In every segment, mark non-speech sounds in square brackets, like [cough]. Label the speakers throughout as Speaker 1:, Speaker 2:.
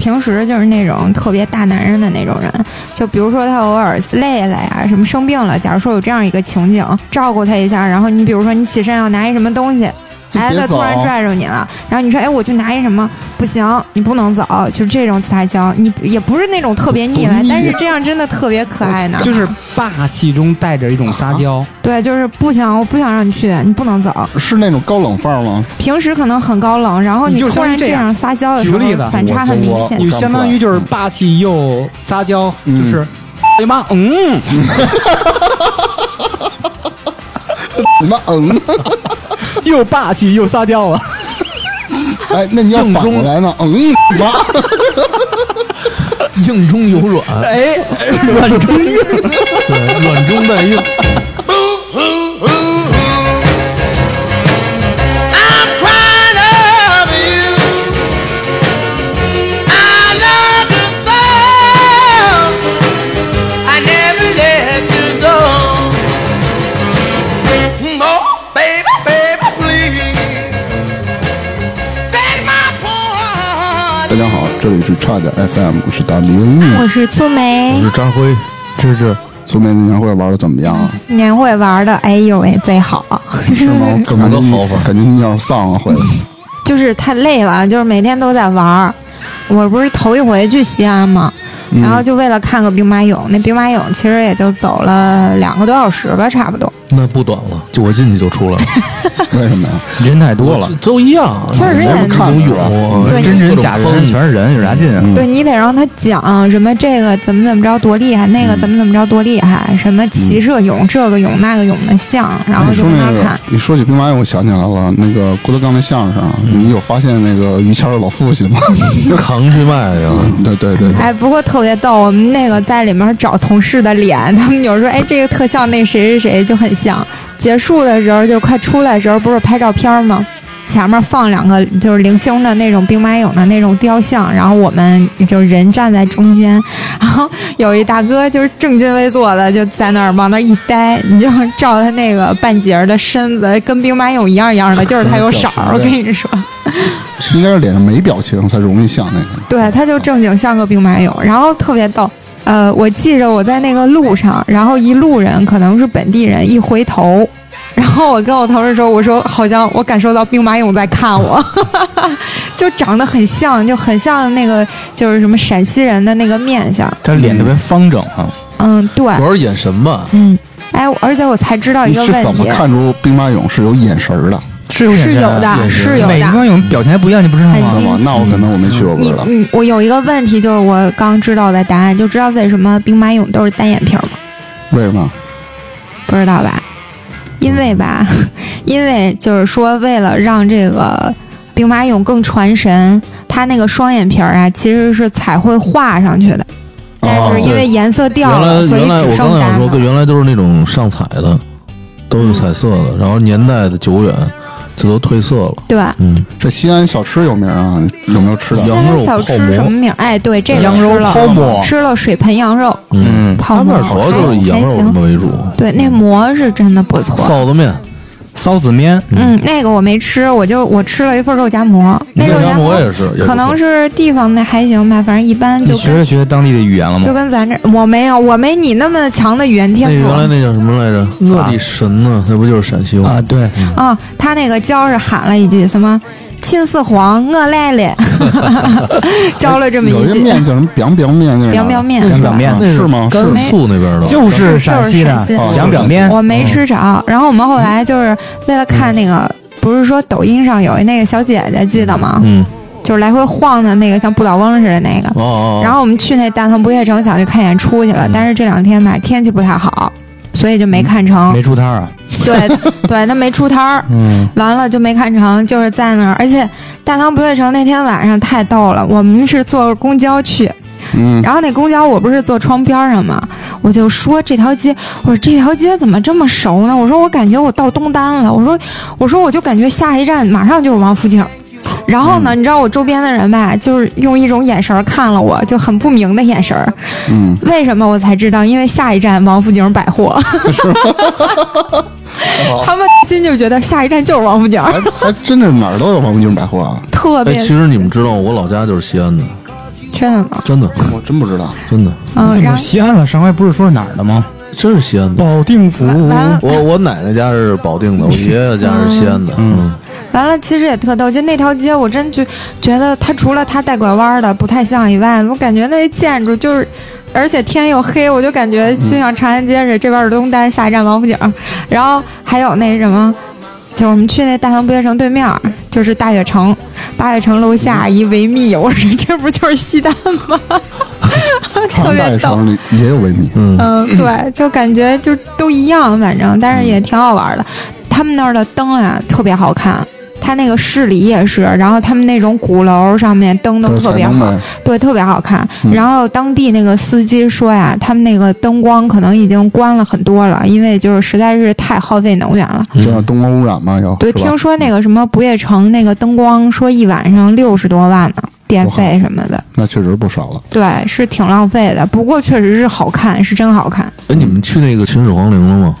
Speaker 1: 平时就是那种特别大男人的那种人，就比如说他偶尔累了呀，什么生病了，假如说有这样一个情景，照顾他一下，然后你比如说你起身要拿一什么东西， [laughs] 孩子
Speaker 2: 别走
Speaker 1: 哎
Speaker 2: 啊
Speaker 1: 突然拽住你了，然后你说哎我去拿一什么，不行，你不能走，就这种才行。你也不是那种特别腻
Speaker 2: 不
Speaker 1: 歪
Speaker 2: 腻，
Speaker 1: 但是这样真的特别可爱呢。
Speaker 3: [laughs] 就是霸气中带着一种撒娇，
Speaker 1: 对，就是不行，我不想让你去，你不能走。
Speaker 2: 是那种高冷范儿
Speaker 1: [laughs]
Speaker 2: 吗？
Speaker 1: 平时可能很高冷，然后
Speaker 3: 你就
Speaker 1: 突
Speaker 3: 相当
Speaker 1: 然
Speaker 3: 于这样
Speaker 1: 样撒娇的时候，
Speaker 3: 举个例子
Speaker 1: 反差很明
Speaker 2: 我
Speaker 1: 显
Speaker 2: 我。
Speaker 3: 你相当于就是霸气又撒娇，
Speaker 2: 嗯
Speaker 3: 就是哎呀妈，嗯，
Speaker 2: 你妈嗯， [laughs]
Speaker 3: 又霸气又撒 [laughs] 娇了。
Speaker 2: 哎，那你要
Speaker 4: 硬
Speaker 2: 反
Speaker 4: 中
Speaker 2: 过来呢？嗯，你
Speaker 1: [laughs]
Speaker 2: 妈，
Speaker 4: 硬中有软，
Speaker 3: [laughs] 哎，软中硬，
Speaker 4: 对，软中带硬。
Speaker 5: I'm crying over you. I love you so. I never let you go. Oh, baby, baby, please set my
Speaker 2: 大
Speaker 5: poor heart.
Speaker 2: 家好，这里是差点 FM，我是大明。
Speaker 1: 我是粗梅
Speaker 4: 我，是张辉，芝芝，
Speaker 2: 昨天年会玩的怎么样
Speaker 1: [laughs]
Speaker 2: 啊？
Speaker 1: 年会玩的，哎呦喂，贼好， [laughs]
Speaker 2: 是吗？感觉你
Speaker 4: 哪个好法
Speaker 2: 感觉你要丧了啊回来。
Speaker 1: 就是太累了，就是每天都在玩儿。我不是头一回去西安嘛，然后就为了看个兵马俑，那兵马俑其实也就走了两个多小时吧，差不多。
Speaker 4: 那不短了，就我进去就出来了，
Speaker 2: 为什么呀？
Speaker 3: [laughs] 人太多了。
Speaker 4: 都一样，
Speaker 1: 确实也
Speaker 2: 没看
Speaker 4: 游
Speaker 2: 过啊
Speaker 4: 泳
Speaker 1: 对
Speaker 3: 真人假人全是人，有啥劲啊？
Speaker 2: 嗯
Speaker 1: 对你得让他讲什么这个怎么怎么着多厉害，那个怎么怎么着多厉害，什么骑射俑这个俑那个俑的像，然后
Speaker 2: 你
Speaker 1: 就
Speaker 2: 说
Speaker 1: 跟
Speaker 2: 那
Speaker 1: 他看
Speaker 2: 个。，你说起兵马俑，我想起来了，那个郭德纲的相声，啊
Speaker 1: 嗯
Speaker 2: 你有发现那个于谦儿的老父亲吗？
Speaker 3: [laughs]
Speaker 4: 扛嗯去卖啊呀。
Speaker 3: 嗯
Speaker 2: [laughs] 对对对对，
Speaker 1: 哎，不过特别逗，我们那个在里面找同事的脸， [laughs] 他们有时候哎，这个特效那谁谁谁就很像。结束的时候，就快出来的时候，不是拍照片吗？前面放两个就是零星的那种兵马俑的那种雕像，然后我们就是人站在中间，然后有一大哥就是正襟危坐的就在那儿往那儿一呆，你就照他那个半截儿的身子，跟兵马俑一样一样的，就是他有色儿。我跟你说，
Speaker 2: 应该是脸上没表情才容易像那个。
Speaker 1: 对，他就正经像个兵马俑，然后特别逗。呃，我记着我在那个路上，然后一路人可能是本地人，一回头，然后我跟我同事说，我说好像我感受到兵马俑在看我， [laughs] 就长得很像，就很像那个就是什么陕西人的那个面相。
Speaker 3: 他脸特别方正啊，
Speaker 1: 嗯，对，
Speaker 4: 主要是眼神吧，
Speaker 1: 嗯，哎，而且我才知道一
Speaker 2: 你
Speaker 1: 个
Speaker 2: 是
Speaker 1: 问
Speaker 2: 怎么
Speaker 1: 题，
Speaker 2: 看出兵马俑是有眼神儿的？
Speaker 3: 是有
Speaker 1: 是有的，
Speaker 4: 眼神
Speaker 1: 是有
Speaker 3: 每
Speaker 1: 的
Speaker 3: 个。有表情还不一样，你不知道
Speaker 1: 很
Speaker 2: 是
Speaker 1: 近
Speaker 3: 吗？
Speaker 2: 吧？啊那我可能我没去过，不
Speaker 1: 你
Speaker 2: 知道。
Speaker 1: 嗯，我有一个问题，就是我刚知道的答案，就知道为什么兵马俑都是单眼皮儿吗？
Speaker 2: 为什么？
Speaker 1: 不知道吧？因为吧， [laughs] 因为就是说，为了让这个兵马俑更传神，它那个双眼皮儿啊，其实是彩绘画上去的，但是因为颜色掉
Speaker 4: 哦原
Speaker 1: 了，
Speaker 4: 来
Speaker 1: 所以
Speaker 4: 原来
Speaker 1: 只
Speaker 4: 我
Speaker 1: 剩
Speaker 4: 刚
Speaker 1: 单
Speaker 4: 想说，
Speaker 1: 了。
Speaker 4: 原来都是那种上彩的，都是彩色的，然后年代的久远，这都褪色了。
Speaker 1: 对，
Speaker 4: 嗯，
Speaker 2: 这西安小吃有名啊，有没有吃
Speaker 1: 西
Speaker 2: 的？
Speaker 4: 羊
Speaker 1: 安
Speaker 4: 肉
Speaker 1: 小
Speaker 4: 泡
Speaker 1: 吃
Speaker 4: 馍
Speaker 1: 什么名儿？哎，对，这个
Speaker 3: 羊
Speaker 1: 吃
Speaker 3: 肉泡
Speaker 1: 了，
Speaker 3: 馍，
Speaker 1: 吃了水盆羊肉
Speaker 4: 嗯，
Speaker 3: 嗯，
Speaker 1: 泡
Speaker 4: 他
Speaker 1: 馍
Speaker 4: 那，儿主要就是以羊肉
Speaker 1: 还
Speaker 4: 什
Speaker 1: 行
Speaker 4: 么为主，
Speaker 1: 对，那馍是真的不错。
Speaker 4: 臊子面，
Speaker 3: 臊子面，
Speaker 1: 嗯，那个我没吃，我就我吃了一份肉夹馍，那肉夹
Speaker 4: 夹馍
Speaker 1: 馍
Speaker 4: 也是，也不
Speaker 1: 可能
Speaker 4: 错
Speaker 1: 是地方的还行吧，反正一般
Speaker 3: 你
Speaker 1: 就
Speaker 3: 学
Speaker 1: 跟
Speaker 3: 着学着当地的语言了
Speaker 1: 就
Speaker 3: 吗？
Speaker 1: 跟咱这我没有，我没你那么强的语言天
Speaker 4: 那原来
Speaker 1: 赋。
Speaker 4: 那叫什么来着？
Speaker 3: 咋
Speaker 4: 乐地神呢？那不就是陕西
Speaker 3: 啊，
Speaker 4: 吗？
Speaker 3: 对，
Speaker 1: 啊、他那个教是喊了一句什么“亲四皇我来了”，教了这么
Speaker 2: 有
Speaker 1: 一
Speaker 2: 一个
Speaker 1: 句
Speaker 2: 面叫什么 biang biang 面那是哪儿？
Speaker 1: 凉表面
Speaker 3: 凉
Speaker 1: 是
Speaker 3: 表
Speaker 1: 吧？
Speaker 3: 面
Speaker 2: 啊是吗？
Speaker 4: 甘
Speaker 2: 是
Speaker 1: 没
Speaker 4: 肃那边的，
Speaker 3: 就是陕西的哦
Speaker 1: 就是陕西
Speaker 2: 的
Speaker 3: 羊表面，
Speaker 1: 我没吃着，然后我们后来就是为了看那个，不是说抖音上有一那个小姐姐记得吗？
Speaker 4: 嗯，
Speaker 1: 就是来回晃的那个，像不倒翁似的那个。
Speaker 4: 哦哦，
Speaker 1: 然
Speaker 4: 后
Speaker 1: 后我们去那大唐不夜城想去看演出去了，但是这两天吧天气不太好，所以就没看成。
Speaker 3: 没出摊儿啊，
Speaker 1: [laughs] 对对，他没出摊儿，
Speaker 3: 嗯，
Speaker 1: 完了就没看成，就是在那儿。而且大唐不夜城那天晚上太逗了，我们是坐公交去，
Speaker 2: 嗯，
Speaker 1: 然后那公交我不是坐窗边上嘛，我就说这条街，我说这条街怎么这么熟呢？我说我感觉我到东单了，我说我说我就感觉下一站马上就是王府井。然后
Speaker 2: 嗯
Speaker 1: 呢，你知道我周边的人吧，就是用一种眼神儿看了我，就很不明的眼神儿。
Speaker 2: 嗯，
Speaker 1: 为什么我才知道？因为下一站王府井百货，他们心就觉得下一站就是王府井，
Speaker 2: 哎还还真是哪儿都有王府井百货啊。
Speaker 1: 特
Speaker 4: 哎，
Speaker 1: 别
Speaker 4: 其实你们知道，我老家就是西安的，
Speaker 1: 真的吗？
Speaker 4: 真的
Speaker 2: 我真不知道。
Speaker 4: 真的，
Speaker 1: 嗯，
Speaker 3: 怎
Speaker 1: 然
Speaker 3: 么
Speaker 1: 后
Speaker 3: 西安了？上回不是说是哪儿的吗？
Speaker 4: 真是西安的。
Speaker 3: 保定府。
Speaker 1: 完了
Speaker 4: 我我奶奶家是保定的，我爷爷家是西安的。嗯，
Speaker 1: 完了，其实也特逗，就那条街，我真就觉得它除了它带拐弯的不太像以外，我感觉那建筑就是。而且天又黑，我就感觉就像长安街似的，这边是东单，下一站王府井，然后还有那什么，就是我们去那大唐不夜城对面，就是大悦城，大悦城楼
Speaker 4: 嗯
Speaker 1: 下一维密，我说这不就是西单吗？ [laughs]
Speaker 2: 长
Speaker 1: 特
Speaker 2: 安大
Speaker 1: 别逗。
Speaker 2: 悦城里也有维密，
Speaker 1: 嗯，对，就感觉就都一样，反正，但是也挺好玩的。他们那儿的灯啊，特别好看。它那个市里也是，然后他们那种鼓楼上面灯都
Speaker 2: 都是
Speaker 1: 特
Speaker 2: 彩
Speaker 1: 别
Speaker 2: 灯
Speaker 1: 好，
Speaker 2: 呗。
Speaker 1: 对，特别好看。
Speaker 2: 嗯
Speaker 1: 然后当地那个司机说呀，他们那个灯光可能已经关了很多了，因为就是实在是太耗费能源了。
Speaker 2: 这样东光污染嘛，要
Speaker 1: 嗯对，
Speaker 2: 是吧
Speaker 1: 听说那个什么不夜城那个灯光，说一晚上六十多万呢，电
Speaker 2: 我靠
Speaker 1: 费什么的。
Speaker 2: 那确实不少了。
Speaker 1: 对，是挺浪费的，不过确实是好看，是真好看。
Speaker 4: 哎，你们去那个秦始皇陵了吗？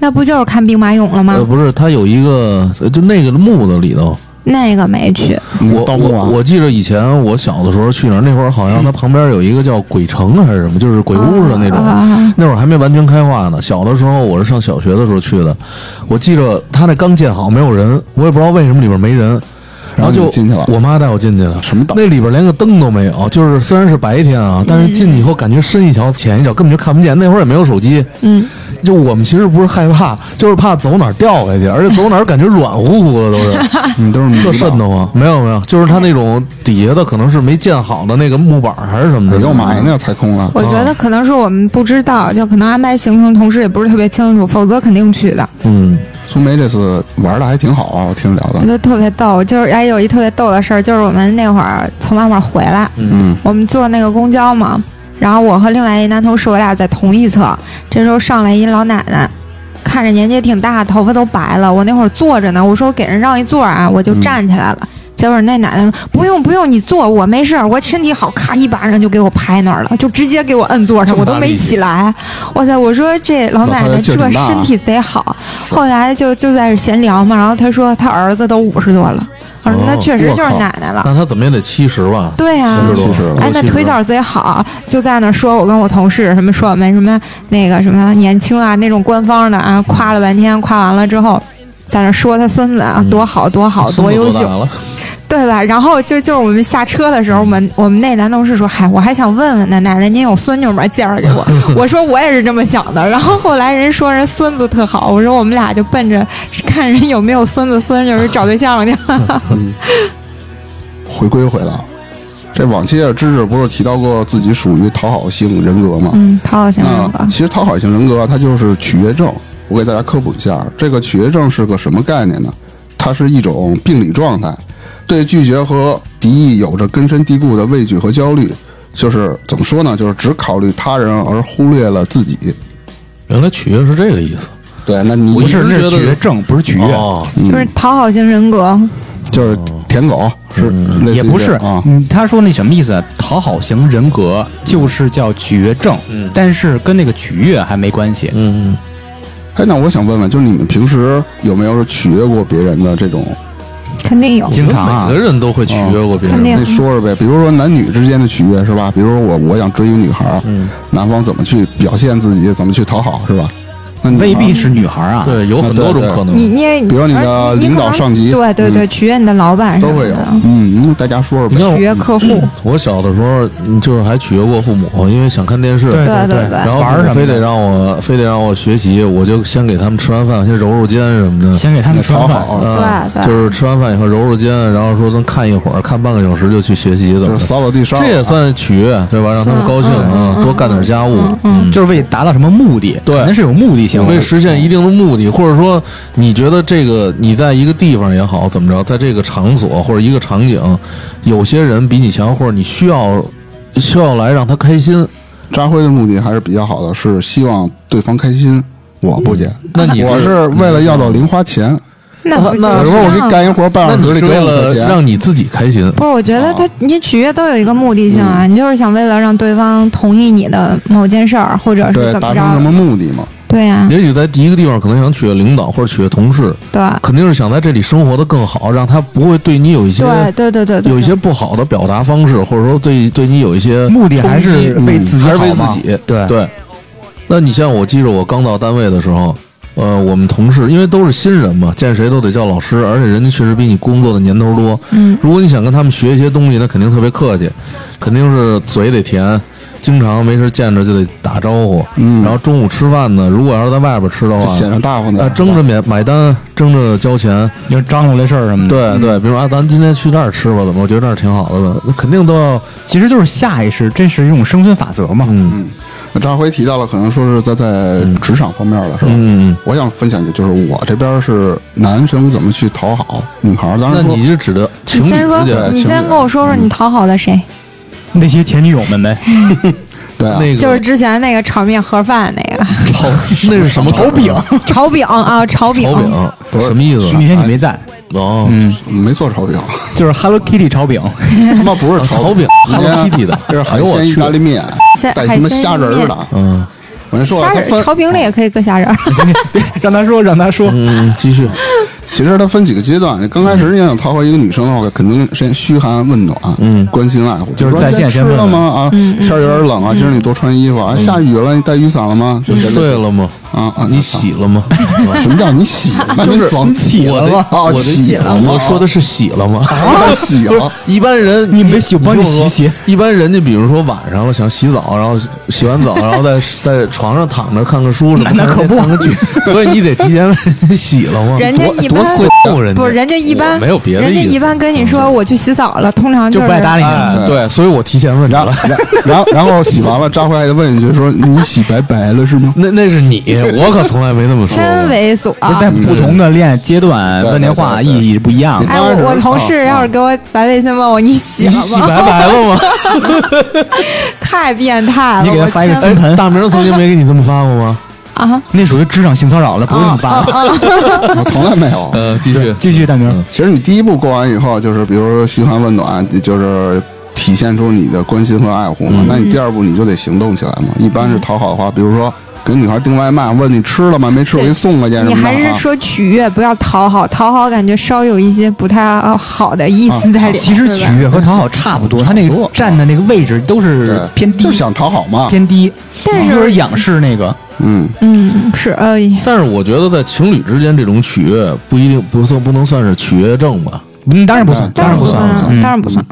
Speaker 1: 那不就是看兵马俑了吗？
Speaker 4: 呃，不是，它有一个，呃就那个墓的里头，
Speaker 1: 那个没去，
Speaker 2: 那
Speaker 4: 我
Speaker 2: 盗墓
Speaker 4: 我
Speaker 2: 啊，
Speaker 4: 我记得以前我小的时候去哪儿，那会儿好像它旁边有一个叫鬼城还是什么，就是鬼屋的那种。
Speaker 1: 啊啊啊
Speaker 4: 那会儿还没完全开化呢。小的时候我是上小学的时候去的，我记着它那刚建好没有人，我也不知道为什么里边没人，然后
Speaker 2: 然后
Speaker 4: 就
Speaker 2: 你进去了
Speaker 4: 我妈带我进去了。
Speaker 2: 什么岛？
Speaker 4: 那里边连个灯都没有，就是虽然是白天啊，但是进去以后感觉深一脚浅一脚，根本就看不见。那会儿也没有手机，
Speaker 1: 嗯，
Speaker 4: 就我们其实不是害怕，就是怕走哪儿掉下去，而且走哪儿感觉软乎乎的都
Speaker 2: [laughs]
Speaker 4: 是。
Speaker 2: 你都是迷
Speaker 4: 这
Speaker 2: 的
Speaker 4: 嗯瘆得慌？没有没有，就是它那种底下的可能是没建好的那个木板儿还是什么的。
Speaker 2: 你干哎嘛呀？那要踩空啊？
Speaker 1: 我觉得可能是我们不知道，就可能安排行程同时也不是特别清楚，否则肯定去的。
Speaker 4: 嗯，
Speaker 2: 苏梅这次玩的还挺好啊，我听聊
Speaker 1: 我
Speaker 2: 的。
Speaker 1: 觉得特别逗，就是哎有一特别逗的事儿，就是我们那会儿从外面回来，
Speaker 2: 嗯，
Speaker 1: 我们坐那个公交嘛，然后我和另外一男同事我俩在同一侧，这时候上来一老奶奶。看着年纪也挺大，头发都白了。我那会儿坐着呢，我说我给人让一座啊，我就站起来
Speaker 2: 嗯
Speaker 1: 了。结果那奶奶说不用不用，你坐，我没事儿，我身体好。咔一巴掌就给我拍那儿了，就直接给我摁座上，
Speaker 4: 这么
Speaker 1: 我都
Speaker 4: 大
Speaker 1: 没
Speaker 4: 力气
Speaker 1: 起来。哇塞，我说这老奶奶
Speaker 2: 老太太
Speaker 1: 这
Speaker 2: 劲儿挺大啊
Speaker 1: 身体贼好。后来就就在这闲聊嘛，然后她说她儿子都五十多了，我说
Speaker 4: 哦
Speaker 1: 那确实
Speaker 2: 我
Speaker 1: 就是
Speaker 2: 靠
Speaker 1: 奶奶了。
Speaker 4: 那它怎么也得七十吧？
Speaker 1: 对呀、
Speaker 4: 七十多
Speaker 2: 七十了
Speaker 1: 哎，那腿脚贼好，就在那儿说我跟我同事什么说我们什么那个什么年轻啊那种官方的啊，夸了半天，夸完了之后，在那儿说他孙子啊多好多好多优秀，
Speaker 4: 了，
Speaker 1: 对吧？然后就就是我们下车的时候，我们我们那男同事说：“嗨，我还想问问呢，奶奶您有孙女吗？介绍给我。”我说我也是这么想的。然后后来人说人孙子特好，我说我们俩就奔着看人有没有孙子孙女找对象去。
Speaker 2: 回归回来。这往期的知识不是提到过自己属于讨好型人格吗？
Speaker 1: 嗯，讨好型人格
Speaker 2: 那。其实讨好型人格它就是取悦症。我给大家科普一下，这个取悦症是个什么概念呢？它是一种病理状态，对拒绝和敌意有着根深蒂固的畏惧和焦虑。就是怎么说呢？就是只考虑他人而忽略了自己。
Speaker 4: 原来取悦是这个意思。
Speaker 2: 对，那你
Speaker 4: 我
Speaker 3: 不
Speaker 4: 一直
Speaker 3: 是，那是
Speaker 4: 觉得
Speaker 3: 取悦症，不是取悦，
Speaker 4: 哦，
Speaker 1: 就是讨好型人格，
Speaker 2: 就是舔狗，是类似于
Speaker 3: 嗯也不
Speaker 2: 这
Speaker 3: 是
Speaker 2: 样啊。
Speaker 3: 嗯他说那什么意思？讨好型人格就是叫取悦症，但是跟那个取悦还没关系。
Speaker 4: 嗯，
Speaker 2: 哎，那我想问问，就是你们平时有没有是取悦过别人的这种？
Speaker 1: 肯定有。
Speaker 3: 经常啊
Speaker 4: 每，个人都会取悦过别
Speaker 1: 肯定
Speaker 2: 那
Speaker 4: 人。
Speaker 2: 说说呗，比如说男女之间的取悦是吧？比如说我我想追一个女孩儿，
Speaker 4: 嗯
Speaker 2: 男方怎么去表现自己，怎么去讨好是吧？
Speaker 1: 哎
Speaker 2: 那你呢
Speaker 3: 未必是女孩啊。
Speaker 4: 对，有很多种可能。
Speaker 1: 你你也，
Speaker 2: 比如你的
Speaker 1: 而你
Speaker 2: 领导
Speaker 1: 可能
Speaker 2: 上级嗯
Speaker 1: 对对对，取悦你的老板
Speaker 2: 都
Speaker 1: 什么
Speaker 2: 会有
Speaker 1: 的。
Speaker 2: 嗯，那大家说说
Speaker 4: 你看
Speaker 2: 呗。
Speaker 1: 取悦客户，
Speaker 4: 我小的时候，嗯就是还取悦过父母，因为想看电视。
Speaker 3: 对
Speaker 1: 对对对
Speaker 4: 然后
Speaker 3: 玩儿
Speaker 4: 父
Speaker 3: 什么
Speaker 4: 母非得
Speaker 3: 的，
Speaker 4: 让我非得让我学习，我就先给他们吃完饭，先揉揉肩什么的。
Speaker 3: 先给他们吃
Speaker 2: 讨
Speaker 3: 完
Speaker 2: 好
Speaker 3: 饭。
Speaker 4: 嗯
Speaker 2: 呃
Speaker 1: 对对
Speaker 4: 就是吃完饭以后揉揉肩，然后说能看一会儿，看半个小时就去学习，怎
Speaker 2: 就是
Speaker 4: 么着？
Speaker 2: 扫扫地刷，
Speaker 4: 嗯这也算取悦，对吧？让他们高兴啊，多干点家务，嗯，
Speaker 3: 就是为达到什么目的？
Speaker 4: 对
Speaker 3: 肯定是有目的性
Speaker 4: 为
Speaker 3: 的。
Speaker 4: 实现一定的目的，或者说你觉得这个你在一个地方也好，怎么着，在这个场所或者一个场景，有些人比你强，或者你需要 [laughs] 需要来让他开心，
Speaker 2: 扎辉的目的还是比较好的，是希望对方开心。我不接，
Speaker 4: 那嗯你嗯
Speaker 2: 我是为了要到零花钱。
Speaker 1: 那啊不
Speaker 4: 那
Speaker 2: 我
Speaker 1: 就是啊
Speaker 2: 说我给
Speaker 1: 吗
Speaker 2: 你干一活，半
Speaker 4: 那
Speaker 2: 小时
Speaker 4: 你
Speaker 2: 里
Speaker 4: 是
Speaker 2: 给
Speaker 4: 为
Speaker 2: 我五块
Speaker 4: 了
Speaker 2: 钱，
Speaker 4: 让你自己开心，
Speaker 1: 不是，我觉
Speaker 2: 啊
Speaker 1: 得他你取悦都有一个目的性
Speaker 2: 嗯
Speaker 1: 啊，你就是想为了让对方同意你的某件事儿，或者是
Speaker 2: 对
Speaker 1: 怎么
Speaker 2: 达成什
Speaker 1: 着
Speaker 2: 么。目的嘛？嗯
Speaker 1: 对对呀、
Speaker 4: 也许在第一个地方可能想取悦领导或者取悦同事，
Speaker 1: 对
Speaker 4: 肯定是想在这里生活的更好，让他不会对你有一些
Speaker 1: 对对对对对，
Speaker 4: 有一些不好的表达方式，或者说对对你有一些
Speaker 3: 目的还是
Speaker 4: 冲击嗯
Speaker 3: 为自己
Speaker 4: 还是为
Speaker 3: 好
Speaker 4: 自
Speaker 3: 嘛
Speaker 4: 己。
Speaker 3: 对
Speaker 4: 对。那你像我记着我刚到单位的时候，呃，我们同事因为都是新人嘛，见谁都得叫老师，而且人家确实比你工作的年头多。
Speaker 1: 嗯，
Speaker 4: 如果你想跟他们学一些东西，那肯定特别客气，肯定是嘴得甜。经常没事见着就得打招呼，
Speaker 2: 嗯
Speaker 4: 然后中午吃饭呢，如果要是在外边吃的话
Speaker 2: 就，显着大方点
Speaker 4: 呃，
Speaker 2: 儿。
Speaker 4: 争着免买单，争着交钱，
Speaker 3: 因为张罗这事儿什么的。，
Speaker 4: 对对，比如说啊，咱今天去那儿吃吧，怎么？我觉得那儿挺好的呢，那肯定都要，
Speaker 2: 啊
Speaker 3: 其实就是下意识，这是一种生存法则嘛。
Speaker 4: 嗯
Speaker 2: 那张辉提到了，可能说是在在职场方面了，是吧？
Speaker 4: 嗯。
Speaker 2: 我想分享一个，就是我这边是男生怎么去讨好女孩儿，当
Speaker 4: 那
Speaker 2: 然说
Speaker 4: 你是指的情
Speaker 1: 你
Speaker 4: 侣
Speaker 1: 先说
Speaker 4: 之间，
Speaker 2: 对
Speaker 1: 你
Speaker 2: 情
Speaker 1: 先
Speaker 2: 侣啊嗯
Speaker 1: 跟我说说你讨好了谁？
Speaker 3: 那些前女友们呗，
Speaker 2: 对啊，
Speaker 4: 那个
Speaker 1: 就是之前那个炒面盒饭那个 [laughs]
Speaker 4: 炒，那是什么
Speaker 3: 炒饼？
Speaker 1: 炒饼啊，炒饼，
Speaker 4: 炒饼
Speaker 2: 不是
Speaker 4: 什么意思啊
Speaker 3: 那？天你没在，
Speaker 2: [laughs]
Speaker 4: 哦， [laughs]
Speaker 3: 嗯，
Speaker 2: 没做炒饼，
Speaker 3: 就是 Hello Kitty 炒饼， [laughs]
Speaker 2: 他妈不是
Speaker 4: 炒饼
Speaker 2: 人家
Speaker 4: Hello
Speaker 2: [laughs]
Speaker 4: Kitty 的哎
Speaker 2: 这是啊海鲜意大利面
Speaker 1: 鲜，
Speaker 2: 带什么
Speaker 1: 海鲜
Speaker 2: 虾仁
Speaker 1: 意
Speaker 2: 儿
Speaker 1: 面
Speaker 2: 的。
Speaker 4: 嗯
Speaker 2: 我先说啊，
Speaker 1: 虾
Speaker 2: 他
Speaker 1: 仁
Speaker 2: 分
Speaker 1: 炒饼里也可以搁虾
Speaker 2: [laughs]
Speaker 1: 仁儿，
Speaker 3: 让他说，让他说，
Speaker 4: 嗯，继续，
Speaker 2: 其实它分几个阶段。你刚开始你想讨好一个女生的话，肯定先嘘寒问暖，
Speaker 4: 嗯
Speaker 2: 关心爱护，
Speaker 3: 就
Speaker 2: 比如
Speaker 3: 是
Speaker 2: 说
Speaker 3: 在
Speaker 2: 今
Speaker 3: 线
Speaker 2: 天
Speaker 3: 先
Speaker 2: 吃
Speaker 3: 问
Speaker 2: 了
Speaker 3: 问
Speaker 2: 吗？啊，
Speaker 1: 嗯
Speaker 2: 天儿有点冷啊，今儿你多穿衣服啊。下雨了，你带雨伞了吗？就
Speaker 4: 嗯你
Speaker 2: 是这类
Speaker 4: 睡
Speaker 2: 似
Speaker 4: 了吗？
Speaker 2: 啊啊，
Speaker 4: 你洗
Speaker 2: [laughs]
Speaker 4: 了吗？啊
Speaker 2: 什么叫你洗了？
Speaker 4: [laughs] 就
Speaker 2: 你
Speaker 4: 是
Speaker 2: 早起
Speaker 4: 我的
Speaker 2: 了啊，
Speaker 4: 我的
Speaker 2: 起了吗，
Speaker 4: 我说的是洗了吗？ [laughs]
Speaker 2: 啊，洗了。
Speaker 4: 一般人
Speaker 3: 你没洗我帮你
Speaker 4: 听我说
Speaker 3: 洗洗
Speaker 4: 一般人家比如说晚上了想洗澡，然后洗完澡，然后在在床上躺着看个书什么的，
Speaker 3: 那可不
Speaker 4: 看个
Speaker 3: [laughs]
Speaker 4: 剧，所以你得提前问人家洗了吗？
Speaker 1: 人家
Speaker 4: 多
Speaker 1: 一
Speaker 4: 多
Speaker 1: 般
Speaker 4: 尊重人家，
Speaker 1: 不是人家一般
Speaker 4: 呃我没有别的
Speaker 1: 人
Speaker 4: 意
Speaker 1: 家
Speaker 4: 思，嗯
Speaker 1: 一般跟你说我去洗澡了，通常
Speaker 3: 就是不爱搭理你。
Speaker 4: 哎对，所以我提前问
Speaker 2: 然 [laughs]
Speaker 4: 他
Speaker 2: 后
Speaker 4: 了。，
Speaker 2: 然后，然后洗完了，扎辉还得问一句说：“你洗白白了是吗
Speaker 3: [laughs]
Speaker 4: 那 [laughs] 那是你，我可从来没那么说过。
Speaker 1: 真猥琐。
Speaker 3: 不是在不同的恋爱阶段
Speaker 2: 对
Speaker 3: 问这话
Speaker 2: 对对对
Speaker 3: 意义不一样的。啊
Speaker 1: 哎，
Speaker 2: 当时
Speaker 1: 我我同事要是给我来微信问我你洗
Speaker 4: 你
Speaker 1: 了
Speaker 4: 洗
Speaker 1: 吗？
Speaker 4: 白白了吗？
Speaker 1: [laughs] 太变态了！
Speaker 3: 你给他
Speaker 1: 我
Speaker 3: 发一个
Speaker 1: 天
Speaker 3: 金盆，
Speaker 4: [laughs] 大明曾经没给你这么发过吗？
Speaker 1: 啊，
Speaker 3: 那属于职场性骚扰了，不会这么发的。？”
Speaker 2: 我从来没有。
Speaker 4: [laughs]
Speaker 3: 嗯
Speaker 4: 呃，继续，
Speaker 3: 继续，大明，
Speaker 2: 其实你第一步过完以后，就是比如说嘘寒问暖，你就是体现出你的关心和爱护嘛。
Speaker 3: 嗯
Speaker 2: 那你第二步你就得行动起来嘛。一般是讨好的话，比如说给女孩订外卖，问你吃了吗？没吃我给你送过去什
Speaker 1: 你
Speaker 2: 么
Speaker 1: 还
Speaker 2: 的
Speaker 1: 是
Speaker 2: 啊。
Speaker 1: 说取悦，不要讨好，讨好感觉稍有一些不太好的意思在里面。
Speaker 3: 啊其实
Speaker 1: 对吧
Speaker 3: 取悦和讨好差不多，他那个站的那个位置都是
Speaker 2: 对
Speaker 3: 偏低
Speaker 2: 就，想讨好嘛。
Speaker 3: 偏低，
Speaker 1: 但是
Speaker 3: 有点仰视那个。
Speaker 2: 嗯，
Speaker 1: 嗯，是呃，
Speaker 4: 但是我觉得在情侣之间这种取悦不一定不算不能算是取悦症吧？
Speaker 3: 嗯，当然不算，
Speaker 2: 嗯
Speaker 3: 当然不
Speaker 1: 算
Speaker 3: 算，
Speaker 1: 啊，
Speaker 3: 嗯
Speaker 1: 当然不算。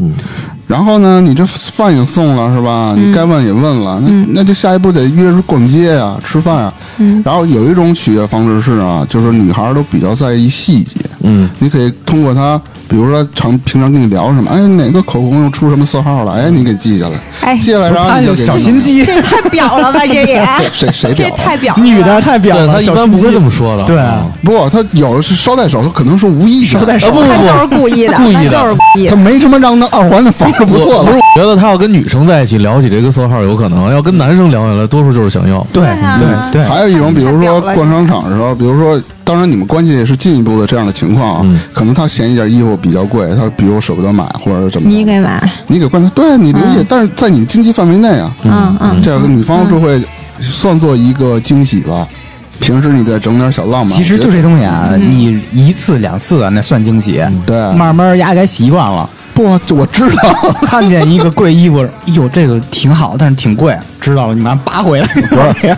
Speaker 2: 然后呢，你这饭也送了是吧？
Speaker 3: 嗯
Speaker 2: 你该问也问了，那那就下一步得约着逛街啊、吃饭啊。
Speaker 3: 嗯
Speaker 2: 然后有一种取悦方式是啊，就是女孩儿都比较在意细节。
Speaker 4: 嗯，
Speaker 2: 你可以通过她，比如说常平常跟你聊什么，哎，哪个口红又出什么色号了，哎，你给记下来，
Speaker 1: 哎
Speaker 2: 记下来，然后
Speaker 3: 他
Speaker 2: 你就
Speaker 3: 有
Speaker 2: 给
Speaker 3: 小
Speaker 2: 记下
Speaker 3: 心
Speaker 2: 来。
Speaker 3: 机，
Speaker 1: 这也太表了吧，这
Speaker 3: [laughs]
Speaker 1: 也
Speaker 2: 谁谁
Speaker 1: 这
Speaker 2: 表啊
Speaker 1: 太表了，
Speaker 3: 女的太表
Speaker 4: 对
Speaker 3: 了，
Speaker 4: 他一
Speaker 3: 小
Speaker 4: 般
Speaker 3: 心
Speaker 4: 不
Speaker 3: 机
Speaker 4: 会这么说的。
Speaker 3: 对
Speaker 4: 啊
Speaker 2: 不，他有的是捎带手，他可能是无意的，
Speaker 3: 捎带手
Speaker 2: 啊
Speaker 1: 他就是故意的，
Speaker 4: [laughs] 故意的
Speaker 1: 他就是故意
Speaker 2: 不，他
Speaker 1: 的。
Speaker 2: 没什么让那二环的防着不
Speaker 4: 我
Speaker 2: 错
Speaker 4: 不
Speaker 2: 了
Speaker 4: 是，。我觉得他要跟女生在一起聊起这个色号有可能，要跟男生聊起来，多数就是想要。
Speaker 3: 对
Speaker 1: 啊 [laughs]
Speaker 3: 对对，
Speaker 2: 还有一种，比如
Speaker 1: 太
Speaker 2: 说
Speaker 1: 表了
Speaker 2: 逛商场的时候，比如说，当然你们关系也是进一步的这样的情况啊，
Speaker 4: 嗯
Speaker 2: 可能他嫌一件衣服比较贵，他比如舍不得买或者怎么着，
Speaker 1: 你给买，
Speaker 2: 你给关注，对啊你理解，但是在你经济范围内啊，
Speaker 1: 嗯嗯，
Speaker 2: 这个女方就会算作一个惊喜吧。平时你再整点小浪漫，
Speaker 3: 其实
Speaker 2: 我
Speaker 3: 就
Speaker 2: 觉得
Speaker 3: 这东西啊，你一次两次啊，那算惊喜，
Speaker 2: 嗯对
Speaker 3: 慢慢丫该习惯了。
Speaker 2: 不，就我知道，
Speaker 3: 看见一个贵衣服，哟，这个挺好，但是挺贵，知道了，你马上拔回来。不是，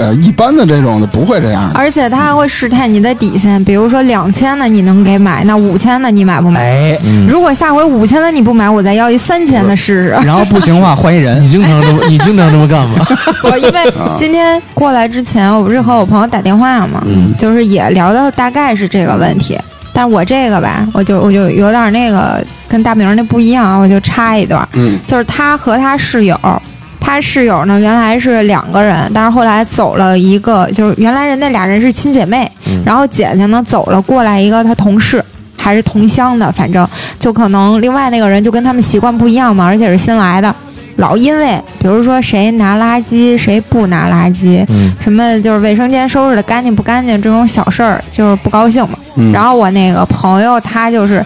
Speaker 2: 呃，一般的这种的不会这样的。
Speaker 1: 而且他还会试探你的底线，比如说两千的你能给买，那五千的你买不买？
Speaker 3: [laughs] 哎，
Speaker 1: 如果下回五千的你不买，我再要一三千的试
Speaker 3: [laughs]
Speaker 1: 试。
Speaker 3: 然后不行的话换一
Speaker 4: 你
Speaker 3: 人，
Speaker 4: 经常这么，你经常这么
Speaker 3: [laughs]
Speaker 4: 干吗？
Speaker 1: 我因为今天过来之前，我不是和我朋友打电话嘛，就是也聊到大概是这个问题。但我这个吧，我就我就有点那个跟大明儿那不一样啊，我就插一段，
Speaker 2: 嗯，
Speaker 1: 就是他和他室友，他室友呢原来是两个人，但是后来走了一个，就是原来人那俩人是亲姐妹，然后姐姐呢走了过来一个她同事。还是同乡的，反正就可能另外那个人就跟他们习惯不一样嘛，而且是新来的，老因为比如说谁拿垃圾，谁不拿垃圾，
Speaker 4: 嗯
Speaker 1: 什么就是卫生间收拾的干净不干净这种小事儿，就是不高兴嘛。
Speaker 2: 嗯
Speaker 1: 然后我那个朋友他就是。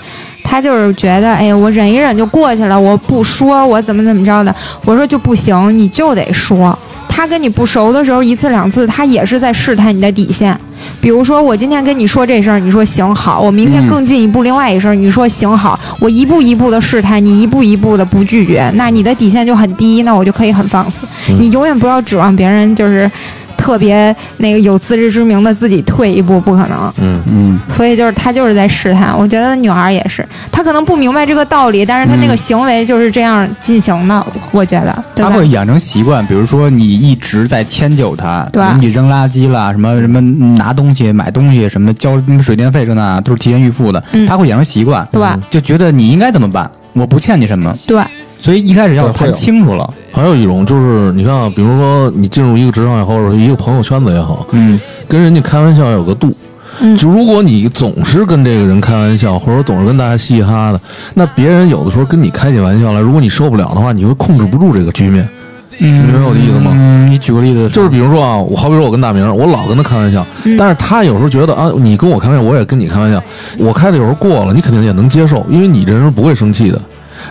Speaker 1: 他就是觉得，哎，我忍一忍就过去了，我不说，我怎么怎么着的。我说就不行，你就得说。他跟你不熟的时候，一次两次，他也是在试探你的底线。比如说，我今天跟你说这事儿，你说行好；我明天更进一步，另外一事儿，你说行好。我一步一步的试探你，一步一步的不拒绝，那你的底线就很低，那我就可以很放肆。你永远不要指望别人就是特别那个有自知之明的自己退一步，不可能。
Speaker 2: 嗯，
Speaker 1: 所以就是她就是在试探。我觉得女孩儿也是，她可能不明白这个道理，但是她那个行为就是这样进行的。我觉得，对
Speaker 3: 他
Speaker 1: 吧？
Speaker 3: 会养成习惯，比如说你一直在迁就他，
Speaker 1: 对
Speaker 3: 你扔垃圾啦，什么什么拿东西、买东西什么交什么水电费这那都是提前预付的，
Speaker 1: 嗯
Speaker 3: 他会养成习惯，
Speaker 1: 对
Speaker 3: 就觉得你应该怎么办，我不欠你什么，
Speaker 1: 对，
Speaker 3: 所以一开始要
Speaker 2: 对会
Speaker 3: 看
Speaker 2: 有
Speaker 3: 清楚了，
Speaker 4: 还有一种就是，你看啊，比如说你进入一个职场也好，或者一个朋友圈子也好，
Speaker 3: 嗯，
Speaker 4: 跟人家开玩笑有个度。
Speaker 1: 嗯
Speaker 4: 就如果你总是跟这个人开玩笑，或者总是跟大家嘻嘻哈哈的，那别人有的时候跟你开起玩笑来，如果你受不了的话，你会控制不住这个局面。
Speaker 3: 嗯
Speaker 4: 你明白我的意思吗
Speaker 3: 嗯，你举个例子，
Speaker 4: 就是比如说啊，我好比说我跟大明儿，我老跟他开玩笑，
Speaker 1: 嗯
Speaker 4: 但是他有时候觉得啊，你跟我开玩笑，我也跟你开玩笑，我开的有时候过了，你肯定也能接受，因为你这人是不会生气的。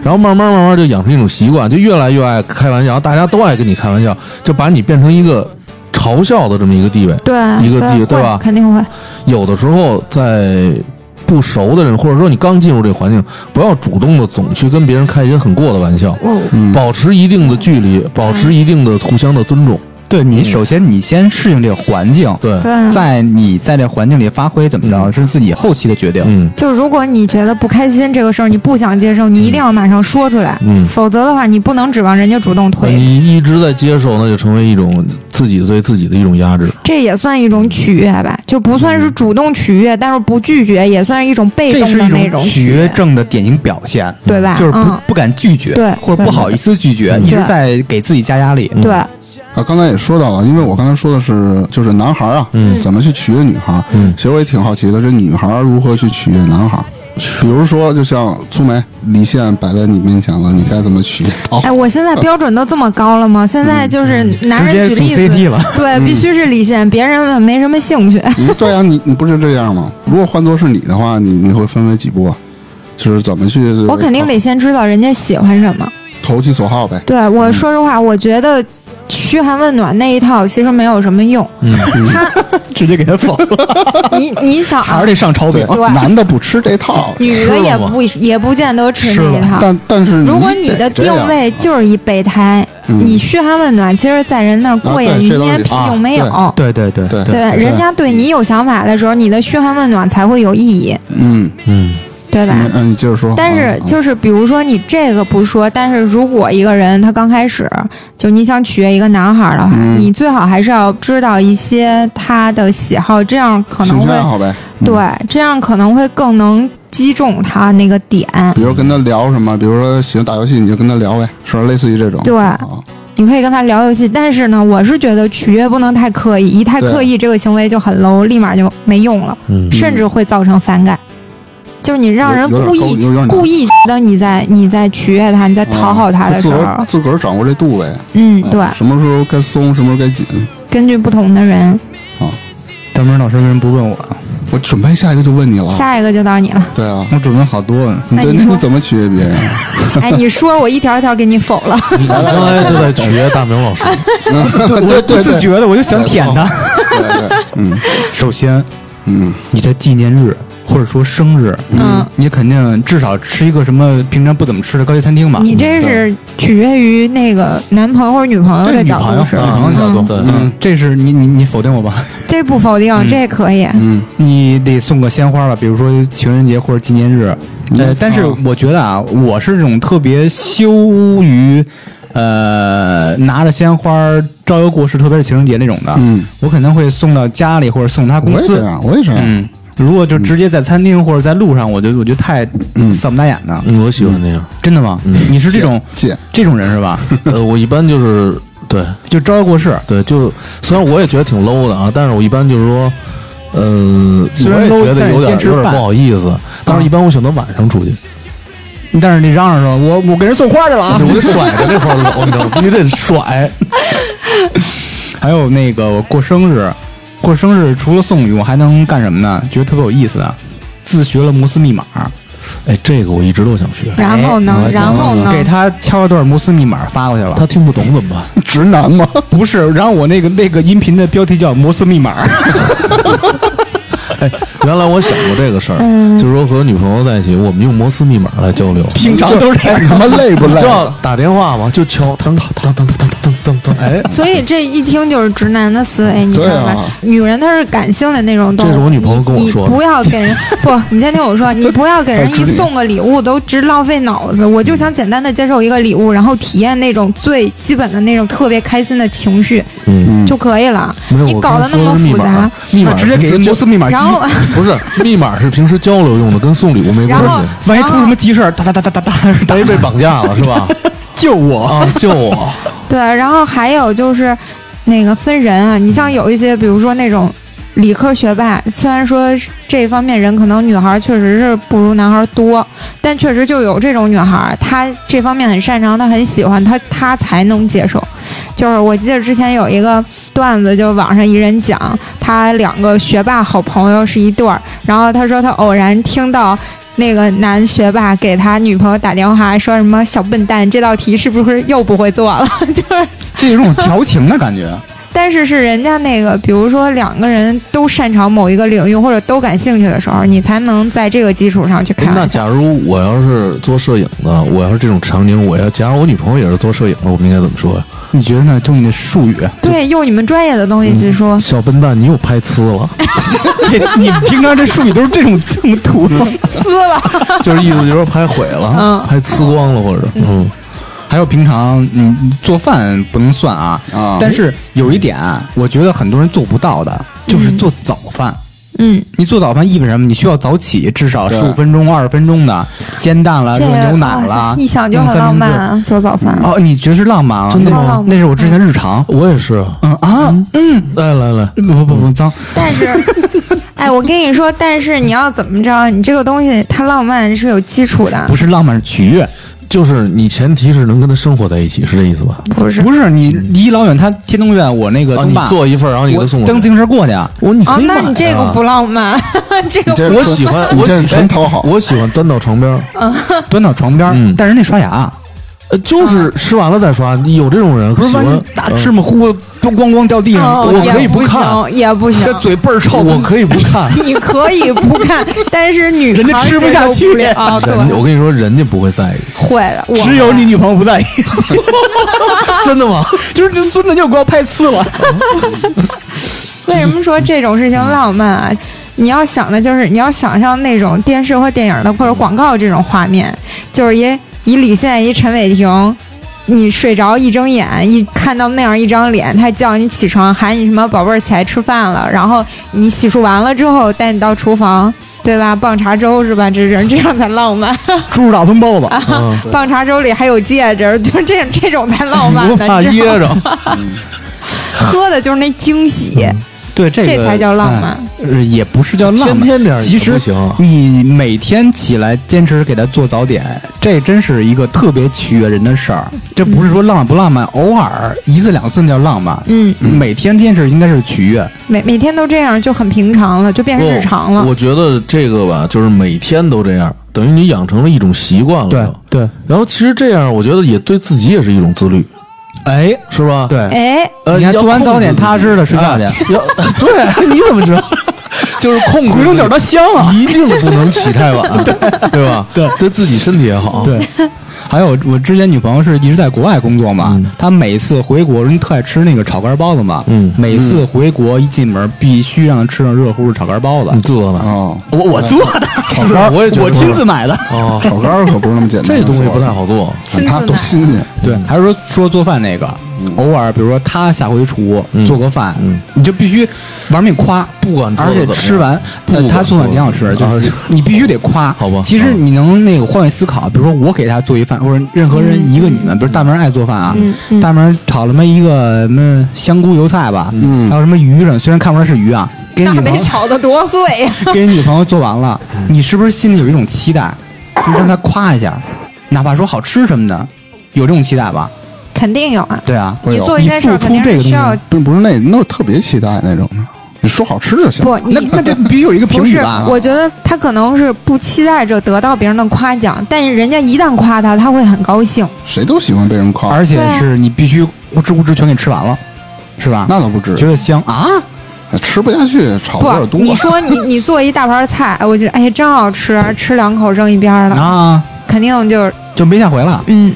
Speaker 4: 然后慢慢慢慢就养成一种习惯，就越来越爱开玩笑，大家都爱跟你开玩笑，就把你变成一个嘲笑的这么一个地位。
Speaker 1: 对，
Speaker 4: 一个地
Speaker 1: 对
Speaker 4: 对
Speaker 1: 会
Speaker 4: 吧
Speaker 1: 肯定会。
Speaker 4: 有的时候在不熟的人，或者说你刚进入这个环境，不要主动的总去跟别人开一些很过的玩笑，
Speaker 1: 我
Speaker 4: 保持一定的距离，保持一定的互相的尊重。
Speaker 3: 对你首先你先适应这个环境，
Speaker 4: 对，
Speaker 1: 对，
Speaker 3: 在你在这环境里发挥怎么着
Speaker 4: 嗯
Speaker 3: 是自己后期的决定，
Speaker 4: 嗯，
Speaker 1: 就如果你觉得不开心这个事儿，你不想接受，你一定要马上说出来，
Speaker 4: 嗯
Speaker 1: 否则的话，你不能指望人家主动
Speaker 3: 嗯
Speaker 1: 推。
Speaker 4: 你一直在接受，那就成为一种自己对自己的一种压制。
Speaker 1: 这也算一种取悦吧，就不算是主动取悦，但是不拒绝也算是一种被
Speaker 3: 这
Speaker 1: 动
Speaker 3: 是
Speaker 1: 的
Speaker 3: 一
Speaker 1: 那
Speaker 3: 种
Speaker 1: 取
Speaker 3: 取悦，症的典型表现，
Speaker 1: 对吧？
Speaker 3: 就是不、
Speaker 1: 嗯，
Speaker 3: 不敢拒绝，
Speaker 1: 对
Speaker 3: 或者
Speaker 1: 对
Speaker 3: 不好意思拒绝，一直
Speaker 1: 对
Speaker 3: 在给自己加压力。
Speaker 1: 对，
Speaker 2: 啊，刚才也说到了，因为我刚才说的是就是男孩啊，嗯，怎么去取悦女孩？嗯，其实我也挺好奇的，这女孩如何去取悦男孩？比如说，就像粗眉李现摆在你面前了，你该怎么取悦她？ [laughs]
Speaker 1: 哎，我现在标准都这么高了吗？现在就是男人举
Speaker 3: 嗯直接
Speaker 1: 例
Speaker 3: 组 CP
Speaker 1: 子
Speaker 3: 了，
Speaker 1: [laughs]
Speaker 3: 嗯
Speaker 1: 对，必须是李现，别人没什么兴趣。
Speaker 2: 你对呀、你你不是这样吗？如果换做是你的话，你你会分为几步啊？就是怎么去？
Speaker 1: 我肯定得先知道人家喜欢什么。
Speaker 2: 投其所好呗。
Speaker 1: 对
Speaker 3: 嗯
Speaker 1: 我说实话，我觉得嘘寒问暖那一套其实没有什么用。
Speaker 2: 嗯
Speaker 1: 他，
Speaker 3: 嗯直接给他否了，
Speaker 1: 你你想啊，
Speaker 3: 还是得上超饼。
Speaker 1: 对
Speaker 2: 男的不吃这套，
Speaker 1: 女的
Speaker 3: 吃了
Speaker 1: 也
Speaker 3: 吗
Speaker 1: 不也不见得吃那一套。
Speaker 2: 但但是
Speaker 1: 嗯如果你的
Speaker 2: 得这样啊嗯
Speaker 1: 定位就是一备胎，你嘘寒问暖，其实在人那儿过
Speaker 2: 啊
Speaker 1: 眼
Speaker 2: 对
Speaker 1: 云
Speaker 2: 这倒
Speaker 1: 烟，
Speaker 2: 是
Speaker 1: 屁
Speaker 2: 啊
Speaker 1: 用没有。
Speaker 3: 对对对
Speaker 2: 对
Speaker 1: 对，人家对你有想法的时候，你的嘘寒问暖才会有意义，
Speaker 2: 嗯，
Speaker 1: 对吧？
Speaker 2: 嗯，嗯你接着说。
Speaker 1: 但是
Speaker 2: 嗯
Speaker 1: 就是比如说你这个不说，但是如果一个人他刚开始就你想取悦一个男孩儿的话，
Speaker 2: 嗯
Speaker 1: 你最好还是要知道一些他的喜好，这样可
Speaker 2: 兴
Speaker 1: 能
Speaker 2: 趣
Speaker 1: 会
Speaker 2: 爱好呗，嗯
Speaker 1: 对，这样可能会更能击中他那个点。
Speaker 2: 比如跟他聊什么，比如说喜欢打游戏，你就跟他聊呗，是类似于这种。
Speaker 1: 对
Speaker 2: 啊，
Speaker 1: 你可以跟他聊游戏，但是呢，我是觉得取悦不能太刻意，一太
Speaker 2: 对
Speaker 1: 刻意这个行为就很 low，立马就没用了，
Speaker 4: 嗯
Speaker 1: 甚至会造成反感。就是你让人
Speaker 2: 有有
Speaker 1: 故
Speaker 2: 点高
Speaker 1: 意
Speaker 2: 有点
Speaker 1: 故意觉得你在你在取悦他，你在讨好他的时
Speaker 2: 自个
Speaker 1: 候
Speaker 2: 儿，自个儿掌握这度呗，
Speaker 1: 嗯，
Speaker 2: 啊
Speaker 1: 对，
Speaker 2: 什么时候该松，什么时候该紧。
Speaker 1: 根据不同的人。
Speaker 3: 大明老师为什么不问我啊？
Speaker 2: 我准备下一个就问你了，
Speaker 1: 下一个就到你
Speaker 2: [laughs]
Speaker 1: 了，
Speaker 2: 对啊，
Speaker 3: 我准备好多呢。
Speaker 2: 你
Speaker 1: 那
Speaker 2: 对
Speaker 1: 你说
Speaker 2: 你怎么取悦别人？
Speaker 1: 哎，你说我一条一条给你否了，
Speaker 4: 你刚才就在取悦大明老师，
Speaker 2: 嗯对对
Speaker 3: 不
Speaker 2: 对
Speaker 3: 自
Speaker 2: 对
Speaker 3: 觉的我就想舔 [laughs] 他。
Speaker 2: 对对，嗯
Speaker 3: 首先，
Speaker 2: 嗯，
Speaker 3: 你的纪念日或者说生日，
Speaker 1: 嗯，
Speaker 3: 你肯定至少吃一个什么平常不怎么吃的高级餐厅吧？
Speaker 1: 你这是取决于那个男朋友或者女朋友
Speaker 3: 对
Speaker 1: 的
Speaker 3: 女
Speaker 1: 角
Speaker 3: 朋友，
Speaker 1: 度
Speaker 3: 女
Speaker 1: 是
Speaker 3: 朋
Speaker 1: 吧，
Speaker 3: 友角度，
Speaker 4: 对
Speaker 3: 嗯，这是你你你否定我吧？ [laughs]
Speaker 1: 这不否定，这可以，
Speaker 4: 嗯
Speaker 3: 你得送个鲜花吧，比如说情人节或者纪念日。
Speaker 2: 嗯
Speaker 3: 呃，但是我觉得啊，我是这种特别羞于，呃，拿着鲜花招摇过市，特别是情人节那种的。
Speaker 2: 嗯，
Speaker 3: 我可能会送到家里或者送他公
Speaker 2: 我也这
Speaker 3: 司。
Speaker 2: 样，我也这样。
Speaker 3: 嗯，如果就直接在餐厅或者在路上，我觉得我觉得太扫不打眼的。
Speaker 4: 嗯我嗯喜欢那样。
Speaker 3: 真的吗？你是这种
Speaker 2: 贱
Speaker 3: 这种人是吧？
Speaker 4: 呃，我一般就是对
Speaker 3: 就招摇过市。
Speaker 4: 对，就虽然我也觉得挺 low 的啊，但是我一般就是说，呃，
Speaker 3: 虽然
Speaker 4: 我
Speaker 3: low，
Speaker 4: 也
Speaker 3: 但
Speaker 4: 觉得
Speaker 3: 是
Speaker 4: 有点
Speaker 3: 坚持
Speaker 4: 有点
Speaker 3: 办
Speaker 4: 不好意思，但是一般我选择晚上出去，
Speaker 3: 但是你嚷嚷说，我我给人送花去了啊！
Speaker 4: 我得甩着这块儿走，你知道吗？必须得甩。
Speaker 3: [laughs] 还有那个我过生日，过生日除了送礼物还能干什么呢？觉得特别有意思的，自学了摩斯密码。
Speaker 4: 哎，这个我一直都想学，
Speaker 1: 然后呢
Speaker 4: 哎？
Speaker 1: 然后呢？
Speaker 3: 给他敲了段摩斯密码发过去了。
Speaker 4: 他听不懂怎么办？
Speaker 2: 直男吗？
Speaker 3: 不是，然后我那个那个音频的标题叫摩斯密码，
Speaker 4: 哎，原来我想过这个事儿，就是说和女朋友在一起，我们用摩斯密码来交流。
Speaker 3: 平常都是 [laughs] 这样。
Speaker 2: 他妈累不
Speaker 4: 你
Speaker 2: 累
Speaker 4: 知？道打电话吗？就敲噔噔噔噔噔噔噔噔，哎，
Speaker 1: 所以这一听就是直男的思维，你知道吧？
Speaker 2: 对啊
Speaker 1: 女人她是感性的那种动物。
Speaker 4: 这是我女朋友跟我
Speaker 1: 你
Speaker 4: 说的
Speaker 1: 你不要
Speaker 4: [laughs]
Speaker 1: 给人不，你先听我说，你不要给人
Speaker 2: 太
Speaker 1: 一
Speaker 2: 直女
Speaker 1: 送个礼物都直浪费脑子。我就想简单的接受一个礼物，然后体验那种最基本的那种特别开心的情绪，
Speaker 4: 嗯
Speaker 1: 就可以了。
Speaker 4: 没有，
Speaker 1: 你
Speaker 4: 我
Speaker 1: 搞
Speaker 4: 刚
Speaker 1: 得那
Speaker 4: 说
Speaker 1: 么
Speaker 4: 的是密
Speaker 1: 复
Speaker 4: 码哎
Speaker 1: 杂，，
Speaker 4: 密
Speaker 3: 那
Speaker 4: 码
Speaker 3: 直接给
Speaker 4: 平
Speaker 3: 个
Speaker 4: 时
Speaker 3: 摩斯密码机
Speaker 1: 然，后。
Speaker 4: [laughs] 不是密码是平时交流用的，跟送礼物没关
Speaker 1: 然后
Speaker 4: 系。
Speaker 3: 万一出什么急事儿，哒哒哒哒哒哒，
Speaker 4: 万一被绑架了是
Speaker 3: [laughs]
Speaker 4: 吧？
Speaker 3: 救我！
Speaker 4: 啊，救
Speaker 3: [laughs]
Speaker 4: 我！
Speaker 1: 对，然后还有就是那个分人啊，你像有一些，比如说那种理科学霸，虽然说这方面人可能女孩儿确实是不如男孩儿多，但确实就有这种女孩儿，她这方面很擅长，她很喜欢，她她才能接受。就是我记得之前有一个段子，就网上一人讲，他两个学霸好朋友是一对儿，然后他说他偶然听到那个男学霸给他女朋友打电话，说什么“小笨蛋，这道题是不是又不会做了？” [laughs] 就是，
Speaker 3: 这有种调情的感觉。
Speaker 1: 但是是人家那个，比如说两个人都擅长某一个领域或者都感兴趣的时候，你才能在这个基础上去
Speaker 4: 哎
Speaker 1: 开
Speaker 4: 那
Speaker 1: 玩笑。
Speaker 4: 假如我要是做摄影的，我要是这种场景，我要假如我女朋友也是做摄影的，我们应该怎么说呀？
Speaker 3: [laughs] 你觉得呢？用你的术语，
Speaker 1: 对，用你们专业的东西去说，
Speaker 4: 小笨蛋，你又拍
Speaker 1: [laughs]
Speaker 4: 呲了，
Speaker 3: 这 [laughs] 你平常这术语都是这种这么土吗？
Speaker 1: 撕了。
Speaker 4: 就是意思就是说拍毁了，
Speaker 1: 嗯
Speaker 4: 拍呲光了，或者嗯，
Speaker 3: [laughs] 还有平常嗯做饭不能算啊，
Speaker 2: 啊
Speaker 3: 但是有一点啊我觉得很多人做不到的，就是做早饭。
Speaker 1: 嗯，
Speaker 3: 你做早饭意味着什么？你需要早起，至少
Speaker 2: 对
Speaker 3: 十五分钟、二十分钟的煎蛋了，
Speaker 1: 这
Speaker 3: 用
Speaker 1: 个
Speaker 3: 牛
Speaker 1: 哇塞
Speaker 3: 奶了，
Speaker 1: 一想就
Speaker 3: 用
Speaker 1: 很
Speaker 3: 三
Speaker 1: 浪
Speaker 3: 明
Speaker 1: 漫
Speaker 3: 治。
Speaker 1: 啊，做早饭。
Speaker 3: 哦，你觉得是浪漫啊？
Speaker 1: 真的
Speaker 3: 那
Speaker 1: 吗
Speaker 3: 那是我之前的日常。
Speaker 4: 我也是，
Speaker 3: 嗯啊，
Speaker 1: 嗯
Speaker 4: 来来来，
Speaker 3: 不不不不脏，
Speaker 1: 但是，哎，我跟你说，但是你要怎么着，你这个东西它浪漫是有基础的
Speaker 3: 不，是浪漫，是取悦。
Speaker 4: 就是你前提是能跟他生活在一起，是这意思吧？
Speaker 1: 不是。
Speaker 3: 不是你离老远，他天通苑，我那个
Speaker 4: 啊，
Speaker 3: 东
Speaker 4: 你
Speaker 3: 坝，
Speaker 4: 做一份，然后你给
Speaker 3: 我
Speaker 4: 他送过
Speaker 3: 蹬自
Speaker 4: 去。
Speaker 3: 行车过去啊。
Speaker 4: 我你
Speaker 1: 啊
Speaker 4: 可，以
Speaker 1: 那
Speaker 4: 买
Speaker 1: 你这个
Speaker 4: 啊
Speaker 1: 不浪漫， [laughs] 这个
Speaker 2: 这
Speaker 4: 我
Speaker 2: 纯
Speaker 4: 喜欢，
Speaker 2: 你
Speaker 4: 我
Speaker 2: 这是
Speaker 4: 喜
Speaker 2: 纯
Speaker 4: 欢
Speaker 2: 讨好。
Speaker 4: 我喜欢端到床边儿，
Speaker 1: 啊
Speaker 3: 端到床边儿，
Speaker 4: 嗯
Speaker 3: 但是那刷牙，
Speaker 4: 呃，
Speaker 1: 啊
Speaker 4: 就是吃完了再刷。你有这种人
Speaker 3: 不是
Speaker 4: 喜
Speaker 3: 万
Speaker 4: 欢呃
Speaker 3: 一大芝麻糊咣咣掉地上，啊
Speaker 1: 哦
Speaker 4: 啊我
Speaker 1: 也
Speaker 4: 可以不看
Speaker 1: 行，也不行
Speaker 3: 这。嘴倍儿臭，
Speaker 4: 我可
Speaker 3: [laughs]
Speaker 4: 以不看。
Speaker 1: 你可以不看，但是女
Speaker 3: 人家
Speaker 1: 孩儿
Speaker 3: 吃不
Speaker 1: 接
Speaker 3: 下
Speaker 1: 受
Speaker 3: 去
Speaker 1: 了啊，对，
Speaker 4: 人，我跟你说，人家不会在意，
Speaker 1: 会的，我
Speaker 3: 只有
Speaker 1: 会
Speaker 3: 你女朋友不在意， [laughs]
Speaker 4: 真的吗？
Speaker 3: 就是那孙子又给我拍呲了。
Speaker 1: 为什么说这种事情浪漫啊？你要想的就是你要想象那种电视或电影的或者广告这种画面，就是一一李现一陈伟霆，你睡着一睁眼一看到那样一张脸，他叫你起床喊你什么宝贝儿起来吃饭了，然后你洗漱完了之后带你到厨房。对吧？棒碴粥是吧？这人这样才浪漫。
Speaker 3: 猪大葱包子，
Speaker 4: 嗯，
Speaker 1: [laughs] 棒碴粥里还有戒指，就这这种才浪
Speaker 3: [laughs]
Speaker 1: 漫
Speaker 4: 我
Speaker 1: 呢。
Speaker 4: 怕
Speaker 1: 你知道
Speaker 4: 噎
Speaker 1: 吗
Speaker 4: 着。
Speaker 1: 喝的就是那惊喜。
Speaker 3: 对这个
Speaker 1: 这才叫浪漫
Speaker 3: 哎呃也不是叫浪漫，
Speaker 4: 天天这样也
Speaker 3: 其实
Speaker 4: 不行
Speaker 3: 你每天起来坚持给他做早点，这真是一个特别取悦人的事儿。这不是说浪漫不浪漫，偶尔一次两次叫浪漫，
Speaker 1: 嗯，
Speaker 3: 每天坚持应该是取悦。
Speaker 1: 每每天都这样就很平常了，就变
Speaker 3: 哦
Speaker 1: 成日常了。
Speaker 4: 我觉得这个吧，就是每天都这样，等于你养成了一种习惯了。
Speaker 3: 对对，
Speaker 4: 然后其实这样，我觉得也对自己也是一种自律，
Speaker 3: 哎，
Speaker 4: 是吧？。
Speaker 3: 对，
Speaker 1: 哎，
Speaker 4: 呃，
Speaker 3: 你看
Speaker 4: 要
Speaker 3: 做完
Speaker 4: 控制
Speaker 3: 早点
Speaker 4: 自己
Speaker 3: 踏实地睡觉去
Speaker 4: 哎 [laughs]
Speaker 3: [laughs]
Speaker 4: 要
Speaker 1: [laughs]
Speaker 4: 对，你怎么知 [laughs] 道？就是控制
Speaker 3: 回笼
Speaker 4: 自己
Speaker 3: 觉它香啊。
Speaker 4: 一定不能起太晚，对对吧？
Speaker 3: [laughs] 对
Speaker 4: 对自己身体也
Speaker 3: [laughs]
Speaker 4: 好。，
Speaker 1: [laughs]
Speaker 3: 对，还有我之前女朋友是一直在国外工作嘛，她每次回国，人特爱吃那个炒肝包子嘛，
Speaker 4: 嗯
Speaker 3: 每次回国一进门必须让她吃上热乎的炒肝包子。
Speaker 4: 你做了
Speaker 2: 哦，
Speaker 3: 我我做的，
Speaker 4: 是吧我也觉得
Speaker 3: 啊我亲自买的。
Speaker 4: 哦，
Speaker 2: 炒肝儿可不是那么简单，
Speaker 4: [laughs] 这东西不太，好做。
Speaker 2: 看它多新鲜。
Speaker 3: 对，还是说说做饭那个，
Speaker 4: 嗯
Speaker 3: 偶尔比如说她下回厨做个饭，你就必须玩命夸，
Speaker 4: 不管做
Speaker 3: 而
Speaker 4: 得
Speaker 3: 且
Speaker 4: 怎么
Speaker 3: 吃
Speaker 4: 样
Speaker 3: 完，
Speaker 4: 不
Speaker 3: 呃，
Speaker 4: 管
Speaker 3: 她做饭
Speaker 4: 做
Speaker 3: 挺好
Speaker 4: 得
Speaker 3: 吃，
Speaker 4: 怎么
Speaker 3: 就
Speaker 4: 样
Speaker 3: 是
Speaker 4: 啊
Speaker 3: 你必须得夸，
Speaker 4: [laughs] 好吧
Speaker 3: 其实
Speaker 4: 嗯
Speaker 3: 你能那个换位思考，比如说我给她做一饭，或者任何人一个你们，比如大明儿爱做饭啊，大明儿炒了么一个什么香菇油菜吧，
Speaker 4: 嗯
Speaker 3: 还有什么鱼什么，虽然看不出来是鱼啊，给
Speaker 1: 那
Speaker 3: 你
Speaker 1: 得炒的多碎呀、
Speaker 3: [laughs] 给你女朋友做完了，你是不是心里有一种期待，就让她夸一下，哪怕说好吃什么的，有这种期待吧？
Speaker 1: 肯定有啊。
Speaker 3: 对啊，
Speaker 1: 你做一件事儿
Speaker 3: 你付
Speaker 1: 肯定
Speaker 3: 出这
Speaker 1: 是
Speaker 3: 个
Speaker 1: 需要
Speaker 3: 东西，
Speaker 2: 并不是那那特别期待那种的，你说好吃就行。
Speaker 1: 不，
Speaker 3: 那
Speaker 1: 你
Speaker 3: 那这必须有一个评
Speaker 1: 不
Speaker 3: 语
Speaker 1: 是
Speaker 3: 吧？，
Speaker 1: 我觉得他可能
Speaker 3: 啊
Speaker 1: 是不期待着得到别人的夸奖，但是人家一旦夸他，他会很高兴。
Speaker 2: 谁都喜欢被人夸，
Speaker 3: 而且
Speaker 1: 对啊
Speaker 3: 是你必须咕吱咕吱全给吃完了，是吧？
Speaker 2: 那倒不至
Speaker 3: 觉
Speaker 2: 于，
Speaker 3: 得香啊？
Speaker 2: 吃不下去，
Speaker 3: 哦
Speaker 2: 炒的有点
Speaker 1: 不，你
Speaker 2: 多。
Speaker 1: 说
Speaker 3: [laughs]
Speaker 1: 你你做一大盘菜，哎我觉得哎呀真好吃，吃两口扔一边儿了，
Speaker 3: 啊，
Speaker 1: 肯定就是
Speaker 3: 就没下回了。
Speaker 1: 嗯。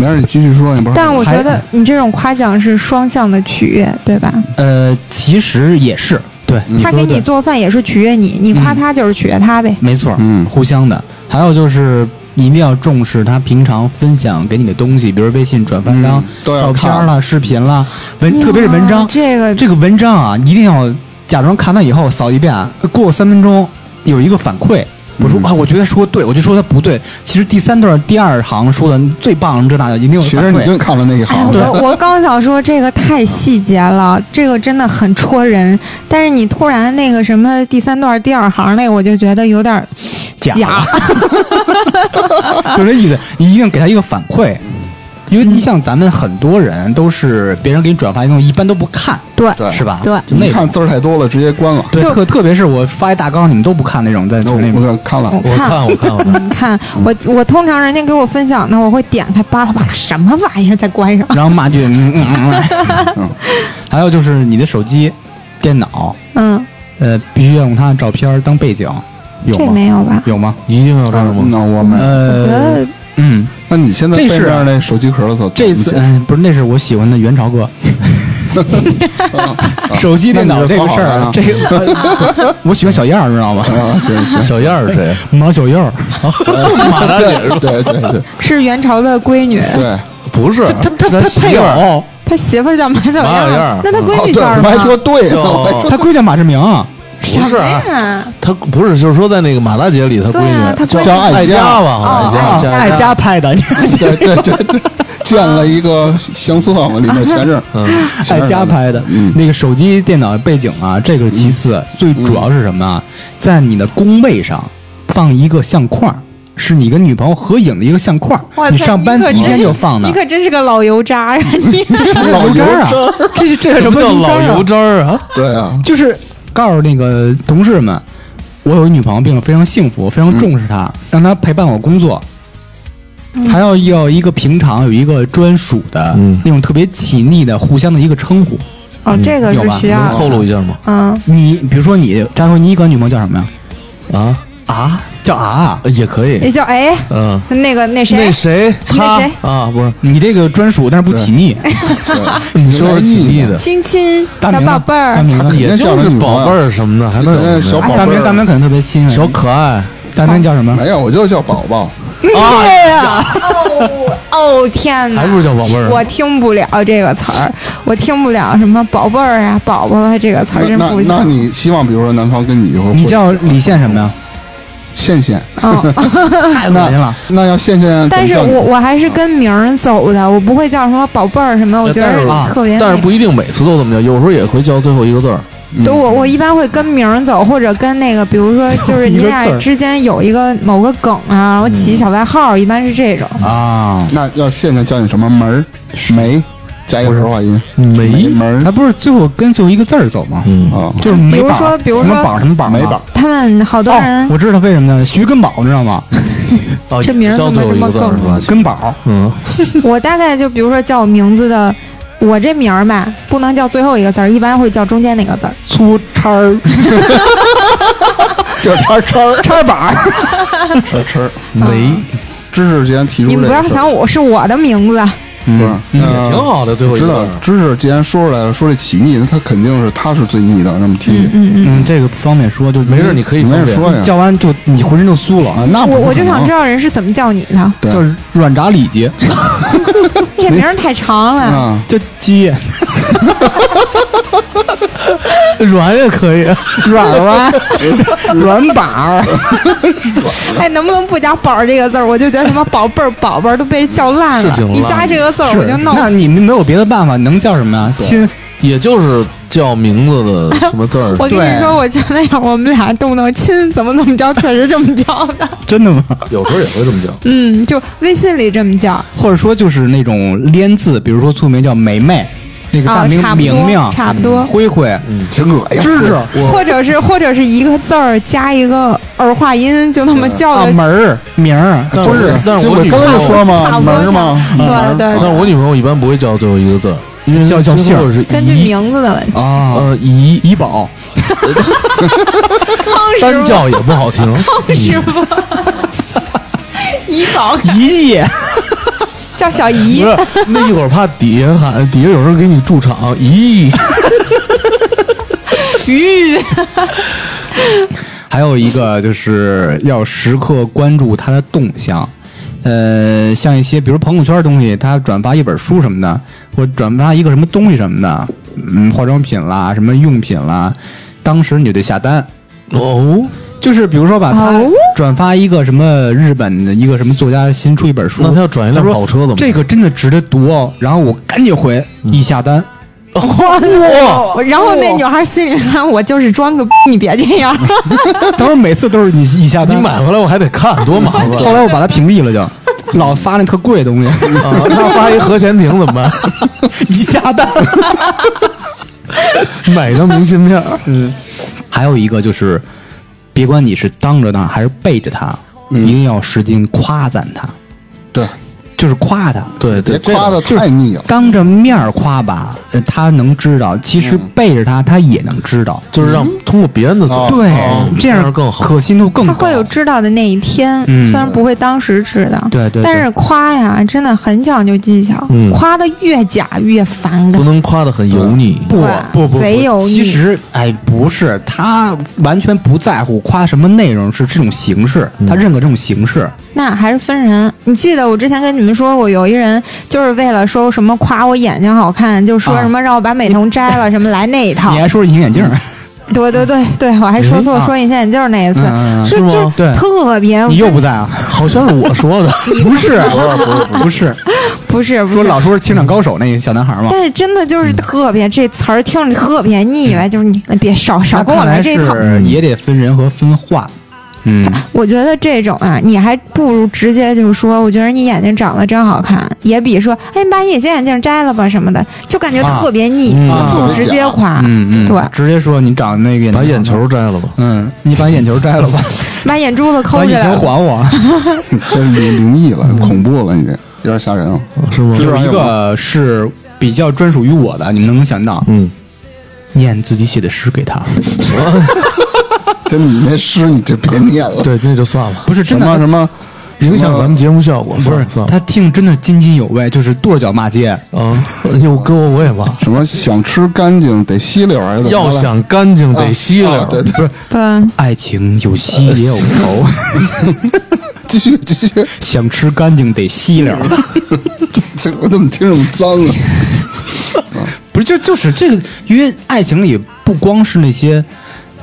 Speaker 2: 没事，你继续说，你不是
Speaker 1: 但我
Speaker 3: 还
Speaker 1: 觉得你这种夸奖是双向的取悦，对吧？
Speaker 3: 呃，其实也是，对，
Speaker 2: 嗯
Speaker 3: 你
Speaker 1: 他
Speaker 3: 说
Speaker 1: 给
Speaker 3: 的
Speaker 1: 你
Speaker 3: 对，
Speaker 1: 做饭也是取悦你，你夸
Speaker 3: 嗯
Speaker 1: 他就是取悦他呗。
Speaker 3: 没错，
Speaker 2: 嗯
Speaker 3: 互相的。还有就是一定要重视他平常分享给你的东西，比如微信转发章
Speaker 2: 嗯、都要
Speaker 3: 照
Speaker 2: 看
Speaker 3: 片啦、视频啦，文，
Speaker 1: 哇
Speaker 3: 特别是文章，
Speaker 1: 嗯这个
Speaker 3: 这个文章啊，一定要假装看完以后扫一遍，过三分钟有一个反馈。我说
Speaker 2: 嗯
Speaker 3: 啊，我觉得说对，我就说他不对。其实第三段第二行说的最棒，这那的一定有
Speaker 2: 其
Speaker 3: 反
Speaker 2: 实你
Speaker 3: 馈。
Speaker 2: 就看了那一
Speaker 1: 哎，
Speaker 2: 行，
Speaker 1: 我我刚想说这个太细节了，这个真的很戳人。但是你突然那个什么第三段第二行那个，我就觉得有点儿
Speaker 3: 假
Speaker 1: 假
Speaker 3: [laughs] 就这意思，你一定给他一个反馈，因为你像咱们很多人都是别人给你转发一种，一般都不看，
Speaker 1: 对
Speaker 2: 对
Speaker 3: 是吧？
Speaker 1: 对
Speaker 3: 就
Speaker 2: 你
Speaker 3: 那
Speaker 2: 看
Speaker 3: 种
Speaker 2: 字儿太多了，直接关了。
Speaker 3: 对，
Speaker 1: 就
Speaker 3: 特特别是我发一大纲，你们都不看那种，在
Speaker 2: 那
Speaker 3: 群里
Speaker 2: 我
Speaker 3: 面。
Speaker 2: 我看了，
Speaker 4: 我看我看我看，
Speaker 1: 嗯你看
Speaker 3: 嗯
Speaker 1: 我我通常人家给我分享的，我会点开巴拉巴拉什么玩意儿再关上。
Speaker 3: 然后骂句，嗯嗯嗯嗯
Speaker 2: 嗯。
Speaker 3: 还有就是你的手机、电脑，
Speaker 1: 嗯，
Speaker 3: 呃，必须要用他的照片当背景，有
Speaker 1: 这
Speaker 3: 吗？
Speaker 1: 没有吧？
Speaker 3: 有吗？
Speaker 4: 一定要这样吗？
Speaker 2: 那我们，
Speaker 1: 我觉
Speaker 3: 呃，
Speaker 1: 得
Speaker 3: 嗯，
Speaker 2: 那你现在背
Speaker 3: 这是
Speaker 2: 面那手机壳可
Speaker 3: 这次哎不是，那是我喜欢的元朝哥。手机、电脑这个事儿啊，这个 [laughs] 我喜欢小燕儿，知道吗？
Speaker 2: 啊，行行，
Speaker 4: 小燕儿是
Speaker 2: [laughs]
Speaker 4: [laughs] 谁？
Speaker 3: 毛小燕儿，
Speaker 4: 马大姐是吧
Speaker 2: 对对对对
Speaker 1: 是元朝的闺女，
Speaker 2: 对，
Speaker 4: 不是？他他
Speaker 3: 他配偶，
Speaker 1: 他媳妇儿叫马小燕
Speaker 4: 马小燕
Speaker 1: 儿
Speaker 4: 儿，
Speaker 1: 那他闺
Speaker 2: 哦
Speaker 1: 女
Speaker 2: 对，
Speaker 1: 叫什
Speaker 2: 我
Speaker 1: 么？
Speaker 2: 还说对呢，我还
Speaker 4: 叫
Speaker 3: 他闺女马志明，
Speaker 1: 什
Speaker 4: 哦不是
Speaker 1: 么
Speaker 4: 啊
Speaker 1: 呀？
Speaker 4: 他不是，就是说在那个马大姐里，他闺
Speaker 1: 对啊
Speaker 4: 女
Speaker 1: 她闺女
Speaker 4: 叫
Speaker 2: 爱
Speaker 4: 爱
Speaker 2: 家
Speaker 4: 家吧，好
Speaker 1: 哦
Speaker 4: 像
Speaker 1: 爱
Speaker 4: 是
Speaker 1: 家
Speaker 4: 爱
Speaker 3: 啊爱
Speaker 4: 家。
Speaker 3: 家拍的，
Speaker 2: 对对对对，建了一个相册嘛，里面全是，
Speaker 4: 嗯，
Speaker 3: 爱家拍的。那个手机、电脑背景啊，这个是其
Speaker 4: 嗯
Speaker 3: 次，最主要是什么啊？在你的工位上放一个相框，是你跟女朋友合影的一个相框
Speaker 1: 哇，塞
Speaker 3: 你上班
Speaker 1: 你可
Speaker 3: 第一天
Speaker 1: 真
Speaker 3: 就放的
Speaker 1: 你。可真是个老油渣呀！你
Speaker 2: 老油
Speaker 3: 油渣
Speaker 2: 渣
Speaker 3: 儿啊
Speaker 2: 儿，
Speaker 3: 这是这是
Speaker 4: 什
Speaker 3: 什
Speaker 4: 么
Speaker 3: 么
Speaker 4: 叫老
Speaker 3: 渣儿啊
Speaker 4: 油渣儿啊？
Speaker 2: 对啊，
Speaker 3: 就是告诉那个同事们，我有一女朋友，并且非常幸福，我非常重视她，让她陪伴我工作。还要要一个平常有一个专属的、
Speaker 4: 嗯
Speaker 3: 那种特别起腻的互相的一个称呼。
Speaker 1: 哦，这个
Speaker 3: 有
Speaker 1: 是
Speaker 3: 吧
Speaker 1: 需要
Speaker 4: 能透露一下吗？
Speaker 1: 嗯，
Speaker 3: 你比如说你，张辉，你管女朋友叫什么呀？
Speaker 4: 啊，呃
Speaker 3: 啊，叫啊。
Speaker 4: 也可
Speaker 1: 那
Speaker 4: 以。
Speaker 1: 叫哎，
Speaker 4: 嗯，
Speaker 1: 是那个那谁
Speaker 4: 那，谁
Speaker 1: 那
Speaker 4: 他
Speaker 1: 谁
Speaker 4: 啊？不是，
Speaker 3: 你这个专属，但是不起腻，
Speaker 2: 对
Speaker 3: [laughs]
Speaker 4: 你说是起立的，
Speaker 1: 亲亲
Speaker 3: 大
Speaker 1: 小
Speaker 3: 明呢
Speaker 1: 宝
Speaker 3: 啊
Speaker 1: 贝
Speaker 3: 大
Speaker 1: 儿，
Speaker 3: 明呢
Speaker 2: 肯定
Speaker 4: 也
Speaker 2: 叫
Speaker 4: 就
Speaker 2: 她
Speaker 4: 是
Speaker 2: 女朋友
Speaker 4: 宝贝儿什么的，还能有
Speaker 2: 对
Speaker 4: 什么呀
Speaker 2: 小宝
Speaker 3: 大
Speaker 2: 贝
Speaker 3: 明
Speaker 2: 儿
Speaker 3: 大明可能特别欣慰。
Speaker 4: 小可爱？
Speaker 3: 大明叫什么？
Speaker 2: 没有，我就叫宝宝，
Speaker 1: 对哎呀，哦哦天哪
Speaker 4: 还！不如叫宝贝儿啊
Speaker 1: 我听不了这个词儿，我听不了什么宝贝儿啊、宝宝啊这个词
Speaker 2: 那
Speaker 1: 儿，真
Speaker 2: 那
Speaker 1: 不
Speaker 2: 那
Speaker 1: 行。
Speaker 2: 你希望，比如说男方跟你以后，
Speaker 3: 你叫李现什么呀？
Speaker 2: 羡羡，
Speaker 1: 嗯，
Speaker 3: 太恶心了。
Speaker 2: 那要羡羡，
Speaker 1: 但是
Speaker 2: 怎么
Speaker 1: 我
Speaker 2: 叫你
Speaker 1: 我还是跟名儿走的，我不会叫什么宝贝儿什么，我觉
Speaker 4: 但是
Speaker 1: 得
Speaker 4: 啊
Speaker 1: 特别那个。
Speaker 4: 但是不一定每次都这么叫，有时候也会叫最后一个字儿。
Speaker 1: 对，我我一般会跟名儿走，或者跟那个，比如说，就是你
Speaker 3: 一个字
Speaker 1: 俩
Speaker 3: 儿
Speaker 1: 之间有一个某个梗啊，我起小外号，一般是这种。
Speaker 3: 啊，
Speaker 2: 那要羡羡叫你什么门儿梅，加一个儿化音，
Speaker 3: 梅
Speaker 2: 门儿
Speaker 3: 他不是最后跟最后一个字儿走吗？
Speaker 4: 嗯 [laughs]
Speaker 2: 啊，
Speaker 3: 就是美
Speaker 1: 比如
Speaker 3: 宝，
Speaker 1: 说比如说
Speaker 3: 什么宝什么宝，
Speaker 2: 梅宝。
Speaker 1: 他们好多
Speaker 3: 哦
Speaker 1: 人，，
Speaker 3: 我知道为什么呢？徐根宝，你知道吗？
Speaker 4: 哦
Speaker 1: 这名儿
Speaker 4: 叫
Speaker 1: 怎么
Speaker 4: 最后一个字儿
Speaker 1: 这么
Speaker 4: 是吧？
Speaker 3: 根宝，
Speaker 4: 嗯，
Speaker 1: 我大概就比如说叫我名字的，我这名儿吧，不能叫最后一个字儿，一般会叫中间那个字儿。
Speaker 3: 粗叉儿，
Speaker 2: 就是叉叉
Speaker 3: 叉板儿，
Speaker 2: 叉叉，
Speaker 4: 没
Speaker 2: [laughs] 知识既然提出
Speaker 1: 你
Speaker 2: 这
Speaker 1: 们
Speaker 2: 个事儿，
Speaker 1: 不要想我是我的名字，啊
Speaker 2: 不是，
Speaker 4: 嗯也挺好的，最后
Speaker 2: 嗯
Speaker 4: 一
Speaker 2: 知
Speaker 4: 个字
Speaker 2: 道
Speaker 4: 儿。
Speaker 2: 知识既然说出来了，说这起腻，那他肯定是他是最腻的，那么听着。
Speaker 1: 嗯嗯，
Speaker 3: 嗯，这个不方便说，就
Speaker 4: 没事，你可以嗯
Speaker 2: 没
Speaker 4: 方
Speaker 2: 人
Speaker 4: 便
Speaker 2: 说呀，
Speaker 3: 叫完就你浑身就酥了，
Speaker 2: 啊，那不
Speaker 1: 我我
Speaker 2: 可
Speaker 1: 就
Speaker 2: 能
Speaker 1: 想知道人是怎么叫你的，
Speaker 2: 对
Speaker 3: 叫软炸里脊，
Speaker 1: 这名儿太长了。
Speaker 2: 啊，
Speaker 3: 叫鸡，
Speaker 4: 软也可以，
Speaker 3: 软软，软板儿，
Speaker 1: 哎，能不能不加“宝儿”这个字儿？我就觉得什么宝贝儿、宝贝儿都被人叫烂
Speaker 4: 是
Speaker 1: 了
Speaker 4: 挺，烂
Speaker 1: 一加这个字儿我
Speaker 3: 是
Speaker 1: 就闹
Speaker 3: 那
Speaker 1: 死。
Speaker 3: 你们没有别的办法，能叫什么呀？亲，
Speaker 4: 也就是叫名字的什么字儿。
Speaker 1: [laughs] 我跟
Speaker 3: 对
Speaker 1: 你说，我前男友我们俩动不动亲怎么怎么着，确实这么叫的。
Speaker 3: 真的吗？
Speaker 4: 有时候也会这么叫。
Speaker 1: 嗯，就微信里这么叫。
Speaker 3: 或者说就是那种连字，比如说醋名叫梅梅，那个大
Speaker 1: 啊
Speaker 3: 明
Speaker 1: 差不多
Speaker 3: 明明、
Speaker 1: 差不多嗯
Speaker 3: 灰灰、
Speaker 4: 嗯，
Speaker 2: 挺恶心。啊
Speaker 3: 芝芝
Speaker 1: 或者是或者是一个字儿加一个儿化音，就那么叫
Speaker 3: 啊
Speaker 1: 的。
Speaker 3: 门儿名儿，
Speaker 1: 嗯
Speaker 4: 但是
Speaker 2: 不
Speaker 4: 我但是
Speaker 2: 就
Speaker 4: 我女
Speaker 2: 刚才
Speaker 4: 朋
Speaker 2: 就
Speaker 4: 友
Speaker 2: 说嘛，
Speaker 1: 差不多
Speaker 2: 门儿嘛，
Speaker 1: 对对对
Speaker 4: 但是我女朋友一般不会叫最后一个字儿，因为
Speaker 3: 叫叫姓儿
Speaker 4: 最后是
Speaker 1: 根据
Speaker 4: 怡
Speaker 1: 名字的问题，
Speaker 3: 啊，
Speaker 4: 呃怡
Speaker 3: 怡宝
Speaker 1: 康师
Speaker 4: 单
Speaker 1: 傅，
Speaker 4: 叫也不好
Speaker 1: [laughs]
Speaker 4: 听。
Speaker 1: 康师傅，怡宝
Speaker 3: 怡姐，
Speaker 1: 叫小怡
Speaker 4: 不，是，那一会儿怕底下喊，底下有人给你驻场，咦，
Speaker 1: 鱼，
Speaker 3: 还有一个就是要时刻关注它的动向。呃，像一些比如朋友圈的东西，他转发一本书什么的，或者转发一个什么东西什么的，嗯，化妆品啦，什么用品啦，当时你就得下单。
Speaker 4: 哦，
Speaker 3: 就是比如说吧，他
Speaker 1: 哦
Speaker 3: 转发一个什么日本的一个什么作家新出一本书，
Speaker 4: 那他要转一辆
Speaker 3: 他说
Speaker 4: 跑车怎么办嗯
Speaker 3: 这个真的值得读哦。然后我赶紧回一下单，
Speaker 1: [laughs]
Speaker 4: 哇，
Speaker 1: 然后那女孩心里看我就是装个逼，你别这样。
Speaker 3: 当时每次都是你一下
Speaker 4: 你
Speaker 3: 单，
Speaker 4: 买回来我还得看，多麻烦。
Speaker 3: 后来我把它屏蔽了就，老发那特贵的东西，
Speaker 4: 啊，他发一核潜艇怎么办？ [laughs]
Speaker 3: 一下单。
Speaker 4: 买张明信片儿，
Speaker 3: 嗯， [laughs] 还有一个就是，别管你是当着他还是背着他，
Speaker 4: 嗯
Speaker 3: 一定要使劲夸赞他，
Speaker 2: 对，
Speaker 3: 就是夸他。
Speaker 4: 对对
Speaker 2: 别，夸的
Speaker 4: 这个
Speaker 2: 太腻了。
Speaker 3: 当着面儿夸吧，呃，他能知道；其实
Speaker 4: 嗯
Speaker 3: 背着他，他也能知道。
Speaker 4: 就是让通过别人的嘴，
Speaker 2: 哦
Speaker 3: 对
Speaker 4: 哦，
Speaker 3: 这样
Speaker 4: 更好。
Speaker 3: 可信度
Speaker 1: [laughs]
Speaker 3: 更
Speaker 1: 他
Speaker 3: 高。
Speaker 1: 会有知道的那一天，
Speaker 3: 嗯
Speaker 1: 虽然不会当时知道，
Speaker 3: 对对对
Speaker 1: 但是夸呀，真的很讲究技巧，
Speaker 4: 嗯
Speaker 1: 夸的越假越反
Speaker 4: 不
Speaker 1: 感。
Speaker 4: 能夸的很油腻。
Speaker 3: 不
Speaker 1: 对
Speaker 3: 不不不
Speaker 1: 贼油腻
Speaker 3: 其实哎，不是，他完全不在乎夸什么内容，是这种形式，他认可这种形式。
Speaker 1: 那还是分人。你记得我之前跟你们说过，有一人就是为了说什么夸我眼睛好看，就说
Speaker 3: 啊
Speaker 1: 什么让我把美瞳摘了，什么来那一套
Speaker 3: 你。还说是隐形眼镜儿，
Speaker 1: 嗯对对对对，我还说错
Speaker 3: 哎啊
Speaker 1: 说隐形眼镜那一次
Speaker 3: 嗯嗯嗯，
Speaker 1: 就是
Speaker 3: 吗
Speaker 1: 就
Speaker 3: 对
Speaker 1: 特别
Speaker 3: 你又不在啊？
Speaker 1: [laughs]
Speaker 4: 好像是我说的，
Speaker 3: 不是，不是，不是，
Speaker 1: 不是不
Speaker 3: [laughs] 说
Speaker 1: 是。
Speaker 3: 老说是情场高手那个小男孩嘛。
Speaker 1: 但是真的就是特别，这词儿听着特别腻歪，就是你别少少
Speaker 3: 嗯那
Speaker 1: 跟我
Speaker 3: 看
Speaker 1: 来
Speaker 3: 来
Speaker 1: 这一套。
Speaker 3: 是也得分人和分话。嗯，
Speaker 1: 我觉得这种啊，你还不如直接就说，我觉得你眼睛长得真好看，也比说，哎，你把隐形眼镜摘了吧什么的，就感觉特别腻，
Speaker 4: 啊
Speaker 1: 不如直接夸，
Speaker 3: 嗯嗯，
Speaker 1: 对，
Speaker 3: 直接说你长那个眼
Speaker 4: 把眼球，摘了吧。
Speaker 3: 嗯，你把眼球摘
Speaker 1: [laughs]
Speaker 3: 了吧，
Speaker 1: 把眼珠子抠
Speaker 3: 把
Speaker 1: 下
Speaker 3: 眼
Speaker 1: 来
Speaker 3: 球，
Speaker 1: [laughs]
Speaker 3: 还我。 [laughs]
Speaker 2: 这灵灵异了，恐怖了，你这有点吓人啊！
Speaker 4: 是吗？
Speaker 3: 有一个是比较专属于我的，你们能想到，
Speaker 4: 嗯，
Speaker 3: 念自己写的诗给他，
Speaker 2: 就你那诗，你就别念了。
Speaker 4: 对，那就算了，
Speaker 3: [laughs] 不是
Speaker 2: 什
Speaker 3: 真
Speaker 2: 么
Speaker 3: 的，
Speaker 2: 什么
Speaker 4: 影响咱们节目效果。
Speaker 3: 不
Speaker 4: 算
Speaker 3: 是
Speaker 4: 了算了，
Speaker 3: 他听真的津津有味，就是跺脚骂街。
Speaker 4: 啊，有哥我也骂。
Speaker 2: 什么想吃干净得吸溜还是怎么着
Speaker 4: 要
Speaker 2: 来？
Speaker 4: 想干净得吸溜
Speaker 2: 啊啊
Speaker 4: 儿，
Speaker 2: 对对
Speaker 4: 不是
Speaker 1: 对，
Speaker 3: 爱情有吸也有头，
Speaker 2: 继续 [laughs] 继续，
Speaker 3: [laughs] 想吃干净得
Speaker 1: [laughs]
Speaker 3: 吸溜儿。
Speaker 2: 这我怎么听这么脏啊？
Speaker 3: 不是，就就是这个，因为爱情里不光是那些，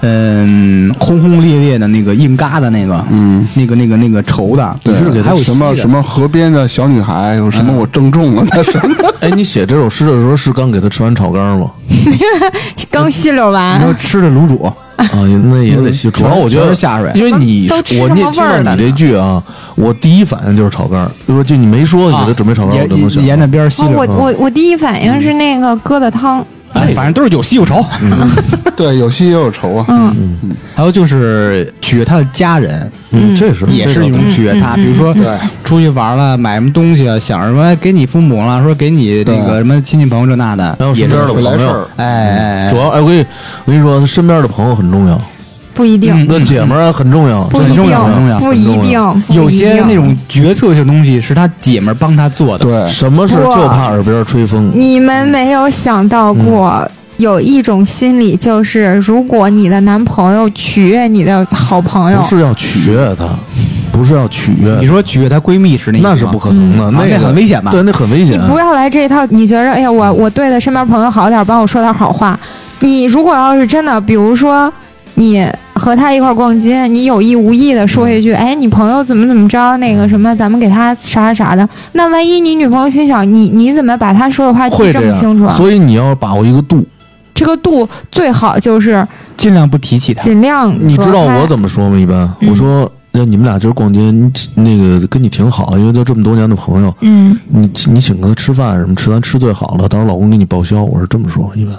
Speaker 3: 嗯，轰轰烈烈的那个硬嘎的那个，嗯，那个那个那个仇的，
Speaker 2: 对
Speaker 3: 就是，还有
Speaker 2: 什么
Speaker 3: 细的
Speaker 2: 什么河边的小女孩，有什么我正中了，但是
Speaker 4: 哎，你写这首诗的时候是刚给他吃完炒肝吗？
Speaker 1: 刚吸溜
Speaker 3: 你
Speaker 1: 完
Speaker 3: 说，吃的卤煮，
Speaker 4: 啊，那也得吸。
Speaker 3: 嗯
Speaker 4: 主要我觉
Speaker 3: 全
Speaker 4: 得
Speaker 3: 是下水
Speaker 4: 因为你
Speaker 1: 都吃
Speaker 4: 我念
Speaker 1: 什
Speaker 4: 听
Speaker 1: 么味
Speaker 4: 到
Speaker 1: 儿
Speaker 4: 你
Speaker 1: 呢
Speaker 4: 这句啊，我第一反应就是炒肝儿。就说就你没说你
Speaker 3: 啊
Speaker 4: 就准备炒肝儿，我
Speaker 3: 沿
Speaker 4: 就能想到。嗯
Speaker 3: 沿着边儿吸
Speaker 1: 哦
Speaker 3: 溜
Speaker 1: 我
Speaker 3: 儿，
Speaker 1: 我我第一反应是那个疙瘩汤，
Speaker 3: 哎，反正都是有吸有仇。
Speaker 4: 嗯
Speaker 3: 哎
Speaker 2: [laughs] 对，有喜也有仇啊。
Speaker 1: 嗯，
Speaker 3: 还有就是取悦他的家人，
Speaker 4: 嗯，这是
Speaker 3: 也
Speaker 4: 这
Speaker 3: 是一种嗯取悦他。比如说
Speaker 2: 对
Speaker 3: 出去玩了，买什么东西啊，想什么哎给你父母了，说给你那个
Speaker 2: 对
Speaker 3: 什么亲戚朋友这那的
Speaker 4: 还有，
Speaker 3: 也
Speaker 4: 身
Speaker 3: 是
Speaker 4: 边
Speaker 2: 会
Speaker 4: 的朋
Speaker 2: 来事
Speaker 4: 友
Speaker 2: 儿，
Speaker 3: 哎哎哎
Speaker 4: 主要哎，我跟你我跟你说，身边的朋友很重要，
Speaker 1: 不一
Speaker 3: 嗯
Speaker 1: 定，
Speaker 4: 那姐们儿啊很重要，
Speaker 1: 不
Speaker 4: 这
Speaker 1: 一
Speaker 4: 嗯很
Speaker 1: 定
Speaker 4: 重要，很重，要
Speaker 1: 不一
Speaker 4: 很重要
Speaker 1: 定，不一
Speaker 3: 有些
Speaker 1: 定
Speaker 3: 那种决策性东西是他姐们儿帮他做的。
Speaker 2: 对，
Speaker 4: 什么事就怕耳边吹风。
Speaker 1: 啊你们没有想到过，有一种心理就是，如果你的男朋友取悦你的好朋友
Speaker 4: 不，是要取悦他，不是要取悦
Speaker 3: 你，说取悦她闺蜜是那意思吗
Speaker 4: 那是不可能的，
Speaker 3: 嗯啊
Speaker 4: 个
Speaker 3: 那很危险吧
Speaker 4: 对，那很危
Speaker 1: 你
Speaker 4: 险。
Speaker 1: 不要来这一套。你觉着，哎呀，我我对的身边朋友好点，帮我说点好话。你如果要是真的，比如说你和他一块儿逛街，你有意无意的说一句，哎，你朋友怎么怎么着，那个什么，咱们给他啥啥啥
Speaker 4: 嗯
Speaker 1: 的。那万一你女朋友心想，你你怎么把他说的话记
Speaker 4: 会
Speaker 1: 这
Speaker 4: 这
Speaker 1: 么清楚
Speaker 4: 样，
Speaker 1: 啊？
Speaker 4: 所以你要把握一个度。
Speaker 1: 这个度最好就是
Speaker 3: 尽量不提起她。
Speaker 1: 尽量
Speaker 4: 你知道
Speaker 1: 嗯和他嗯
Speaker 4: 我怎么说吗？一般我说那你们俩今儿逛街，你那个跟你挺好，因为都这么多年的朋友，
Speaker 1: 嗯，
Speaker 4: 你你请他吃饭什么，吃咱吃最好了，到时候老公给你报销，我是这么说，一般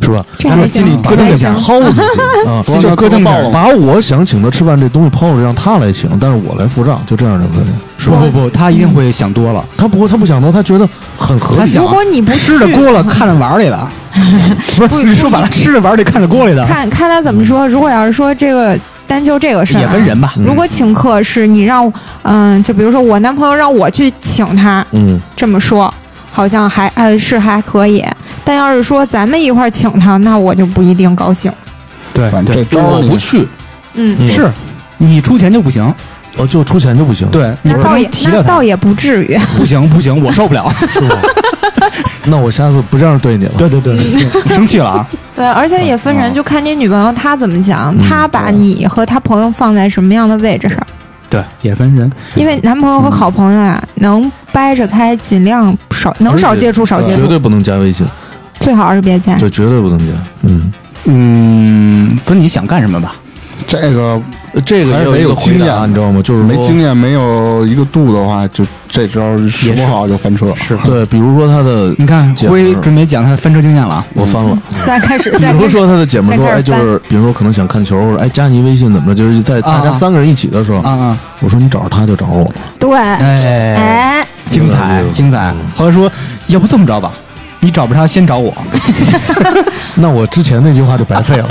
Speaker 4: 是吧？
Speaker 1: 这
Speaker 4: 然后
Speaker 1: 还行
Speaker 4: 心里咯噔一下，
Speaker 1: 这还行
Speaker 4: 薅
Speaker 1: [laughs]
Speaker 4: 你去啊，
Speaker 2: 不是
Speaker 4: 心
Speaker 2: 那
Speaker 4: 里咯噔一
Speaker 2: 多报
Speaker 4: 下，
Speaker 2: 了
Speaker 4: 把我想请他吃饭这东西抛出来，让他来请，但是我来付账，就这样就可以，是
Speaker 3: 不
Speaker 4: 吧
Speaker 3: 不？不，他一定会想多了。
Speaker 4: 他不会，他不想到，他觉得很合
Speaker 3: 他
Speaker 4: 理。
Speaker 1: 嗯
Speaker 3: 想
Speaker 1: 如果你不
Speaker 3: 吃着
Speaker 1: 去嗯
Speaker 3: 锅了，看着碗
Speaker 1: [laughs]
Speaker 3: 里的，不
Speaker 1: 不
Speaker 3: 是你说反了，吃着碗里看着锅里
Speaker 4: 嗯
Speaker 3: 的，
Speaker 1: 看看他怎么说。如果要是说这个单就这个事儿啊、
Speaker 3: 也分人
Speaker 4: 嗯
Speaker 3: 吧。
Speaker 1: 如果请客是你让，嗯、就比如说我男朋友让我去请他，
Speaker 4: 嗯，
Speaker 1: 这么说好像还呃是还可以。但要是说咱们一块儿请他，那我就不一定高兴。
Speaker 3: 对
Speaker 2: 反正
Speaker 3: 对
Speaker 2: 这招儿
Speaker 4: 我
Speaker 2: 你
Speaker 4: 不去，
Speaker 1: 嗯，
Speaker 4: 嗯
Speaker 3: 是你出钱就不行，
Speaker 4: 哦，就出钱就不行。，
Speaker 3: 对，你
Speaker 1: 那
Speaker 3: 不
Speaker 1: 倒也
Speaker 3: 能提
Speaker 1: 那
Speaker 3: 到
Speaker 1: 倒
Speaker 3: 他，
Speaker 1: 也不至于。
Speaker 3: 不行不行，我受不了。
Speaker 4: 是吗？ [laughs] 那我下次不这样对你了。
Speaker 3: [laughs] 对对对，对对生气了啊！
Speaker 1: 对，而且也分人，就看你女朋友她怎么
Speaker 3: 嗯
Speaker 1: 想，她把你和她朋友放在什么样的位置上。
Speaker 3: [laughs] 对，也分人。
Speaker 1: 因为男朋友和好朋友啊，能掰着开，尽量少，能少接触少接
Speaker 4: 绝
Speaker 1: 触，
Speaker 4: 对不能加微信，
Speaker 1: 最好是别加。
Speaker 4: 对，绝对不能加。嗯，
Speaker 3: 嗯，分你想干什么吧。
Speaker 2: 这个
Speaker 4: 这个
Speaker 2: 还是
Speaker 4: 也有
Speaker 2: 得
Speaker 4: 一个
Speaker 2: 有
Speaker 4: 回
Speaker 2: 经
Speaker 4: 答，
Speaker 2: 验
Speaker 4: 你知道吗？就是
Speaker 2: 没
Speaker 4: 说
Speaker 2: 经验没有一个度的话，就这招儿使不好就翻车。
Speaker 3: 是
Speaker 4: 对，比如说他的，
Speaker 3: 你看，
Speaker 4: 姐
Speaker 3: 辉
Speaker 4: 夫
Speaker 3: 准备讲他的翻车经验了啊。
Speaker 4: 我翻了。
Speaker 1: 现在开始，现
Speaker 4: 比
Speaker 1: 在
Speaker 4: 如
Speaker 1: 开始
Speaker 4: 说他的姐妹
Speaker 1: 再
Speaker 4: 说，
Speaker 1: 开
Speaker 4: 哎，
Speaker 1: 始
Speaker 4: 就
Speaker 1: 翻
Speaker 4: 是比如说可能想看球，或者哎加你微信怎么着，就是在大家
Speaker 3: 啊啊
Speaker 4: 三个人一起的时候，
Speaker 3: 啊啊！
Speaker 4: 我说你找着他就找我了，
Speaker 1: [laughs] 对，
Speaker 3: 哎，
Speaker 1: 哎，
Speaker 3: 精彩
Speaker 4: 对对
Speaker 3: 精彩！后来说，要不这么着吧，你找不着他，先找我，
Speaker 4: 那我之前那句话就白费了。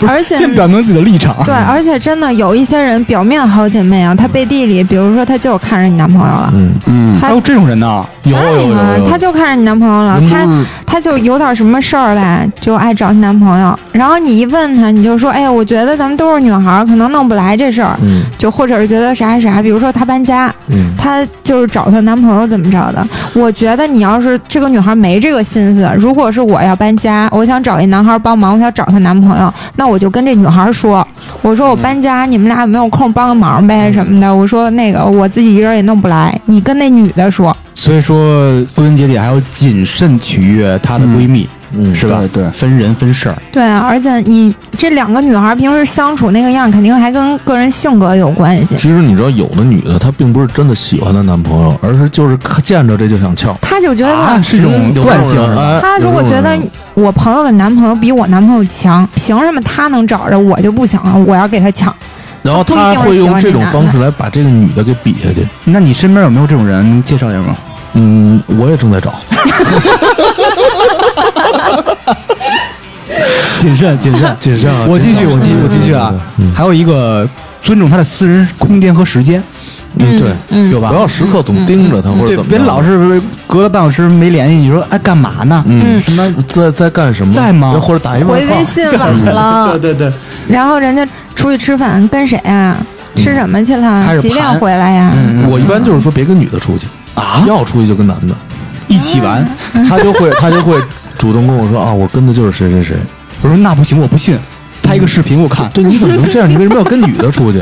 Speaker 3: 不是
Speaker 1: 而且
Speaker 3: 先表明自己的立场。
Speaker 1: 对，而且真的有一些人表面好姐妹啊，她背地里，比如说她就是看上你男朋友了，
Speaker 4: 嗯，
Speaker 2: 嗯，
Speaker 3: 还有这种人呢？
Speaker 4: 有有嗯有
Speaker 1: 哎呀
Speaker 4: 有，
Speaker 1: 她就看上你男朋友了，
Speaker 4: 人
Speaker 1: 她
Speaker 4: 都是
Speaker 1: 她就有点什么事儿来，就爱找你男朋友。然后你一问她，你就说，哎呀，我觉得咱们都是女孩儿，可能弄不来这事儿，
Speaker 4: 嗯
Speaker 1: 就或者是觉得啥啥啥，比如说她搬家，
Speaker 4: 嗯，
Speaker 1: 她就是找她男朋友怎么着的。我觉得你要是这个女孩没这个心思，如果是我要搬家，我想找一男孩帮忙，我想找她男朋友，那我就跟这女孩说，我说我搬家，你们俩有没有空帮个忙呗什么的。我说那个我自己一个人也弄不来，你跟那女的说，
Speaker 3: 所以说，归根结底还要谨慎取悦她的闺蜜，
Speaker 4: 嗯
Speaker 3: 是吧？
Speaker 2: 对对
Speaker 3: 分人分事儿。
Speaker 1: 对啊，而且你这两个女孩平时相处那个样，肯定还跟个人性格有关系。
Speaker 4: 其实你知道，有的女的她并不是真的喜欢她男朋友，而是就是看见着这就想撬。
Speaker 1: 她就觉得她
Speaker 3: 啊，是一种
Speaker 4: 哎有
Speaker 3: 惯性啊
Speaker 4: 这种人
Speaker 3: 是吧
Speaker 4: 哎
Speaker 1: 她如果
Speaker 4: 有这
Speaker 1: 觉得
Speaker 4: 种人
Speaker 1: 我朋友的男朋友比我男朋友强，凭什么她能找着我就不想啊？我要给她抢。
Speaker 4: 然后
Speaker 1: 不一
Speaker 4: 他
Speaker 1: 定是
Speaker 4: 会
Speaker 1: 喜
Speaker 4: 用
Speaker 1: 欢
Speaker 4: 这
Speaker 1: 这
Speaker 4: 种
Speaker 1: 男
Speaker 4: 方
Speaker 1: 的
Speaker 4: 式来把这个女的给比下去。
Speaker 3: 那你身边有没有这种人？能介绍一下吗？
Speaker 4: 嗯，我也正在找。
Speaker 3: 谨慎，谨慎，
Speaker 4: 谨慎啊
Speaker 3: 我继续，
Speaker 4: 谨慎
Speaker 3: 我继续，我继续啊！还有一个尊重他的私人空间和时间，
Speaker 4: 嗯，对，
Speaker 3: 有吧
Speaker 4: 不？要时刻总盯着她或者
Speaker 3: 对
Speaker 4: 怎，么
Speaker 3: 别
Speaker 4: 着。
Speaker 3: 老是隔了半小时没联系，你说哎干嘛呢？
Speaker 4: 嗯，
Speaker 3: 什么？
Speaker 4: 在在干什么？呃
Speaker 3: 在吗
Speaker 4: 或者打一问
Speaker 1: 回
Speaker 4: 号
Speaker 1: 微？信晚
Speaker 3: [laughs]
Speaker 4: 嗯
Speaker 1: 了，
Speaker 3: 对对对，
Speaker 1: 然后人家出去吃饭跟谁啊？吃什么去
Speaker 3: 嗯开
Speaker 1: 了？
Speaker 3: 始
Speaker 1: 几点
Speaker 3: 盘嗯
Speaker 1: 回来呀？
Speaker 4: [laughs] 我一般就是说别跟女的出去
Speaker 3: 啊
Speaker 4: 要出去就跟男的，
Speaker 3: 一起玩。
Speaker 4: 他就会他就会主动跟我说啊，我跟的就是谁谁谁。
Speaker 3: 我说那不行，我不信，拍个视频我看。
Speaker 4: 对，你怎么能这样？你为什么要跟女的出去？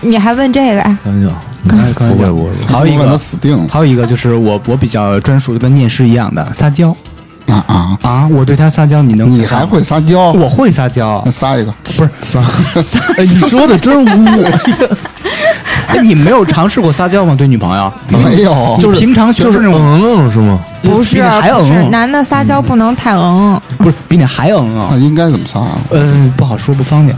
Speaker 1: 你还问这个呀？
Speaker 4: 开玩笑，嗯
Speaker 3: 开开玩笑
Speaker 4: 不会不会，不会
Speaker 3: 还有一
Speaker 2: 我把他
Speaker 3: 个，
Speaker 2: 死定了
Speaker 3: 还有一个就是我我比较专属的跟念诗一样的撒娇
Speaker 2: 啊啊！
Speaker 3: 啊！我对他撒娇，你能
Speaker 2: 你还会嗯撒娇？
Speaker 3: 我会撒娇
Speaker 2: 那，撒一个，
Speaker 3: 不是撒。
Speaker 4: 哎你说的真污，
Speaker 3: [laughs] 哎，你没有尝试过撒娇吗？对女朋友？
Speaker 2: 没有，
Speaker 3: 嗯就
Speaker 4: 就是
Speaker 3: 平常全
Speaker 4: 就是是
Speaker 3: 那种，
Speaker 4: 嗯嗯是吗？
Speaker 1: 不是，啊
Speaker 3: 比你还
Speaker 1: 不是，
Speaker 3: 嗯，
Speaker 1: 男的撒娇不能太嗯。
Speaker 3: 不是比你还嗯
Speaker 2: 那
Speaker 3: 啊？
Speaker 2: 应该怎么撒啊？
Speaker 3: 呃，不好说，不方便。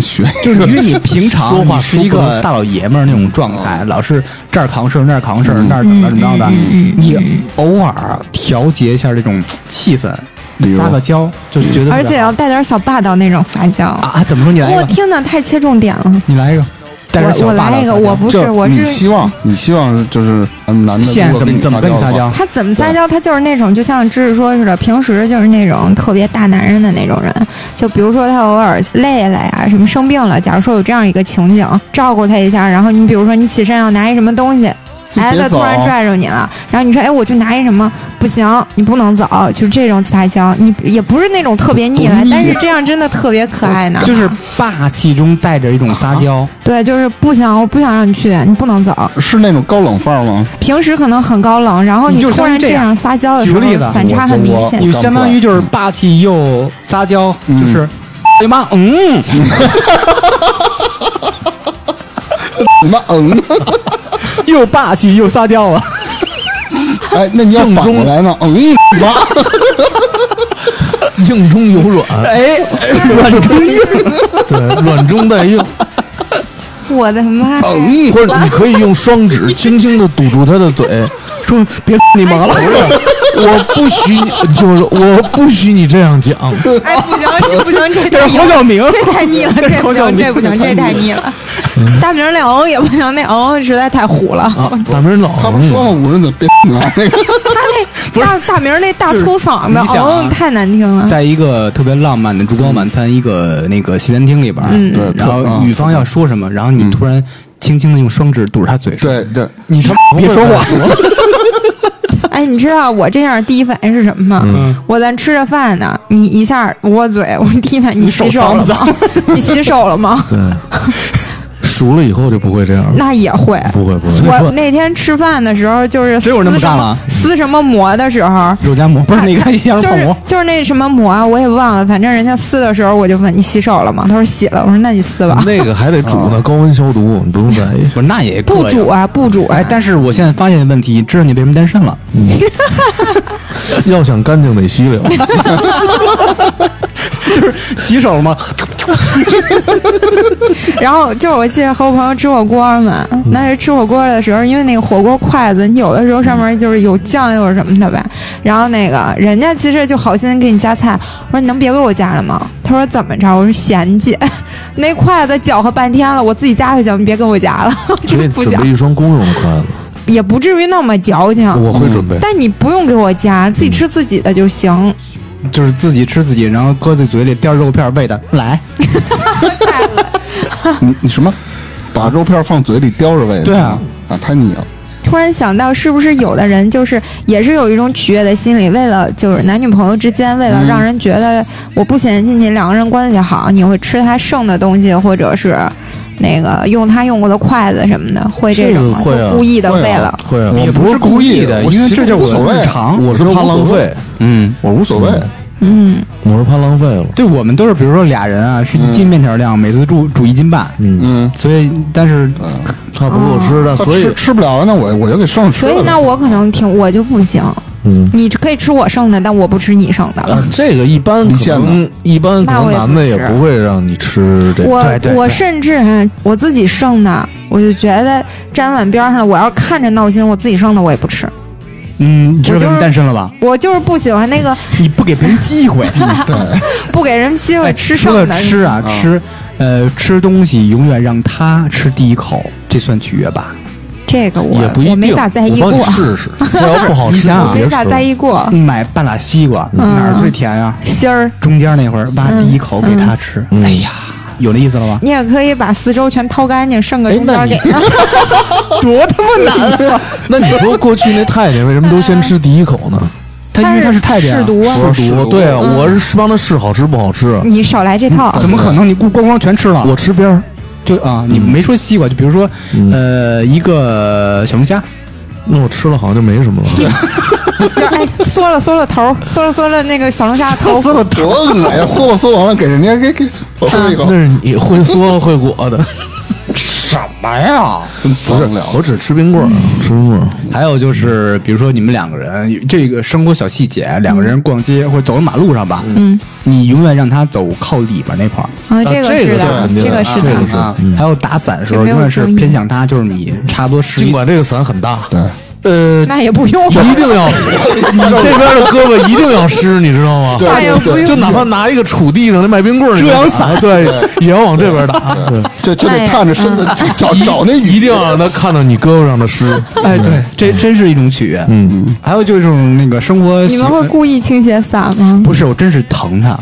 Speaker 2: 学
Speaker 3: 就是因为你平常
Speaker 4: 说话
Speaker 3: 你是一
Speaker 4: 说不
Speaker 3: 个嗯
Speaker 4: 能
Speaker 3: 大老爷们儿那种状态，老是这儿扛事儿那儿扛事儿那儿怎么着怎么着的，你偶尔调节一下这种气氛，
Speaker 2: 比如
Speaker 3: 撒个娇就觉得
Speaker 1: 而且要带点小霸道那种撒娇。
Speaker 3: 啊，怎么说你来一
Speaker 1: 我
Speaker 3: 个，
Speaker 1: 天哪，太切重点了！
Speaker 3: 你来一个，带着
Speaker 1: 我
Speaker 3: 小
Speaker 1: 我
Speaker 3: 霸道
Speaker 1: 来一个，
Speaker 3: 撒娇
Speaker 1: 我不是，
Speaker 2: 就
Speaker 1: 我
Speaker 2: 你
Speaker 1: 是
Speaker 2: 希望你希望就是嗯男的
Speaker 3: 现在
Speaker 2: 如果
Speaker 3: 怎么怎么跟你撒
Speaker 2: 的
Speaker 3: 娇
Speaker 2: 话？
Speaker 1: 他怎么撒娇？他就是那种，就像芝芝说似的，平时就是那种特别大男人的那种人。就比如说他偶尔累了呀，什么生病了，假如说有这样一个情景，照顾他一下，然后你比如说你起身要拿一什么东西。
Speaker 2: 你
Speaker 1: 哎，
Speaker 2: 别
Speaker 1: 他突然
Speaker 2: 走
Speaker 1: 拽着你了，然后你说：“哎，我去拿一什么？不行，你不能走。”就是这种撒娇，你也不是那种特别腻歪，但是这样真的特别可爱呢。
Speaker 3: 就是霸气中带着一种撒娇，
Speaker 1: 对，就是不想，我不想让你去，你不能走。
Speaker 2: 是那种高冷范儿吗？ [laughs]
Speaker 1: 平时可能很高冷，然后
Speaker 3: 你
Speaker 1: 你
Speaker 3: 就
Speaker 1: 突
Speaker 3: 像
Speaker 1: 然
Speaker 3: 这样
Speaker 1: 样撒娇的
Speaker 3: 举
Speaker 1: 时
Speaker 3: 个
Speaker 1: 候
Speaker 3: 例子啊，
Speaker 1: 反差很明显。
Speaker 3: 你相当于就是霸气又撒娇，
Speaker 2: 嗯
Speaker 3: [laughs] 就是哎呀妈，嗯，
Speaker 2: 你妈嗯，
Speaker 3: 又霸气又撒娇了。
Speaker 2: 哎，那你要
Speaker 4: 正
Speaker 2: 反
Speaker 4: 宗
Speaker 2: 过来呢？嗯， [laughs] 你妈，
Speaker 4: 硬中有 [laughs]
Speaker 3: [laughs]
Speaker 4: 软，
Speaker 3: 哎，软中硬，
Speaker 4: 对，软中带硬，
Speaker 1: 我的妈呀！
Speaker 2: 嗯，
Speaker 4: 或者你可以用双指轻轻的堵住他的嘴，
Speaker 3: 说别你妈
Speaker 1: 哎
Speaker 3: 了。
Speaker 4: 我不许你，就是我不许你这样讲。
Speaker 1: 哎，不行，这不行，这
Speaker 3: 这
Speaker 1: 太
Speaker 3: 是侯晓明，
Speaker 1: 这太
Speaker 3: [laughs]
Speaker 1: 腻了，
Speaker 3: 这是
Speaker 1: 这不
Speaker 3: 侯晓
Speaker 1: 行，
Speaker 3: 明
Speaker 1: 这不行，这太腻了。大明儿那嗯也不行，那嗯实在太虎了。
Speaker 4: 啊，大明老
Speaker 2: 他们说嘛，五人怎别你妈 [laughs] 那个，
Speaker 3: [laughs]
Speaker 1: 他那大大明儿那大粗嗓
Speaker 3: 就
Speaker 1: 子
Speaker 3: 是你想啊
Speaker 1: 嗯太难听了。
Speaker 3: 在一个特别浪漫的烛光晚餐一个那个西餐厅里边儿，
Speaker 2: 对
Speaker 3: 然
Speaker 2: 特
Speaker 3: 后
Speaker 2: 嗯
Speaker 3: 女方要说什么，然后你突然轻轻的用双指堵着她嘴说，
Speaker 2: 对对，
Speaker 4: 你他妈
Speaker 3: 别说话，
Speaker 1: 哎，你知道我这样第一反应是什么吗？
Speaker 3: 嗯
Speaker 1: 我咱吃着饭呢，你一下捂我嘴，我第一反应你洗手了吗？ [laughs] 你洗手了
Speaker 3: [laughs]
Speaker 1: 吗？
Speaker 4: 对，熟了以后就不会这样了，
Speaker 1: 那也会。
Speaker 4: 不会不会。
Speaker 1: 我那天吃饭的时候就是
Speaker 3: 只有我那么
Speaker 1: 撕什
Speaker 3: 干
Speaker 1: 么
Speaker 3: 了嗯
Speaker 1: 撕什么馍的时候，
Speaker 3: 肉夹馍不是那
Speaker 1: [laughs]
Speaker 3: 个羊肉
Speaker 1: 就
Speaker 3: 泡
Speaker 1: 是
Speaker 3: 馍，
Speaker 1: 就是那什么馍啊，我也忘了，反正人家撕的时候我就问你洗手了吗？他说洗了，我说那你撕
Speaker 3: 嗯
Speaker 1: 吧。啊
Speaker 4: 那个还得煮呢，高温消毒，你不用在意。
Speaker 1: [laughs]
Speaker 3: 不是那也
Speaker 1: 不
Speaker 3: 膈应
Speaker 1: 煮。啊，不煮啊。
Speaker 3: 哎，但是我现在发现问题，知道你为什么单身了？
Speaker 4: 要想干净得吸溜，
Speaker 3: 就是洗手嘛，
Speaker 1: 然后就是我记得和我朋友吃火锅嘛，
Speaker 3: 嗯
Speaker 1: 那是吃火锅的时候，因为那个火锅筷子，你有的时候上面就是有酱油什么的呗。然后那个人家其实就好心给你夹菜，我说你能别给我夹了吗？他说怎么着？我说嫌弃， [laughs] 那筷子搅和半天了，我自己夹就行，你别给我夹了， [laughs]
Speaker 4: 准备
Speaker 1: 真不
Speaker 4: 准
Speaker 1: 想
Speaker 4: 备，一双公用的筷子，
Speaker 1: 也不至于那么矫情。
Speaker 4: 我会准备。嗯
Speaker 1: 但你不用给我夹，自己吃自己的就行。
Speaker 3: 就是自己吃自己，然后搁在嘴里叼着肉片儿喂它，来。
Speaker 2: 你你什么，把肉片放嘴里叼着喂？
Speaker 3: 对啊，
Speaker 2: 啊，太腻了。
Speaker 1: 突然想到，是不是有的人就是也是有一种取悦的心理，为了就是男女朋友之间，为了让人觉得我不嫌弃你，两个人关系好，你会吃他剩的东西，或者是那个用他用过的筷子什么的，会这种吗
Speaker 4: 这个会啊
Speaker 1: 故意的
Speaker 2: 会啊
Speaker 1: 为了。
Speaker 4: 会啊，
Speaker 3: 也
Speaker 2: 不
Speaker 3: 不
Speaker 2: 是
Speaker 3: 是
Speaker 2: 故意
Speaker 3: 意
Speaker 2: 的
Speaker 3: 的，
Speaker 2: 我
Speaker 3: 因为
Speaker 2: 其实
Speaker 3: 这就是
Speaker 2: 无所
Speaker 3: 我
Speaker 2: 谓
Speaker 3: 日常。
Speaker 4: 我是怕浪费，
Speaker 3: 嗯，
Speaker 2: 我无所谓，
Speaker 1: 嗯，
Speaker 4: 我是怕浪费了。
Speaker 3: 对我们都是，比如说俩人啊，是一斤面条量，每次煮煮一斤半，
Speaker 4: 嗯，
Speaker 2: 嗯，
Speaker 3: 所以但是
Speaker 4: 他不够吃的，
Speaker 2: 他
Speaker 4: 所
Speaker 2: 啊吃
Speaker 4: 以
Speaker 2: 吃不了了，那我我就给剩吃
Speaker 1: 所以
Speaker 2: 了
Speaker 1: 呢，
Speaker 2: 呗。
Speaker 1: 我可能挺我就不行，
Speaker 4: 啊嗯。
Speaker 1: 你可以吃我剩的，但我不吃你剩的
Speaker 4: 啊
Speaker 1: 了。，
Speaker 4: 这个一般
Speaker 2: 离
Speaker 4: 可
Speaker 2: 线
Speaker 4: 能一般可
Speaker 1: 那我
Speaker 4: 能
Speaker 1: 也
Speaker 4: 男的也
Speaker 1: 不吃
Speaker 4: 不会让你吃这个，
Speaker 1: 我
Speaker 3: 对对
Speaker 1: 我
Speaker 3: 对
Speaker 1: 甚至啊我自己剩的，我就觉得粘碗边上，我要看着闹心，我自己剩的我也不吃。
Speaker 3: 嗯，你知道为
Speaker 1: 我
Speaker 3: 什
Speaker 1: 就
Speaker 3: 么
Speaker 1: 是
Speaker 3: 单身了吧？
Speaker 1: 我就是不喜欢那个
Speaker 3: 你不给别人机会，
Speaker 1: [laughs] 不给人机会
Speaker 3: 哎，
Speaker 1: 吃
Speaker 3: 说
Speaker 1: 剩的
Speaker 3: 到。吃啊
Speaker 2: 嗯
Speaker 3: 吃，呃，吃东西永远让他吃第一口，这算取悦吧？
Speaker 1: 这个我
Speaker 4: 也不一定。
Speaker 1: 我没咋在意
Speaker 4: 我
Speaker 1: 过
Speaker 4: 帮你，
Speaker 1: [laughs]
Speaker 4: 试试，要不好
Speaker 3: 你
Speaker 4: 吃
Speaker 3: 想
Speaker 4: 我
Speaker 3: 想
Speaker 4: 别
Speaker 1: 没
Speaker 4: 吃
Speaker 1: 咋在
Speaker 4: 了。
Speaker 1: 意过
Speaker 3: 买半拉西瓜哪儿最甜呀？
Speaker 1: 心儿。
Speaker 3: 中间那会儿挖第一口给他吃，
Speaker 4: 嗯
Speaker 3: 哎
Speaker 1: [laughs]
Speaker 3: 呀，有那意思了吧？
Speaker 1: 你也可以把四周全掏干净，剩个
Speaker 4: 哎
Speaker 1: 中
Speaker 4: 那
Speaker 1: 间
Speaker 4: 你 [laughs]
Speaker 1: 给他。
Speaker 4: 多他妈难啊！那你说过去那太监为什么都先吃第一口呢？
Speaker 3: 他因为他是太监
Speaker 1: 试
Speaker 3: 啊，
Speaker 1: 毒啊，
Speaker 2: 是
Speaker 4: 我对啊，我是帮他试好吃不好吃，啊
Speaker 1: 你少来这套。
Speaker 3: 怎么可能？你光光光全吃了？
Speaker 4: 我吃边儿。
Speaker 3: 就啊，你没说西瓜，就比如说呃，一个小龙虾，
Speaker 4: 那我吃了好像就没什 [laughs] 么了。嗯
Speaker 1: 哎，缩了缩了头，缩了缩了那个小龙虾的
Speaker 4: [laughs]
Speaker 1: 头。
Speaker 2: 了多恶呀！嗦了嗦了，完了给人家给给
Speaker 3: 嗯
Speaker 2: 吃一口
Speaker 4: 那，是你会嗦会裹的，
Speaker 3: 什么呀？
Speaker 2: 真
Speaker 4: 不
Speaker 2: 脏
Speaker 4: 是
Speaker 2: 了。
Speaker 4: [laughs] 我只吃冰棍儿，吃冰棍儿。
Speaker 3: 还有就是，比如说你们两个人，这个生活小细节，两个人逛街或者走到马路上吧，嗯，你永远让他走靠里边那块儿。
Speaker 1: 啊，这
Speaker 4: 这个
Speaker 1: 是
Speaker 4: 是
Speaker 1: 的
Speaker 4: 肯，定
Speaker 1: 这
Speaker 4: 的
Speaker 1: 个是
Speaker 4: 这
Speaker 1: 的
Speaker 4: 个。是
Speaker 3: 啊
Speaker 4: 嗯
Speaker 3: 还有嗯打伞的时
Speaker 1: 这
Speaker 3: 候，
Speaker 1: 没有
Speaker 3: 永远是
Speaker 1: 争议
Speaker 3: 偏向他，就是你差不多十
Speaker 4: 尽
Speaker 3: 一，
Speaker 4: 管这个伞很大，
Speaker 2: 对，
Speaker 3: 呃，
Speaker 1: 那也不用了，
Speaker 4: 一定要 [laughs] 你这边的胳膊一定要湿，你知道吗？
Speaker 2: 对
Speaker 1: 哎呦不
Speaker 2: 对
Speaker 1: 用
Speaker 4: 就哪怕拿一个杵地上那卖冰棍儿那个
Speaker 3: 遮阳
Speaker 4: 伞，对， [laughs] 也要往这边打，对，
Speaker 2: 就就
Speaker 1: 哎
Speaker 2: 得探着身
Speaker 1: 嗯
Speaker 2: 子找
Speaker 3: 嗯
Speaker 2: 找那
Speaker 4: 一
Speaker 2: 雨，
Speaker 4: 定要让他看到你胳膊上的 [laughs] 湿。
Speaker 3: 哎，对，这真是一种取悦。
Speaker 4: 嗯，
Speaker 3: 还有就是这种那个生活
Speaker 1: 你
Speaker 3: 习
Speaker 1: 们
Speaker 3: 惯，
Speaker 1: 会故意倾斜伞吗？
Speaker 3: 不是我真是疼他，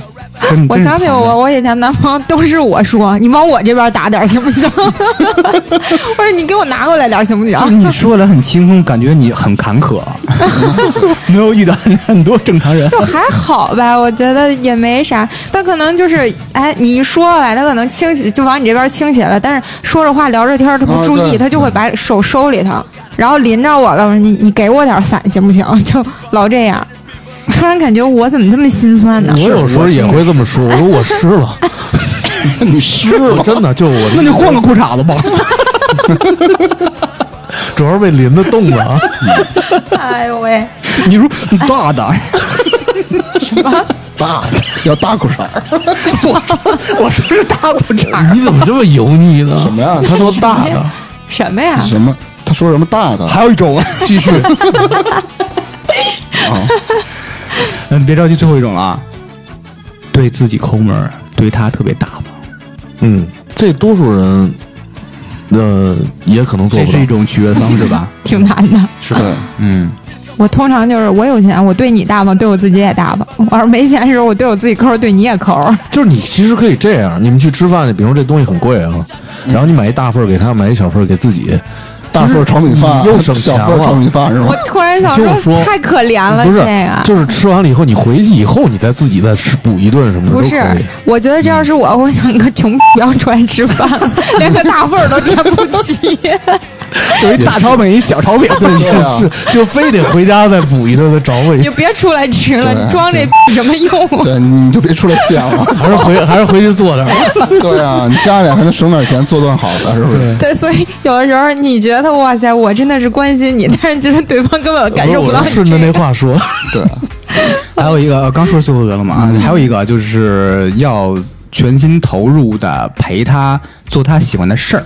Speaker 3: 真
Speaker 1: 我想起我，我以前男朋友都是我说，你往我这边打点儿行不行？ [laughs] 我说你给我拿过来点儿行不行？
Speaker 3: 就是你说来很轻松，感觉你很坎 [laughs] 坷，没有遇到很多正常人。
Speaker 1: 就还好吧，我觉得也没啥。他可能就是，哎，你一说吧，他可能倾斜就往你这边倾斜了，但是说着话聊着天儿，他不
Speaker 2: 啊
Speaker 1: 注意，
Speaker 2: 对
Speaker 1: 他就会把手收里头，然后临着我了，我说你你给我点伞行不行？ [laughs] 就老这样。突然感觉我怎么这么心酸呢
Speaker 4: 我？有时候也会这么说，我说我湿了，
Speaker 2: 你湿
Speaker 4: 我
Speaker 2: 了，
Speaker 4: 真的就我
Speaker 3: 那你换个裤衩子吧。 [laughs]
Speaker 4: 主要是被林子冻的啊。
Speaker 1: 哎呦喂，
Speaker 3: 你说你大胆，
Speaker 2: 大要大裤衩儿，
Speaker 3: 我说 [laughs] 我说是大裤衩儿，
Speaker 4: [laughs] 你怎么这么油腻呢？
Speaker 2: 什么呀
Speaker 4: 他多大 [laughs] 呢？
Speaker 1: 什么呀？
Speaker 2: 什么？他说什么大的？
Speaker 3: 还有一种，啊
Speaker 4: 继续，
Speaker 3: 嗯，别着急，最后一种了啊，对自己抠门儿，对他特别大方，
Speaker 4: 嗯，这多数人，呃，也可能做
Speaker 3: 这
Speaker 4: 不
Speaker 3: 是
Speaker 4: 到
Speaker 3: 一。种取悦方式吧？
Speaker 1: 挺难的。
Speaker 2: 是的，
Speaker 3: 嗯，
Speaker 1: 我通常就是我有钱，我对你大方，对我自己也大方；我要是没钱的时候，我对我自己抠，对你也抠。
Speaker 4: 就是你其实可以这样，你们去吃饭去，比如说这东西很贵啊，然后你买一大份儿给他，买一小份儿给自己，
Speaker 2: 大份儿炒米饭，
Speaker 4: 又省钱
Speaker 2: 小份儿
Speaker 4: 了
Speaker 2: 炒米饭是
Speaker 1: 我
Speaker 2: 吗？
Speaker 1: 突然想
Speaker 4: 你听我说
Speaker 1: 太可怜了，
Speaker 4: 不
Speaker 1: 这
Speaker 4: 是
Speaker 1: 个，。啊
Speaker 4: 就是吃完了以后，你回去以后，你再自己再吃补一顿什么的
Speaker 1: 不
Speaker 4: 都
Speaker 1: 是
Speaker 4: 可以。，
Speaker 1: 我觉得这要是我，我想个穷逼不要出来吃饭， [laughs] 连个大份儿都垫不
Speaker 4: [laughs]
Speaker 1: 起。
Speaker 3: 有一大炒饼，一小炒饼，
Speaker 4: 对
Speaker 2: 啊
Speaker 4: 就是就非得回家再补一顿，再找我
Speaker 1: 你
Speaker 4: 一
Speaker 1: 就别出来吃了，
Speaker 2: 对
Speaker 1: 你装这有什么用啊？
Speaker 2: 对，你就别出来炫了。
Speaker 4: [laughs] 还是回还是回去做
Speaker 1: [laughs]
Speaker 4: 点儿。
Speaker 2: 对啊，你家里还能省点钱做顿好的，是不是？
Speaker 1: 对，所以有的时候你觉得哇塞，我真的是关心你，但是其实对方根本感受不
Speaker 4: 我
Speaker 1: 到
Speaker 4: 是
Speaker 1: 你
Speaker 4: 顺着
Speaker 1: 这
Speaker 4: 那
Speaker 1: 个。
Speaker 4: 话说，
Speaker 2: 对，
Speaker 3: 还有一个呃刚说最后一个了嘛，
Speaker 4: 嗯
Speaker 3: 还有一个就是要全心投入的陪他做他喜欢的事儿，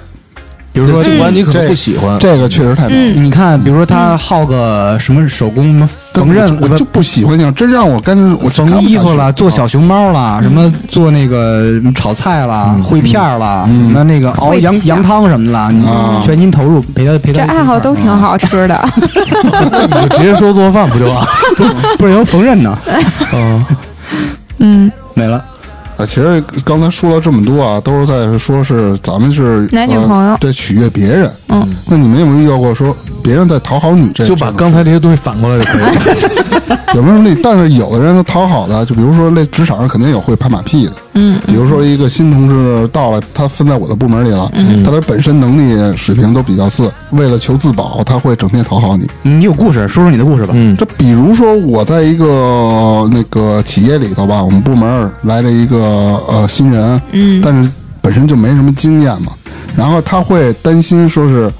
Speaker 3: 比如说
Speaker 4: 主观你可能
Speaker 2: 这
Speaker 4: 不喜欢，
Speaker 2: 这个确实太难
Speaker 1: 嗯
Speaker 2: 了。
Speaker 3: 你看，比如说他好个什么手工什么
Speaker 2: 但
Speaker 3: 嗯缝纫，
Speaker 2: 我
Speaker 3: 不
Speaker 4: 嗯
Speaker 2: 就不喜欢像真让我跟我
Speaker 3: 缝衣服啦，
Speaker 2: 了，
Speaker 3: 做小熊猫啦，什么做那个炒菜啦、
Speaker 4: 嗯
Speaker 3: 烩片儿啦，什么那个熬
Speaker 1: 烩
Speaker 3: 羊
Speaker 1: 片儿
Speaker 3: 羊汤什么啦，你
Speaker 4: 嗯
Speaker 3: 全心投入陪他陪他。
Speaker 1: 这爱好都挺好吃的， [laughs]
Speaker 4: 你就直接说做饭不就完了？
Speaker 3: [laughs]
Speaker 4: 哦
Speaker 3: 不是有缝纫
Speaker 4: [laughs]
Speaker 3: 呢？嗯没了。
Speaker 2: 啊，其实刚才说了这么多啊，都是在说是咱们是
Speaker 1: 男女
Speaker 2: 呃
Speaker 1: 朋友
Speaker 2: 对取悦别人。
Speaker 1: 嗯，
Speaker 2: 那你们有没有遇到过说别人在讨好你这？
Speaker 4: 就把刚才这些东西反过来就可以了。
Speaker 2: [laughs] 有没有那？但是有的人他讨好的，就比如说那职场上肯定有会拍马屁的。嗯，比如说一个新同事到了，他分在我的部门里了，他的本身能力水平都比较次，为了求自保，他会整天讨好你。
Speaker 3: 你有故事，说说你的故事吧。
Speaker 4: 嗯
Speaker 2: 这比如说，我在一个那个企业里头吧，我们部门儿来了一个呃新人，嗯，但是本身就没什么经验嘛，然后他会担心说是，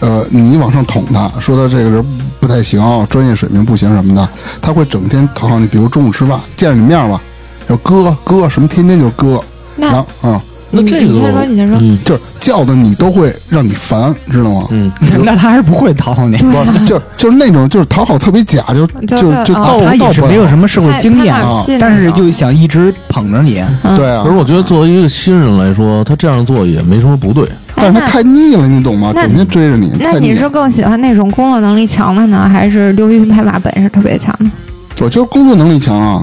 Speaker 2: 呃，你往上捅他，说他这个人不太行，专业水平不行什么的，他会整天讨好你。比如中午吃饭见着你面吧，就哥哥什么，天天就哥，
Speaker 1: 那
Speaker 2: 然后嗯，
Speaker 4: 那这个
Speaker 1: 你先说，你先说，
Speaker 4: 嗯
Speaker 2: 就是叫的你都会让你烦，知道吗？嗯。
Speaker 3: [laughs] 那他还是不会讨好你，
Speaker 2: 不，就就是那种，就是讨好特别假，就
Speaker 1: 就
Speaker 2: 就是就
Speaker 1: 啊
Speaker 2: 到
Speaker 3: 他也
Speaker 2: 到
Speaker 3: 是没有什么社会经验啊
Speaker 1: 拍拍马屁，那
Speaker 3: 但是
Speaker 1: 种
Speaker 3: 又想一直捧着你。
Speaker 2: 对啊，
Speaker 4: 可是我觉得作为一个新人来说，他这样做也没什么不对。
Speaker 2: 但是他太腻了，你懂吗？
Speaker 1: 那
Speaker 2: 整天追着你，
Speaker 1: 那
Speaker 2: 太腻
Speaker 1: 你
Speaker 2: 了
Speaker 1: 是更喜欢那种工作能力强的呢，还是溜须拍马本事特别强的？
Speaker 2: 我就是工作能力强啊，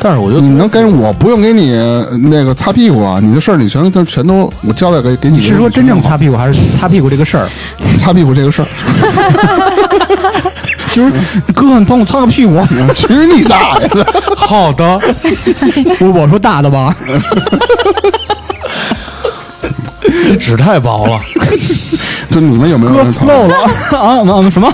Speaker 4: 但是我觉得
Speaker 2: 你能跟我不用给你呃那个擦屁股啊，你的事儿你全都全都我交代给给你。
Speaker 3: 你是说真正擦
Speaker 2: 擦
Speaker 3: 屁股，还是擦屁股这个事儿？ [laughs]
Speaker 2: 擦屁股这个事儿？
Speaker 3: 就是哥，你帮我擦个屁股。 [laughs]
Speaker 2: 其实你大爷的！
Speaker 4: [laughs] 好的，
Speaker 3: 我我说大的吧，
Speaker 4: 这纸太薄了。
Speaker 2: 就你们有没有
Speaker 3: 哥
Speaker 2: 人讨
Speaker 3: 漏
Speaker 2: 厌？
Speaker 3: 了 [laughs] 啊啊啊什么？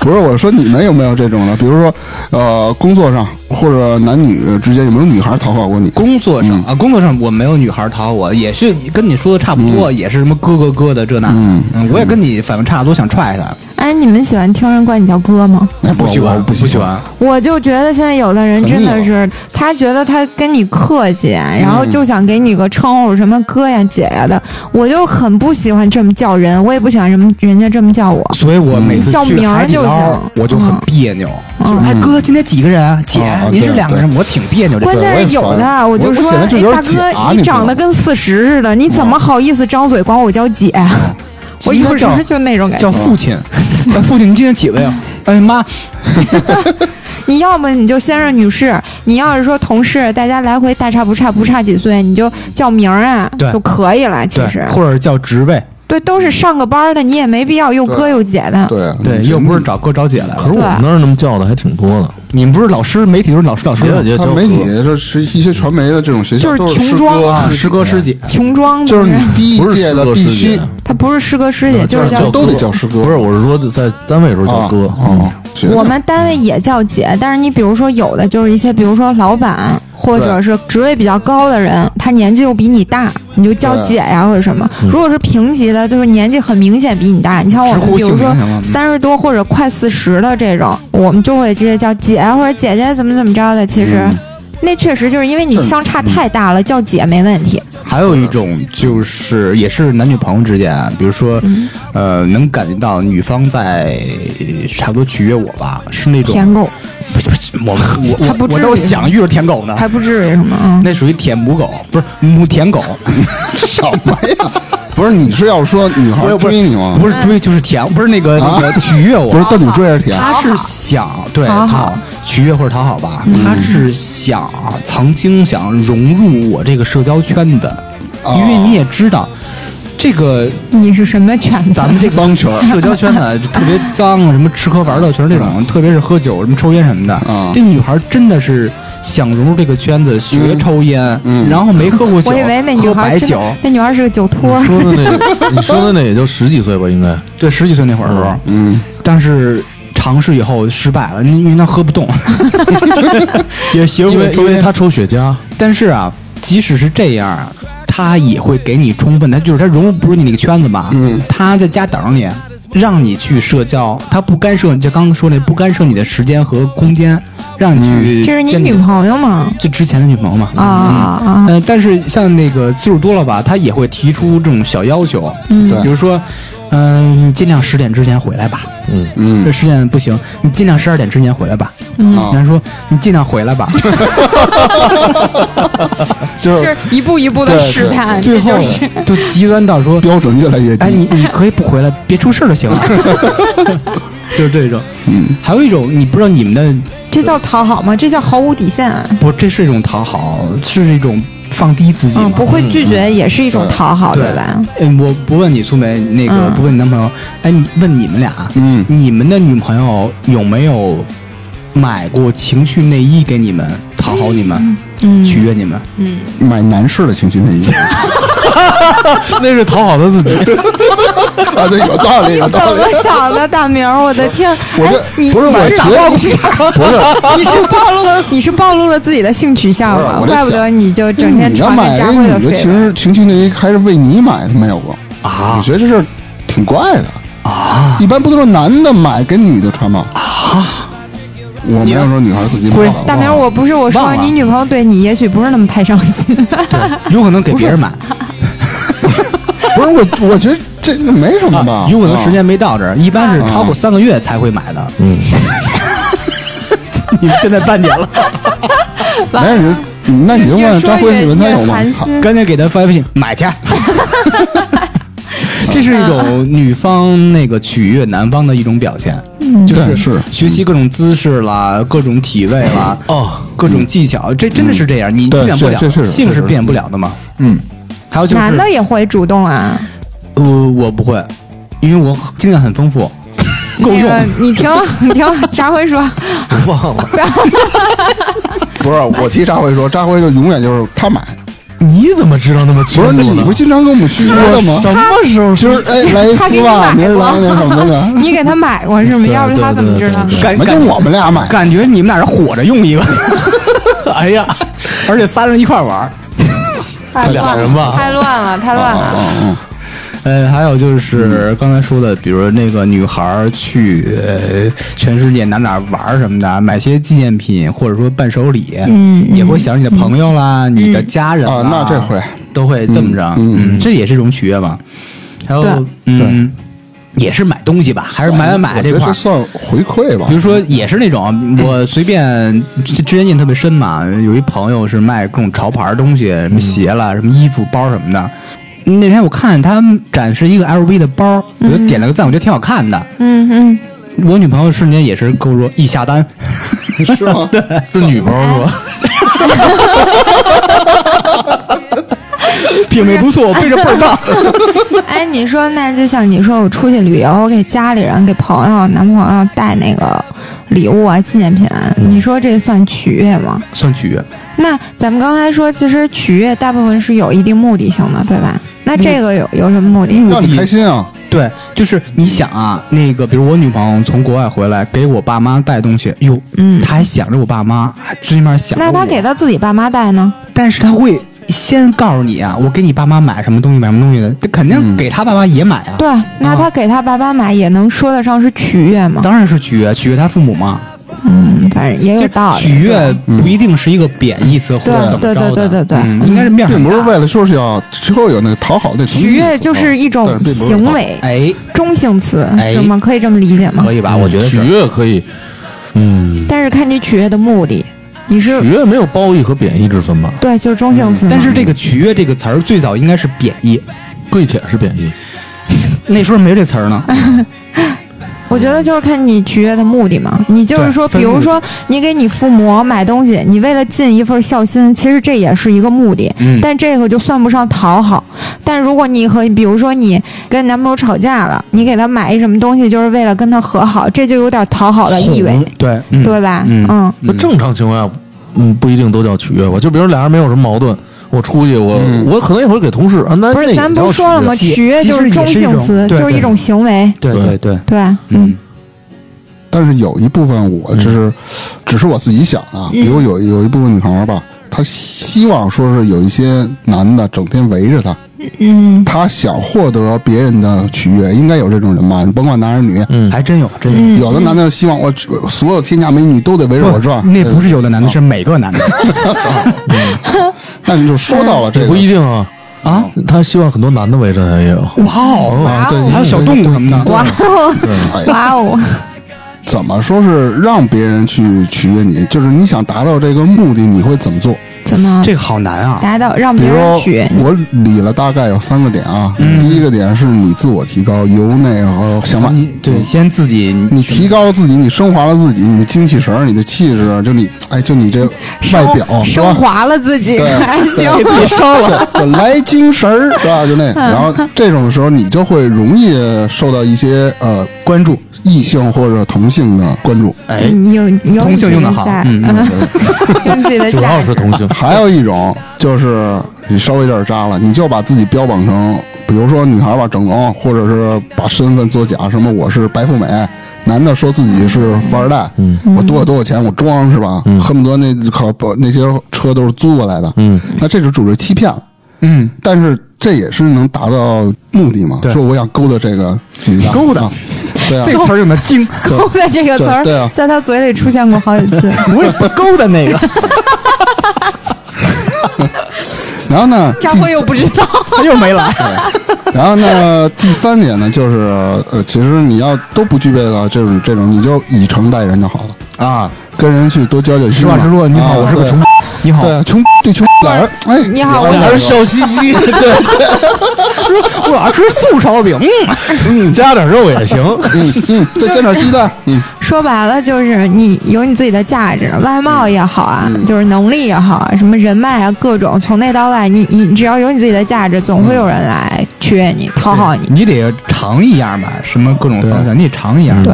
Speaker 2: 不是，我说你们有没有这种的？比如说，呃，工作上或者男女之间有没有女孩讨好过你？
Speaker 3: 工作上啊，工作上我没有女孩讨好我，也是跟你说的差不多，也是什么哥哥哥的这那，
Speaker 2: 嗯
Speaker 3: 嗯，我也跟你反应差不多，想踹他，
Speaker 1: 哎，你们喜欢听人管你叫哥吗？
Speaker 2: 哎，不
Speaker 3: 喜欢，
Speaker 2: 不
Speaker 3: 喜
Speaker 2: 欢。
Speaker 3: 欢。
Speaker 1: 我就觉得现在有的人真的是，他觉得他跟你客气，然
Speaker 2: 嗯
Speaker 1: 后就想给你个称呼，什么哥呀、姐呀的，我就很不喜欢这么叫人，我也不喜欢什么人家这么叫我。
Speaker 3: 所以我每次
Speaker 1: 嗯叫
Speaker 3: 去
Speaker 1: 名儿
Speaker 3: 海底
Speaker 1: 就
Speaker 3: 捞
Speaker 1: 行，嗯
Speaker 3: 我就很别扭，就是哎哥，今天几个人啊？姐
Speaker 2: 啊，
Speaker 3: 您
Speaker 2: 对
Speaker 3: 是两个人，我挺别扭这
Speaker 1: 哦关
Speaker 3: 个。
Speaker 1: 键是有
Speaker 2: 对我也
Speaker 1: 的，
Speaker 2: 烦
Speaker 1: 就说，哎
Speaker 2: 我我显得就有，
Speaker 1: 大
Speaker 2: 点假
Speaker 1: 哥，你
Speaker 2: 你知道吗
Speaker 1: 长得跟四十似的，你怎么好意思张嘴管我叫姐？啊
Speaker 2: [laughs]
Speaker 1: 我有时候就那种感觉
Speaker 3: 叫。父亲，哎父亲，你今天几
Speaker 1: [laughs]
Speaker 3: 位啊？哎妈，
Speaker 1: 你要么你就先生、女士，你要是说同事，大家来回大差不差，不差几岁，你就叫名儿啊
Speaker 3: 对
Speaker 1: 就可以了。其
Speaker 3: 对
Speaker 1: 实，
Speaker 3: 或者叫职位，
Speaker 1: 对，都是上个班儿的，你也没必要又哥又姐的。
Speaker 2: 对
Speaker 3: 对，又嗯不是找哥找姐来
Speaker 4: 可是
Speaker 3: 了。
Speaker 4: 我们那儿那么叫的还挺多的，
Speaker 3: 你们不是老师，媒体都是老师老师
Speaker 4: 也
Speaker 3: 吗，
Speaker 4: 也
Speaker 2: 他
Speaker 4: 叫
Speaker 2: 媒体
Speaker 4: 哥。
Speaker 2: 这是一些传媒的这种学校
Speaker 1: 就是
Speaker 2: 都是
Speaker 1: 穷
Speaker 2: 师
Speaker 1: 装
Speaker 2: 哥
Speaker 3: 啊，
Speaker 2: 师
Speaker 3: 师哥师姐，
Speaker 1: 穷装
Speaker 2: 就是
Speaker 1: 不
Speaker 2: 你第一
Speaker 4: 不是
Speaker 2: 届
Speaker 4: 师
Speaker 2: 的
Speaker 4: 哥
Speaker 2: 必
Speaker 4: 师
Speaker 2: 须
Speaker 4: 姐，
Speaker 1: 他不是师哥师姐，就是
Speaker 2: 叫
Speaker 1: 叫。
Speaker 2: 都得叫师哥
Speaker 4: 不是，我是说在单位的时候
Speaker 3: 啊
Speaker 4: 叫哥。
Speaker 3: 嗯
Speaker 2: 哦，学
Speaker 1: 我
Speaker 2: 的
Speaker 1: 们单位也叫姐，但是你比如说有的就是一些，比如说老板或者是职位比较高的人，他他年纪又比你大，你就叫
Speaker 2: 对
Speaker 1: 姐呀或者什么。如果是平级的，就是年纪很明显比你大，你像我
Speaker 3: 嗯直
Speaker 1: 们
Speaker 3: 呼
Speaker 1: 比如
Speaker 3: 姓
Speaker 1: 说
Speaker 3: 名行吗
Speaker 1: 三十多或者快四十的这种，我们就会直接叫姐啊或者姐姐怎么怎么着的。其实、
Speaker 3: 嗯
Speaker 1: 那确实就是因为你相差太大了，叫姐没问题。
Speaker 3: 还有一种就是也是男女朋友之间啊，比如说，
Speaker 1: 嗯
Speaker 3: 呃，能感觉到女方在呃差不多取悦我吧，是那种
Speaker 1: 舔狗
Speaker 3: 不是不是我我
Speaker 1: 还不
Speaker 3: 我
Speaker 1: 至于
Speaker 3: 我都想遇着舔狗呢，
Speaker 1: 还不至于什么啊？
Speaker 3: 那属于舔母狗，不是母舔 [laughs] 狗，
Speaker 2: 什么呀？不是，你是要说女孩
Speaker 3: 不是不
Speaker 2: 追
Speaker 3: 是
Speaker 2: 你吗？
Speaker 3: 不是追啊就是舔，不是那个那个取悦我，
Speaker 2: 不是，但
Speaker 1: 啊
Speaker 2: 你追还是舔？
Speaker 3: 他是想对
Speaker 1: 讨好
Speaker 3: 讨取悦或者讨好吧，他是想曾经想融入我这个社交圈子，因为你也知道。这个
Speaker 1: 你是什么犬子？
Speaker 3: 咱们这个
Speaker 2: 脏圈儿
Speaker 3: 社交圈呢，就特别脏，啊什么吃喝玩乐全是这种，特别是喝酒、什么抽烟什么的。
Speaker 2: 啊
Speaker 3: 这女孩真的是想融入这个圈子，学抽烟，然后没喝过酒，
Speaker 1: 我以为那女
Speaker 3: 喝
Speaker 1: 孩
Speaker 3: 白
Speaker 1: 儿真
Speaker 3: 酒。
Speaker 1: 的，那女孩儿是个酒托儿
Speaker 4: 嗯你。说的那，你说的那也就十几岁吧，应该。
Speaker 3: 对，十几岁那会儿的时候，嗯，但是尝试以后失败了，因为她喝不
Speaker 4: [laughs]
Speaker 3: 动，也学不
Speaker 4: 因
Speaker 3: 会
Speaker 4: 为因
Speaker 3: 抽
Speaker 4: 为
Speaker 3: 烟。
Speaker 4: 他抽雪茄，
Speaker 3: 但是啊，即使是这样啊，他也会给你充分，他就是他融入不入你那个圈子吧，嗯，他在家等着你，让你去社交，他不干涉，你就刚刚说那不干涉你的时间和空间，让
Speaker 4: 嗯
Speaker 3: 你去、
Speaker 1: 这是你女朋友吗？
Speaker 3: 就之前的女朋友嘛
Speaker 1: 啊啊啊！
Speaker 3: 嗯，但是像那个次数多了吧，他也会提出这种小要求，嗯
Speaker 2: 对
Speaker 3: 比如说，嗯、你尽量十点之前回来吧，
Speaker 4: 嗯，
Speaker 3: 这
Speaker 2: 嗯，
Speaker 3: 十点不行，你尽量十二点之前回来吧。
Speaker 1: 嗯
Speaker 2: 啊
Speaker 3: 人家说你尽量回来
Speaker 1: [laughs]
Speaker 3: 吧，
Speaker 2: 就
Speaker 1: 就是是一步一步的
Speaker 2: 对
Speaker 1: 试探，这
Speaker 3: 最后
Speaker 1: 就是
Speaker 3: 就极端
Speaker 2: [laughs]
Speaker 3: 到说，
Speaker 2: 标准越来越
Speaker 3: 哎，
Speaker 2: 低。
Speaker 3: 你你可以不回来，别出事儿就行了。
Speaker 2: [laughs]
Speaker 3: 就是这种，嗯，还有一种你不知道你们的
Speaker 1: 这叫讨好吗？这叫毫无底线。
Speaker 2: 嗯
Speaker 3: 不，这是一种讨好，是一种放低自己嘛。
Speaker 1: 嗯，不会拒绝也是一种讨好，
Speaker 3: 对
Speaker 1: 吧？？
Speaker 3: 嗯，我不问你苏梅，那个
Speaker 1: 嗯
Speaker 3: 不问你男朋友，哎，你问你们俩，
Speaker 2: 嗯
Speaker 3: 你们的女朋友有没有买过情趣内衣给你们讨好你们，
Speaker 1: 嗯
Speaker 3: 取悦你们？
Speaker 2: 买男士的情趣内衣
Speaker 4: [laughs]
Speaker 1: [laughs]
Speaker 4: 那是讨好他自己。
Speaker 2: 啊，对，有道理，有
Speaker 1: 怎
Speaker 2: 道理。
Speaker 1: 么想的，大明儿？我的天！
Speaker 2: [laughs] 我
Speaker 1: 哎
Speaker 2: 这，
Speaker 1: 你
Speaker 2: 不是我
Speaker 1: 你
Speaker 2: 觉得
Speaker 1: 你是
Speaker 2: 不是，
Speaker 1: 你是暴露了你是暴露了自己的性取向
Speaker 2: 不是
Speaker 1: 了，
Speaker 2: 我在
Speaker 1: 怪不
Speaker 2: 想
Speaker 1: 得你就整天
Speaker 2: 你要
Speaker 1: 传
Speaker 2: 买
Speaker 1: 那
Speaker 2: 那
Speaker 1: 扎
Speaker 2: 个
Speaker 1: 辉的
Speaker 2: 女的
Speaker 1: 绯
Speaker 2: 情
Speaker 1: 闻。
Speaker 2: 人情趣内衣，还是为你买的没有过
Speaker 3: 啊
Speaker 2: 我觉得这事儿挺怪的啊。一般不都是男的买给女的穿吗？啊，我没有说女孩自己买
Speaker 3: 不是
Speaker 2: 好不好
Speaker 1: 大明儿，我不是我说
Speaker 3: 忘了
Speaker 1: 你女朋友对你也许不是那么太上
Speaker 2: [laughs]
Speaker 1: 心，嗯
Speaker 3: 对，有可能给别人买，
Speaker 2: 不是我，我觉得这没什么吧
Speaker 3: 啊，有可能时
Speaker 2: 啊
Speaker 3: 间没到这儿，一般是超过三个月才会买的。嗯， [laughs] 你们现在半年
Speaker 2: [laughs]
Speaker 3: 了，
Speaker 2: 没事，你那哎你就
Speaker 1: 嗯越
Speaker 2: 问
Speaker 1: 说
Speaker 2: 张辉，
Speaker 1: 越
Speaker 2: 你问他
Speaker 1: 越
Speaker 2: 有吗？
Speaker 1: 寒
Speaker 2: 操
Speaker 1: 心。
Speaker 3: 赶紧给他发微信买
Speaker 2: [laughs]
Speaker 3: 去。这是一种女方那个取悦男方的一种表现，就
Speaker 2: 嗯对
Speaker 3: 是
Speaker 2: 是嗯
Speaker 3: 学习各种姿势啦，各种体位啦，
Speaker 4: [laughs] 哦，
Speaker 3: 各种技巧，这真的是这样，你
Speaker 2: 对
Speaker 3: 变不
Speaker 2: 是
Speaker 3: 了
Speaker 2: 这
Speaker 3: 的，
Speaker 2: 是
Speaker 3: 性
Speaker 2: 这
Speaker 3: 是
Speaker 2: 是
Speaker 3: 变不了的嘛。
Speaker 2: 嗯，
Speaker 3: 还有就是
Speaker 1: 男的也会主动啊，
Speaker 3: 呃，我不会，因为我经验很丰富，够
Speaker 1: 那个
Speaker 3: 用。
Speaker 1: 你听 [laughs] 你听，扎辉说， [laughs]
Speaker 4: 我忘了，
Speaker 2: 不是我提扎辉说，扎辉就永远就是他买，
Speaker 4: 你怎么知道那么清
Speaker 2: 不
Speaker 4: 楚
Speaker 2: 是
Speaker 4: 呢？
Speaker 2: 你不是经常跟我们说的
Speaker 4: 我什
Speaker 2: 吗？
Speaker 4: 么时候
Speaker 2: 今
Speaker 4: 说
Speaker 2: 儿哎来一丝袜，
Speaker 1: 他给
Speaker 2: 明
Speaker 1: 你买
Speaker 2: 儿
Speaker 1: 过
Speaker 2: 来那什么 [laughs] 的，
Speaker 1: [laughs] 你给他买过是吗？
Speaker 4: 对
Speaker 1: 要不
Speaker 4: 对
Speaker 1: 他怎么
Speaker 4: 对
Speaker 1: 知
Speaker 4: 对
Speaker 1: 道？
Speaker 4: 对
Speaker 3: 感
Speaker 2: 没就
Speaker 3: 感
Speaker 2: 我们俩买，
Speaker 3: [laughs] 感觉你们俩是火着用一个， [laughs] 哎呀，而且仨人一块儿玩儿。
Speaker 1: 太
Speaker 4: 俩
Speaker 1: 乱
Speaker 4: 人吧
Speaker 1: 了，太乱了，太乱了。
Speaker 2: 嗯
Speaker 3: 呃，还有就是刚才说的，比如那个女孩儿去呃全世界哪哪玩儿什么的，买些纪念品或者说伴手礼，嗯，也会想你的朋友啦、你的家人
Speaker 2: 啊
Speaker 3: 啦
Speaker 2: 那这会
Speaker 3: 都哦会这么着，嗯，这也是一种取悦嘛。还有
Speaker 1: 对，
Speaker 3: 嗯，也是买东西吧，还是买买买
Speaker 2: 我
Speaker 3: 这
Speaker 2: 觉
Speaker 3: 块
Speaker 2: 得
Speaker 3: 儿
Speaker 2: 是。算回馈吧
Speaker 3: 比。如说，也是那种我随便之之前印象特别深嘛，有一朋友是卖各种潮牌东西，什
Speaker 1: 嗯
Speaker 3: 么鞋啦、什么衣服、包什么的。那天我看他展示一个 LV 的包，我就点了个赞，我觉得挺好看的。
Speaker 1: 嗯嗯，
Speaker 3: 我女朋友瞬间也是跟我说一
Speaker 1: [laughs]
Speaker 3: 下单，
Speaker 2: 是吗？
Speaker 4: 是女朋友说，
Speaker 3: 品味不错，背着倍儿
Speaker 1: [laughs]
Speaker 3: 棒。
Speaker 1: 哎，你说那就像你说，我出去旅游，我给家里人、给朋友、男朋友带那个礼物啊、纪念品啊，你说这算取悦吗？
Speaker 3: 算取悦，
Speaker 1: 那咱们刚才说，其实取悦大部分是有一定目的性的，对吧？那这个有有什么目的？
Speaker 2: 让你开心啊！
Speaker 3: 对，就是你想啊，那个比如我女朋友从国外回来，给我爸妈带东西，哟，
Speaker 1: 嗯
Speaker 3: 她还想着我爸妈，还最起码想着
Speaker 1: 那他
Speaker 3: 我
Speaker 1: 给他自己爸妈带呢？
Speaker 3: 但是他会先告诉你啊，我给你爸妈买什么东西，买什么东西的，这肯定给他爸妈也买啊。
Speaker 1: 对，那他给他爸爸买也能说得上是取悦吗？
Speaker 3: 当然是取悦取悦他父母嘛。
Speaker 1: 嗯，反正也有
Speaker 3: 这
Speaker 1: 道理。
Speaker 3: 取悦不一定是一个贬义词或者
Speaker 1: 对
Speaker 3: 怎么着的，
Speaker 1: 对对对对对
Speaker 3: 嗯应该是面
Speaker 2: 并
Speaker 3: 上
Speaker 2: 不是为了说是要说有那个讨好那层
Speaker 1: 取
Speaker 2: 意
Speaker 1: 悦
Speaker 2: 思
Speaker 1: 就是一
Speaker 2: 但
Speaker 1: 种
Speaker 2: 是并不是讨
Speaker 1: 行
Speaker 2: 好
Speaker 1: 为，
Speaker 3: 哎，
Speaker 1: 中性词
Speaker 3: 哎
Speaker 1: 是吗？可以这么理解吗
Speaker 3: 可？以吧？啊我觉得
Speaker 4: 取
Speaker 3: 是。
Speaker 4: 悦可以，嗯，
Speaker 1: 但是看你取悦的目的，你是
Speaker 4: 取悦没有褒义和贬义之分吧？
Speaker 1: 对，就是中性词嘛。
Speaker 3: 嗯但是这个“取悦”这个词儿最早应该是贬义，
Speaker 4: 跪舔是贬义，
Speaker 3: 那时候没这词儿呢。
Speaker 1: 我觉得就是看你取悦的目的嘛。你就是说，
Speaker 3: 对
Speaker 1: 比如说你给你父母买东西，你为了尽一份孝心，其实这也是一个目的。
Speaker 3: 嗯
Speaker 1: 但这个就算不上讨好。但如果你和比如说你跟男朋友吵架了，你给他买一什么东西，就是为了跟他和好，这就有点讨好的意味，
Speaker 3: 对，嗯
Speaker 1: 对吧？
Speaker 3: 嗯
Speaker 1: 嗯
Speaker 4: 那正常情况下，嗯，不一定都叫取悦吧？就比如俩人没有什么矛盾，我出去我我可能一会儿给同事啊，那
Speaker 1: 不是，
Speaker 4: 那也
Speaker 1: 咱不
Speaker 4: 叫
Speaker 1: 是说了
Speaker 4: 取悦
Speaker 1: 吗？
Speaker 3: 其
Speaker 1: 取悦
Speaker 3: 其
Speaker 1: 就
Speaker 3: 实也
Speaker 1: 中
Speaker 3: 是一
Speaker 1: 性
Speaker 3: 种
Speaker 1: 词，
Speaker 3: 对
Speaker 1: 就是
Speaker 3: 对
Speaker 1: 一种行为，
Speaker 3: 对
Speaker 4: 对
Speaker 3: 对对，
Speaker 1: [laughs] 对吧？
Speaker 3: 嗯，
Speaker 2: 但是有一部分我只是，只是我自己想啊，比如有有一部分女孩儿吧，她希望说是有一些男的整天围着她，
Speaker 1: 嗯，
Speaker 2: 她想获得别人的取悦，应该有这种人吧？你甭管男是女，
Speaker 4: 嗯
Speaker 3: 还真有真有。
Speaker 2: 有的男的希望我所有天下美女都得围着我转，
Speaker 3: 那不
Speaker 2: 对，
Speaker 3: 是嗯有的男的，是每个男的
Speaker 2: 哦但你就说到了这
Speaker 4: 也
Speaker 2: 个，
Speaker 4: 不一定啊。
Speaker 3: 啊！
Speaker 4: 他希望很多男的围着他
Speaker 1: [laughs]
Speaker 4: 也有，
Speaker 3: 哇哦，
Speaker 2: 啊，对，
Speaker 3: 还有小动物什么的，
Speaker 1: 哇哦，
Speaker 3: 嗯
Speaker 2: 哎呀
Speaker 1: 哇哦，
Speaker 2: 怎么说是让别人去取悦你？就是你想达到这个目的，你会怎么做？
Speaker 1: 怎么
Speaker 3: 这个好难啊！
Speaker 1: 达到让
Speaker 2: 比
Speaker 1: 别
Speaker 2: 如
Speaker 1: 人取悦你？
Speaker 2: 我理了大概有三个点啊，第一个点是你自我提高，由内和想法。
Speaker 3: 你对，先自己
Speaker 2: 你提高了自己，你升华了自己，你的精气神儿，你的气质，就你，哎，就你这外表，是吧
Speaker 1: 升？华了自己，
Speaker 2: 对
Speaker 1: 还行。
Speaker 2: 给自己烧
Speaker 1: [laughs]
Speaker 2: 了，对就来精神儿，是吧？就那，然后这种时候你就会容易受到一些呃
Speaker 3: 关注，
Speaker 2: 异性或者同性的关注。
Speaker 3: 哎，
Speaker 1: 你有有
Speaker 3: 同性用得好嗯
Speaker 1: [laughs] 跟自己的
Speaker 4: 主要
Speaker 1: 价
Speaker 4: 是
Speaker 1: 值，
Speaker 4: 同性。 [laughs]
Speaker 2: 还有一种就是你稍微有点渣了，你就把自己标榜成，比如说女孩吧整容，或者是把身份作假，什么我是白富美，男的说自己是富二代，
Speaker 4: 嗯
Speaker 2: 我多有多有钱，我装是吧？恨不得那可不那些车都是租过来的，
Speaker 4: 嗯，
Speaker 2: 那这就属于欺骗了。
Speaker 3: 嗯，
Speaker 2: 但是这也是能达到目的嘛？
Speaker 3: 对
Speaker 2: 说我想勾搭这个女的，
Speaker 3: 勾搭
Speaker 2: 啊对啊，
Speaker 3: 这个词儿用的精，
Speaker 1: [laughs] 勾搭这个词
Speaker 2: 对
Speaker 1: 儿
Speaker 2: 啊
Speaker 1: 在他嘴里出现过好几
Speaker 3: [laughs]
Speaker 1: 次。
Speaker 3: 我也不勾搭那 [laughs] 个，
Speaker 2: 然后呢？
Speaker 1: 张辉又不知道，
Speaker 3: 他又没 [laughs] 来。
Speaker 2: 然后呢，第三点呢，就是呃，其实你要都不具备的这种这种，你就以诚待人就好了，
Speaker 3: 啊，
Speaker 2: 跟人去多交交心
Speaker 3: 实
Speaker 2: 嘛。
Speaker 3: 话实说，你
Speaker 2: 啊
Speaker 3: 好，我是个穷
Speaker 2: 对，
Speaker 3: 你好，
Speaker 2: 对穷对穷懒儿，哎，
Speaker 1: 你好我
Speaker 2: 聊两
Speaker 4: 还
Speaker 2: 句
Speaker 4: 是笑嘻 [laughs] 嘻，
Speaker 3: [laughs] 我要吃素烧饼，
Speaker 4: 嗯，加点肉也行。
Speaker 2: 嗯嗯，再煎点鸡蛋，嗯，
Speaker 1: 说白了就是你有你自己的价值，外貌也好啊，
Speaker 3: 嗯
Speaker 1: 就是能力也好啊，什么人脉啊，各种从内到外，你你只要有你自己的价值，总会有人来取悦你、讨好你，
Speaker 3: 啊你得尝一样吧，什么各种方向，你得尝一样，
Speaker 1: 对，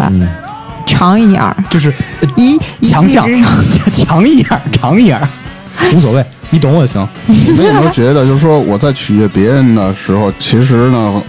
Speaker 1: 尝一样，
Speaker 3: 就是呃
Speaker 1: 一一
Speaker 3: 强
Speaker 1: 技
Speaker 3: 项
Speaker 1: 之长，
Speaker 3: 尝一样，尝一样，无所谓，你懂我就行。
Speaker 2: 你们有没有觉得，就是说我在取悦别人的时候，其实呢，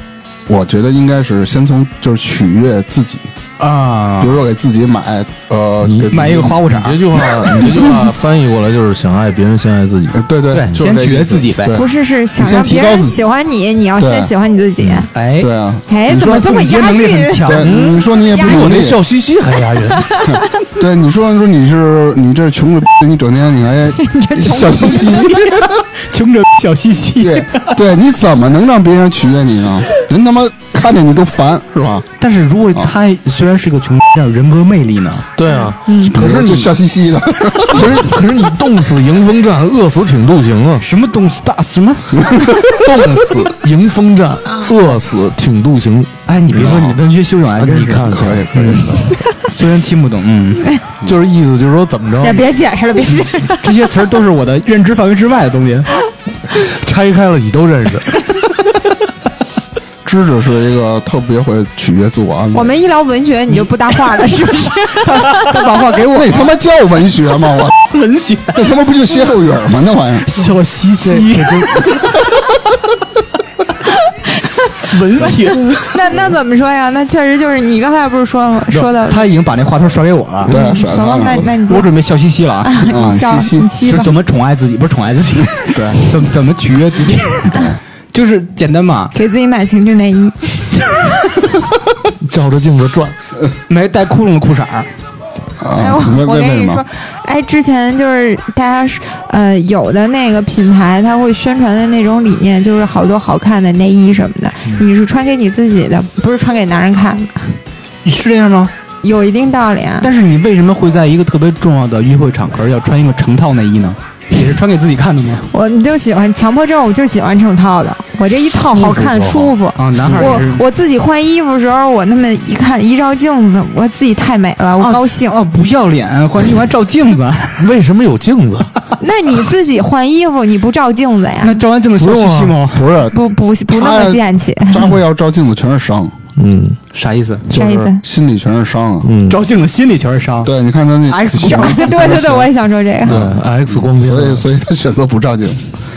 Speaker 2: 我觉得应该是先从就是取悦自己，
Speaker 3: 啊
Speaker 2: 比如说给自己买，呃，给自己
Speaker 3: 嗯买一个花裤衩
Speaker 4: 你，这句话， [laughs] 你这句话翻译过来就是想爱别人，先爱自己。
Speaker 2: 呃对对
Speaker 3: 对
Speaker 2: 就是
Speaker 3: 先
Speaker 2: 这
Speaker 3: 取悦
Speaker 2: 意思
Speaker 3: 自己呗
Speaker 2: 对
Speaker 1: 不是是想
Speaker 2: 你先
Speaker 1: 让
Speaker 2: 提
Speaker 1: 别
Speaker 2: 高
Speaker 1: 人
Speaker 2: 自己
Speaker 1: 喜欢你，你要
Speaker 2: 嗯对
Speaker 1: 先喜欢你自己。
Speaker 3: 哎
Speaker 2: 对啊，
Speaker 1: 哎
Speaker 2: 你
Speaker 1: 怎
Speaker 2: 说
Speaker 1: 么这么
Speaker 3: 你节
Speaker 1: 押
Speaker 3: 能力很
Speaker 1: 韵？
Speaker 3: 强，
Speaker 2: 对，
Speaker 3: [laughs]
Speaker 2: 你说你也不
Speaker 1: 押韵
Speaker 2: 努
Speaker 4: 我
Speaker 2: 力
Speaker 4: 那，笑嘻嘻还压人，
Speaker 1: [laughs]
Speaker 2: 对，你说说你是你这穷着，你整天
Speaker 1: [laughs]
Speaker 2: 你还笑嘻嘻，
Speaker 3: 穷着笑嘻嘻。
Speaker 2: 对对，你怎么能让别人取悦你呢？人他妈看见你都烦是吧？
Speaker 3: 但是如果他虽然是个穷，但是有人格魅力呢？！
Speaker 4: [laughs] 对啊，
Speaker 1: 嗯
Speaker 2: 可是就笑嘻嘻的， [laughs]
Speaker 4: 可是可是你冻死迎风站，饿死挺肚行 [laughs] 啊
Speaker 3: 什么东西大什么？
Speaker 4: 冻死迎风站，饿死挺肚行。
Speaker 3: 哎，你别说，你文学修养还真是
Speaker 4: 啊你看看
Speaker 2: 可以可以，
Speaker 3: [laughs] 虽然听不懂，嗯，
Speaker 4: 就是意思就是说怎么
Speaker 1: 也
Speaker 4: 着，
Speaker 1: 哎别解释了，别解
Speaker 2: [laughs]
Speaker 1: 释了。
Speaker 3: 这些词儿都是我的认知范围之外的东西。
Speaker 4: 拆开了你都认识。
Speaker 2: 芝芝是一个特别会取悦自我安慰
Speaker 1: 我。们一聊文学，你就不搭话了，是不
Speaker 2: [laughs]
Speaker 1: 是？
Speaker 3: 他把话给我
Speaker 2: 那他妈叫文学吗？
Speaker 1: [laughs]
Speaker 2: 我
Speaker 3: 文学
Speaker 2: 那他妈不就歇后语儿吗？那玩意儿，
Speaker 3: 笑嘻嘻，文学。
Speaker 1: 那那怎么说呀？那确实就是你刚才不是说了吗说的，
Speaker 3: 他已经把那话头甩给我了，
Speaker 2: 对，甩
Speaker 1: 行
Speaker 2: 他
Speaker 1: 了，那
Speaker 2: 了，
Speaker 1: 那你
Speaker 3: 我准备笑嘻嘻了嗯啊！
Speaker 4: 嗯
Speaker 2: 啊
Speaker 1: 你笑，
Speaker 2: 嘻嘻
Speaker 1: 你吸
Speaker 3: 就
Speaker 1: 吧
Speaker 3: 怎。么宠爱自己，不是宠爱自己，
Speaker 2: 对，
Speaker 3: 怎么怎么取悦自己， [laughs] 就是简单嘛，
Speaker 1: 给自己买情趣内衣，
Speaker 4: 照着镜子转，
Speaker 3: 没带窟窿的裤衩儿，
Speaker 1: 哎，
Speaker 2: 啊
Speaker 1: 我，
Speaker 2: 为
Speaker 1: 我
Speaker 2: 为
Speaker 1: 跟
Speaker 2: 为什
Speaker 1: 你
Speaker 2: 么
Speaker 1: 说？，哎，之前就是大家说呃有的那个品牌，它会宣传的那种理念，就是好多好看的内衣什么的，
Speaker 2: 嗯
Speaker 1: 你是穿给你自己的，不是穿给男人看的，
Speaker 3: 是这样吗？
Speaker 1: 有一定道理啊。
Speaker 3: 但是你为什么会在一个特别重要的约会场合要穿一个成套内衣呢？也是穿给自己看的吗？
Speaker 1: 我你就喜欢强迫症，我就喜欢成套的，我这一套好看舒服。
Speaker 3: 啊，男孩儿也是
Speaker 1: 我。我自己换衣服的时候，我那么一看，一照镜子，我自己太美了，我
Speaker 3: 啊
Speaker 1: 高
Speaker 3: [laughs]
Speaker 1: 兴。
Speaker 3: 哦，不要脸，换衣服还照镜子，啊
Speaker 4: 为什么有镜子？
Speaker 1: 那你自己换衣服，你不照镜子呀
Speaker 3: 那？照完镜子
Speaker 4: 不
Speaker 3: 笑
Speaker 4: 用
Speaker 3: 嘻
Speaker 4: 啊
Speaker 3: 嘻吗？
Speaker 2: 不是，
Speaker 1: 不不不那
Speaker 2: 他
Speaker 1: 么贱气，
Speaker 2: 扎辉要照镜子全是伤，
Speaker 4: 嗯，
Speaker 3: 啥意思？
Speaker 1: 啥意思？
Speaker 2: 心里全是伤啊。
Speaker 3: 照镜子心里全是伤。
Speaker 2: 对，你看他那
Speaker 3: X
Speaker 2: 小
Speaker 3: 光，
Speaker 1: [laughs] 对对对，我也想说这个。
Speaker 4: 对，X 光片，
Speaker 2: 所以所以他选择不照镜。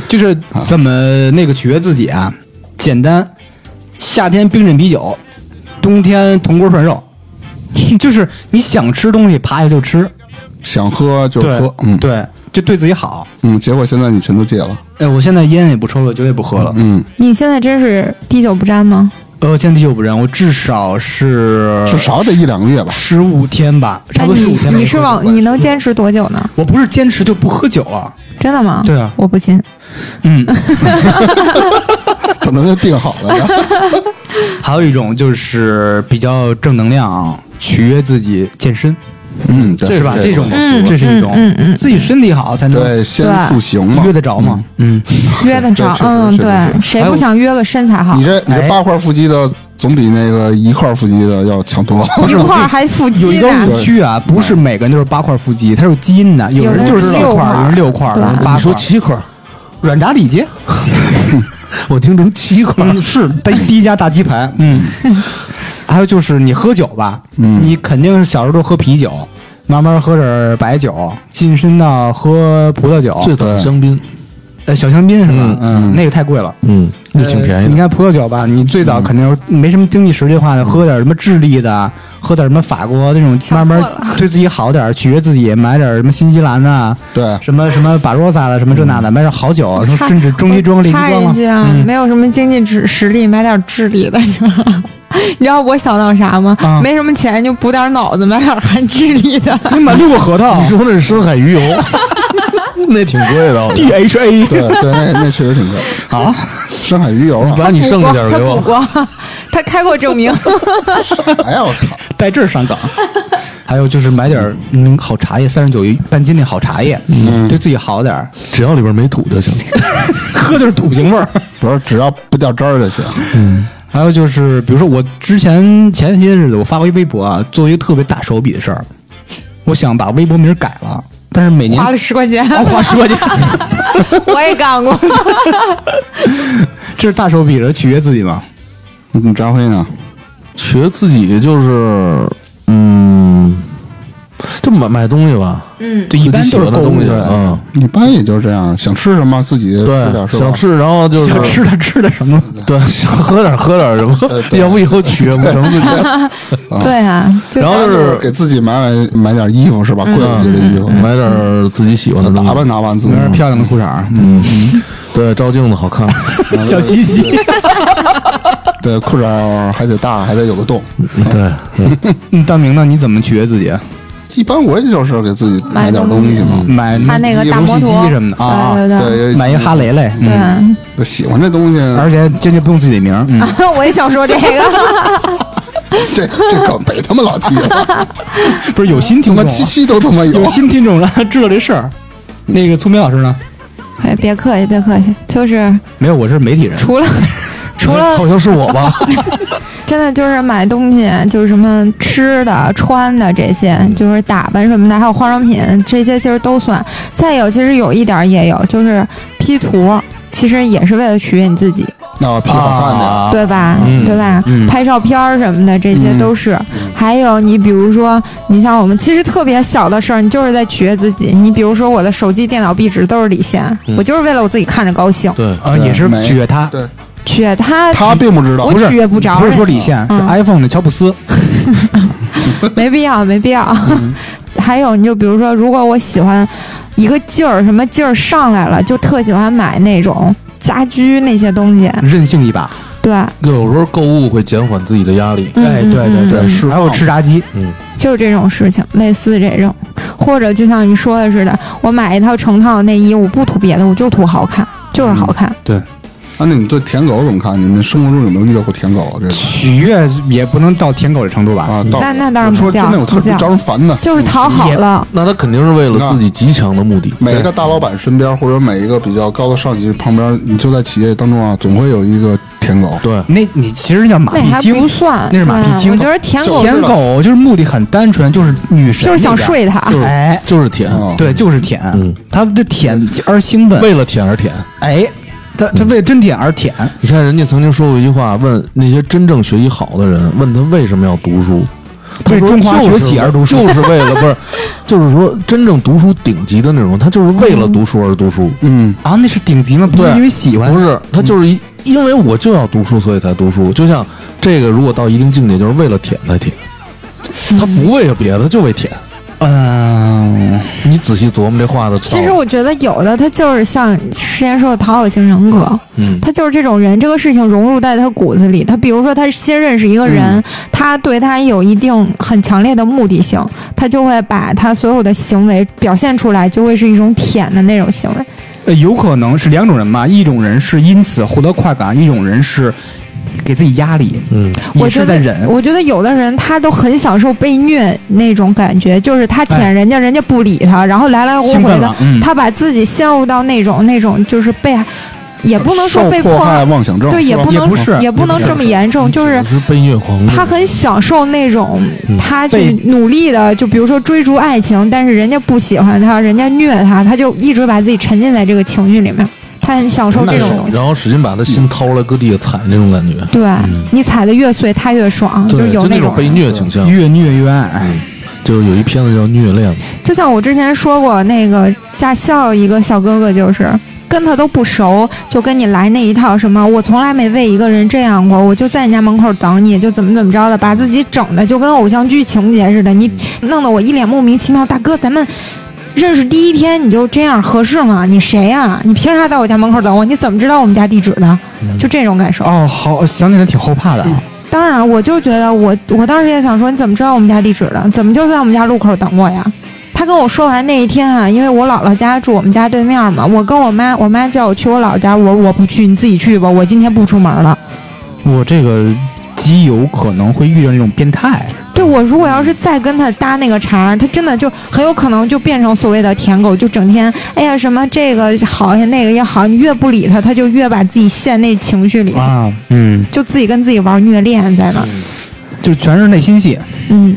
Speaker 3: 就是怎么那个取悦自己啊？简单，夏天冰镇啤酒，冬天铜锅涮
Speaker 1: [laughs]
Speaker 3: 肉，就是你想吃东西，爬下就吃，
Speaker 2: 想喝就
Speaker 3: 对
Speaker 2: 喝，嗯
Speaker 3: 对，就对自己好。
Speaker 2: 嗯，结果现在你全都戒了，
Speaker 3: 哎，我现在烟也不抽了，酒也不喝了，
Speaker 2: 嗯，
Speaker 1: 你现在真是滴酒不沾吗？
Speaker 3: 呃，现在滴酒不沾，我至少是
Speaker 2: 至少得一两个月
Speaker 3: [laughs]
Speaker 2: 吧。
Speaker 3: 十五天吧，差
Speaker 1: 哎，
Speaker 3: 不多
Speaker 1: 你
Speaker 3: 十五天吧。
Speaker 1: 你是往你能坚
Speaker 3: 持？
Speaker 1: 持多久呢？
Speaker 3: 我不是坚持就不喝酒了，
Speaker 1: 真的吗？
Speaker 3: 对啊
Speaker 1: 我不信。
Speaker 3: [laughs] 嗯，
Speaker 2: 可能就病好了呀。
Speaker 3: 还有一种就是比较正能量啊，取悦自己健身，
Speaker 2: 嗯，对
Speaker 3: 是吧？
Speaker 2: 这
Speaker 3: 种
Speaker 1: 嗯
Speaker 3: 这是一种
Speaker 1: 嗯嗯嗯，
Speaker 3: 自己身体好才能
Speaker 2: 对，先塑形嘛
Speaker 3: 约。得着嘛。嗯，
Speaker 1: 约得着
Speaker 2: 这确，实
Speaker 1: 嗯，
Speaker 2: 确实
Speaker 1: 对，
Speaker 2: 是
Speaker 1: 谁
Speaker 3: 还有
Speaker 1: 不想约个身材好
Speaker 2: 你？这你这八块腹肌的总比那个一块腹肌的要强多了。
Speaker 1: [laughs] 一块儿还腹
Speaker 3: 有
Speaker 1: 肌
Speaker 3: 一个
Speaker 1: 呢，
Speaker 3: 误区啊，不是每个人都是八块腹肌，它是有基因的，有人
Speaker 1: 有的
Speaker 3: 就是
Speaker 1: 是
Speaker 3: 四
Speaker 1: 六
Speaker 3: 块，
Speaker 1: 块
Speaker 3: 有人六块，有
Speaker 1: 对
Speaker 3: 人八块。
Speaker 4: 你说七块儿，
Speaker 3: 软炸里 [laughs] 脊？
Speaker 4: 我听成七块儿，
Speaker 3: 嗯，是第第一家大鸡排，嗯。还有就是你喝酒吧，你肯定是小时候都喝啤酒，慢慢喝点儿白酒，晋升到喝葡萄酒，
Speaker 4: 最早的香槟，
Speaker 3: 呃小香槟是吧？嗯，那个太贵了。
Speaker 4: 嗯，那挺便
Speaker 3: 呃
Speaker 4: 宜的
Speaker 3: 你。看葡萄酒吧，你最早肯定没什么经济实力的话呢，喝点什么智利的，喝点什么法国那种，
Speaker 1: 想
Speaker 3: 慢
Speaker 1: 错了
Speaker 3: 慢对自己好点儿，取悦自己，买点儿什么新西兰啊，
Speaker 2: 对
Speaker 3: 什么什么巴若萨的，什么这那的，买点好酒，什么
Speaker 1: 插
Speaker 3: 甚至中西装、丽
Speaker 1: 插
Speaker 3: 西装
Speaker 1: 一
Speaker 3: 啊。
Speaker 1: 句啊，没有什么经济实实力，买点智力的就。 [laughs] 你知道我想到啥吗？
Speaker 3: 啊
Speaker 1: 没什么钱就补点脑子，买点含智力的。
Speaker 3: 你买六个核桃
Speaker 4: 你说那是深海鱼油，哦 [laughs] 那挺贵的。 [laughs]
Speaker 3: [laughs]
Speaker 4: 我
Speaker 3: DHA
Speaker 2: 对对，那那确实挺贵。
Speaker 3: 啊，
Speaker 2: 深海鱼油
Speaker 4: [laughs]
Speaker 2: 啊，
Speaker 4: [laughs] 把你剩下点儿
Speaker 3: [laughs]
Speaker 4: 给
Speaker 1: 他补
Speaker 4: 我。
Speaker 1: 过，他开过证
Speaker 4: [laughs]
Speaker 1: 明。
Speaker 2: 哎呀，我操！
Speaker 3: 带这儿上岗。还有就是买点儿嗯好茶叶，三十九半斤那好茶叶，对自己好点儿，
Speaker 4: 只要里边没土就行。
Speaker 3: 喝就是土腥味儿。
Speaker 2: 不是，只要不掉渣儿就行。
Speaker 3: 还有就是，比如说我之前前些日子我发过一微博啊，做一个特别大手笔的事儿，我想把微博名改了，但是每年 [laughs]
Speaker 1: 花了十块钱，
Speaker 3: 啊
Speaker 4: 哦
Speaker 3: 花十块钱，
Speaker 1: 我也干
Speaker 4: [laughs]
Speaker 1: 过。
Speaker 3: 这是大手笔，是取悦自己嘛？
Speaker 2: 嗯，张辉呢？
Speaker 4: 学自己就是，嗯，就买买东西吧，
Speaker 1: 嗯，
Speaker 3: 对，一般
Speaker 4: 自己喜
Speaker 3: 都
Speaker 4: 欢
Speaker 3: 是
Speaker 4: 的
Speaker 3: 购物
Speaker 4: 东西，
Speaker 3: 的，
Speaker 4: 嗯，
Speaker 2: 一般也就是这样，想吃什么自己吃点儿
Speaker 4: 对，
Speaker 2: 是吧？[laughs]
Speaker 4: 想吃，然后就是
Speaker 3: 想吃的吃的什么？
Speaker 4: 对，想喝点喝点什么，
Speaker 2: 对嗯
Speaker 4: 要不以后取悦不成
Speaker 2: [laughs]
Speaker 4: 自己。
Speaker 1: 对啊，就
Speaker 4: 哦然后就
Speaker 2: 就是
Speaker 4: 是
Speaker 2: 给自己买买买点衣服是吧？贵不起的衣服，
Speaker 4: 嗯买点自己喜欢的东西
Speaker 2: 打扮，打扮自己
Speaker 3: 有。点漂亮的裤衩儿，嗯，
Speaker 4: 对，照镜子好看，
Speaker 3: 小西西，
Speaker 2: 对，裤衩儿还得大，还得有个洞。
Speaker 4: 对，
Speaker 3: 嗯大明呢？你怎么取悦自己？啊
Speaker 2: 一般我也就是给自己买点东西嘛。
Speaker 3: 买
Speaker 1: 他那个大
Speaker 3: 游
Speaker 1: 摩
Speaker 3: 戏
Speaker 1: 托
Speaker 3: 机什么的啊？
Speaker 1: 对
Speaker 3: 啊
Speaker 1: 对
Speaker 2: 对，
Speaker 3: 买一哈雷雷，
Speaker 1: 对
Speaker 3: 嗯，
Speaker 2: 对，喜欢这东西，
Speaker 3: 而且坚决不用自己的名儿，嗯，
Speaker 1: 对，啊 [laughs] 我也想说这个。
Speaker 2: 这这梗被他妈老提了，
Speaker 3: 不是有心
Speaker 2: 他
Speaker 3: 听
Speaker 2: 妈
Speaker 3: 众啊，
Speaker 2: 七七都他妈有
Speaker 3: 有。新听众让他知道这事儿。那个聪明老师呢？
Speaker 1: [laughs] 哎，别客气，别客气，就是
Speaker 3: 没有，我是媒体人。
Speaker 1: 除了 [laughs] 除了
Speaker 4: 好像是我吧，
Speaker 1: 真的就是买东西，就是什么吃的、穿的这些，就是打扮什么的，还有化妆品这些，其实都算。再有，其实有一点儿也有，就是 P 图，其实也是为了取悦你自己，
Speaker 2: 那我屁好看点，
Speaker 3: 啊
Speaker 1: 对吧？
Speaker 4: 嗯
Speaker 1: 对吧？
Speaker 3: 嗯
Speaker 1: 拍照片儿什么的，这些都是。还有，你比如说，你像我们其实特别小的事儿，你就是在取悦自己。你比如说，我的手机、电脑壁纸都是李现，我就是为了我自己看着高兴。
Speaker 4: 对，
Speaker 3: 啊，也
Speaker 2: 对
Speaker 3: 是
Speaker 2: 美
Speaker 3: 取悦他，
Speaker 2: 对
Speaker 1: 取悦他，
Speaker 2: 他并不知道
Speaker 1: 我
Speaker 3: 不是
Speaker 1: 取悦不着人，
Speaker 3: 不是说李现，是
Speaker 1: 嗯
Speaker 3: iPhone 的乔布斯。
Speaker 1: 没必要，没必要。 [laughs] 还有，你就比如说，如果我喜欢一个劲儿，什么劲儿上来了，就特喜欢买那种家居那些东西。
Speaker 3: 任性一把。
Speaker 1: 对，
Speaker 4: 有时候购物会减缓自己的压力。
Speaker 1: 嗯
Speaker 3: 哎，对对
Speaker 1: 嗯
Speaker 3: 对，
Speaker 1: 嗯
Speaker 3: 是
Speaker 2: 啊
Speaker 3: 还有吃炸鸡，
Speaker 4: 嗯，
Speaker 1: 就是这种事情，类似这种，或者就像你说的似的，我买一套成套的内衣，我不图别的，我就图好看，就是好看。
Speaker 3: 对，
Speaker 2: 啊，那你对舔狗怎么看？你们生活中有没有遇到过舔狗啊？这种
Speaker 3: 取悦也不能到舔狗的程度吧？
Speaker 2: 啊，到
Speaker 1: 那那当然
Speaker 2: 说
Speaker 1: 不
Speaker 2: 真
Speaker 1: 叫
Speaker 2: 的，我特
Speaker 1: 不
Speaker 2: 别
Speaker 1: 叫
Speaker 2: 招人烦的，
Speaker 1: 就是讨好了，
Speaker 4: 那他肯定是为了自己极强的目的。
Speaker 2: 每一个大老板身边或者每一个比较高的上级旁边，你就在企业当中啊，总会有一个舔狗。
Speaker 4: 对，
Speaker 3: 那你其实叫马
Speaker 1: 那
Speaker 3: 屁
Speaker 1: 还
Speaker 3: 精
Speaker 1: 不，算，嗯
Speaker 3: 那是马屁精
Speaker 1: 对我觉得舔狗
Speaker 3: 舔狗就是目的很单纯，就是女神
Speaker 1: 就是想
Speaker 3: 那边。
Speaker 1: 睡他，
Speaker 4: 就是、
Speaker 3: 哎
Speaker 4: 就是舔，
Speaker 2: 啊，
Speaker 3: 对，就是舔
Speaker 4: 嗯，
Speaker 3: 他的舔而兴奋，
Speaker 4: 为了舔而舔。
Speaker 3: 哎，他他为了真舔而舔，
Speaker 4: 你看人家曾经说过一句话，问那些真正学习好的人，问他为什么要读书，他
Speaker 3: 为
Speaker 4: 说
Speaker 3: 中华
Speaker 4: 就
Speaker 3: 崛
Speaker 4: 是
Speaker 3: 起而读书
Speaker 4: 就是为了不
Speaker 3: [laughs]
Speaker 4: 是，就是说真正读书顶级的那种，他就是为了读书而读书，
Speaker 2: 嗯，
Speaker 3: 啊，那是顶级吗？不是
Speaker 4: 对
Speaker 3: 因为喜欢，嗯
Speaker 4: 不是他就是一因为我就要读书，所以才读书。就像这个，如果到一定境界，就是为了舔才舔，他不为了别的，就为舔。
Speaker 3: 嗯，
Speaker 4: 你仔细琢磨这话的道理，
Speaker 1: 其实我觉得有的他就是像之前说的讨好型人格，
Speaker 4: 嗯，
Speaker 1: 他就是这种人，这个事情融入在他骨子里。他比如说，他新认识一个人，
Speaker 3: 嗯
Speaker 1: 他对他有一定很强烈的目的性，他就会把他所有的行为表现出来，就会是一种舔的那种行为。
Speaker 3: 呃有可能是两种人吧，一种人是因此获得快感，一种人是给自己压力，
Speaker 4: 嗯，
Speaker 1: 我
Speaker 3: 也
Speaker 1: 觉
Speaker 3: 是
Speaker 1: 得
Speaker 3: 在忍。
Speaker 1: 我觉得有的人他都很享受被虐那种感觉，就是他
Speaker 3: 哎
Speaker 1: 舔人家，人家不理他，然后来来回
Speaker 3: 兴
Speaker 1: 回
Speaker 3: 奋
Speaker 1: 的
Speaker 3: 了，，嗯，
Speaker 1: 他把自己陷入到那种那种就是被，也不能说
Speaker 2: 受
Speaker 1: 被
Speaker 2: 迫
Speaker 1: 迫
Speaker 2: 害妄想症，
Speaker 1: 对，
Speaker 2: 是
Speaker 1: 也
Speaker 2: 吧
Speaker 1: 不能
Speaker 3: 也不是
Speaker 1: 也不能
Speaker 3: 也不是
Speaker 1: 这么严重，就是
Speaker 4: 只是被虐狂的。
Speaker 1: 他很享受那种
Speaker 4: 嗯
Speaker 1: 他
Speaker 3: 被
Speaker 1: 去努力的，就比如说追逐爱情，但是人家不喜欢他，人家虐他，他就一直把自己沉浸在这个情绪里面，他很享受这种东西。
Speaker 4: 然后使劲把他心掏出来，搁地下踩那种感觉。
Speaker 1: 对、你踩的越碎，他越爽，就
Speaker 4: 对，
Speaker 1: 有
Speaker 4: 就那
Speaker 1: 种
Speaker 4: 种被
Speaker 1: 人
Speaker 4: 虐倾向。嗯
Speaker 3: 越虐越爱，
Speaker 4: 就是有一片子叫《虐恋》嘛，
Speaker 1: 就像我之前说过，那个驾校一个小哥哥就是。跟他都不熟，就跟你来那一套什么，我从来没为一个人这样过，我就在你家门口等你，就怎么怎么着的，把自己整的就跟偶像剧情节似的，你弄得我一脸莫名其妙。大哥，咱们认识第一天你就这样合适吗？你谁呀、你凭啥在我家门口等我？你怎么知道我们家地址的？就这种感受。
Speaker 3: 哦，好，想起来挺后怕的啊。
Speaker 1: 当然，我就觉得我我当时也想说，你怎么知道我们家地址的？怎么就在我们家路口等我呀？他跟我说完那一天啊，因为我姥姥家住我们家对面嘛，我跟我妈，我妈叫我去我姥姥家，我说我不去，你自己去吧，我今天不出门了。嗯
Speaker 3: 我这个极有可能会遇到那种变态，
Speaker 1: 对我如果要是再跟他搭那个茬儿，他真的就很有可能就变成所谓的舔狗，就整天哎呀什么这个好呀那个也好，你越不理他，他就越把自己陷那情绪里，
Speaker 3: 啊，嗯，
Speaker 1: 就自己跟自己玩虐恋在那儿。
Speaker 3: 就全是内心戏，
Speaker 1: 嗯，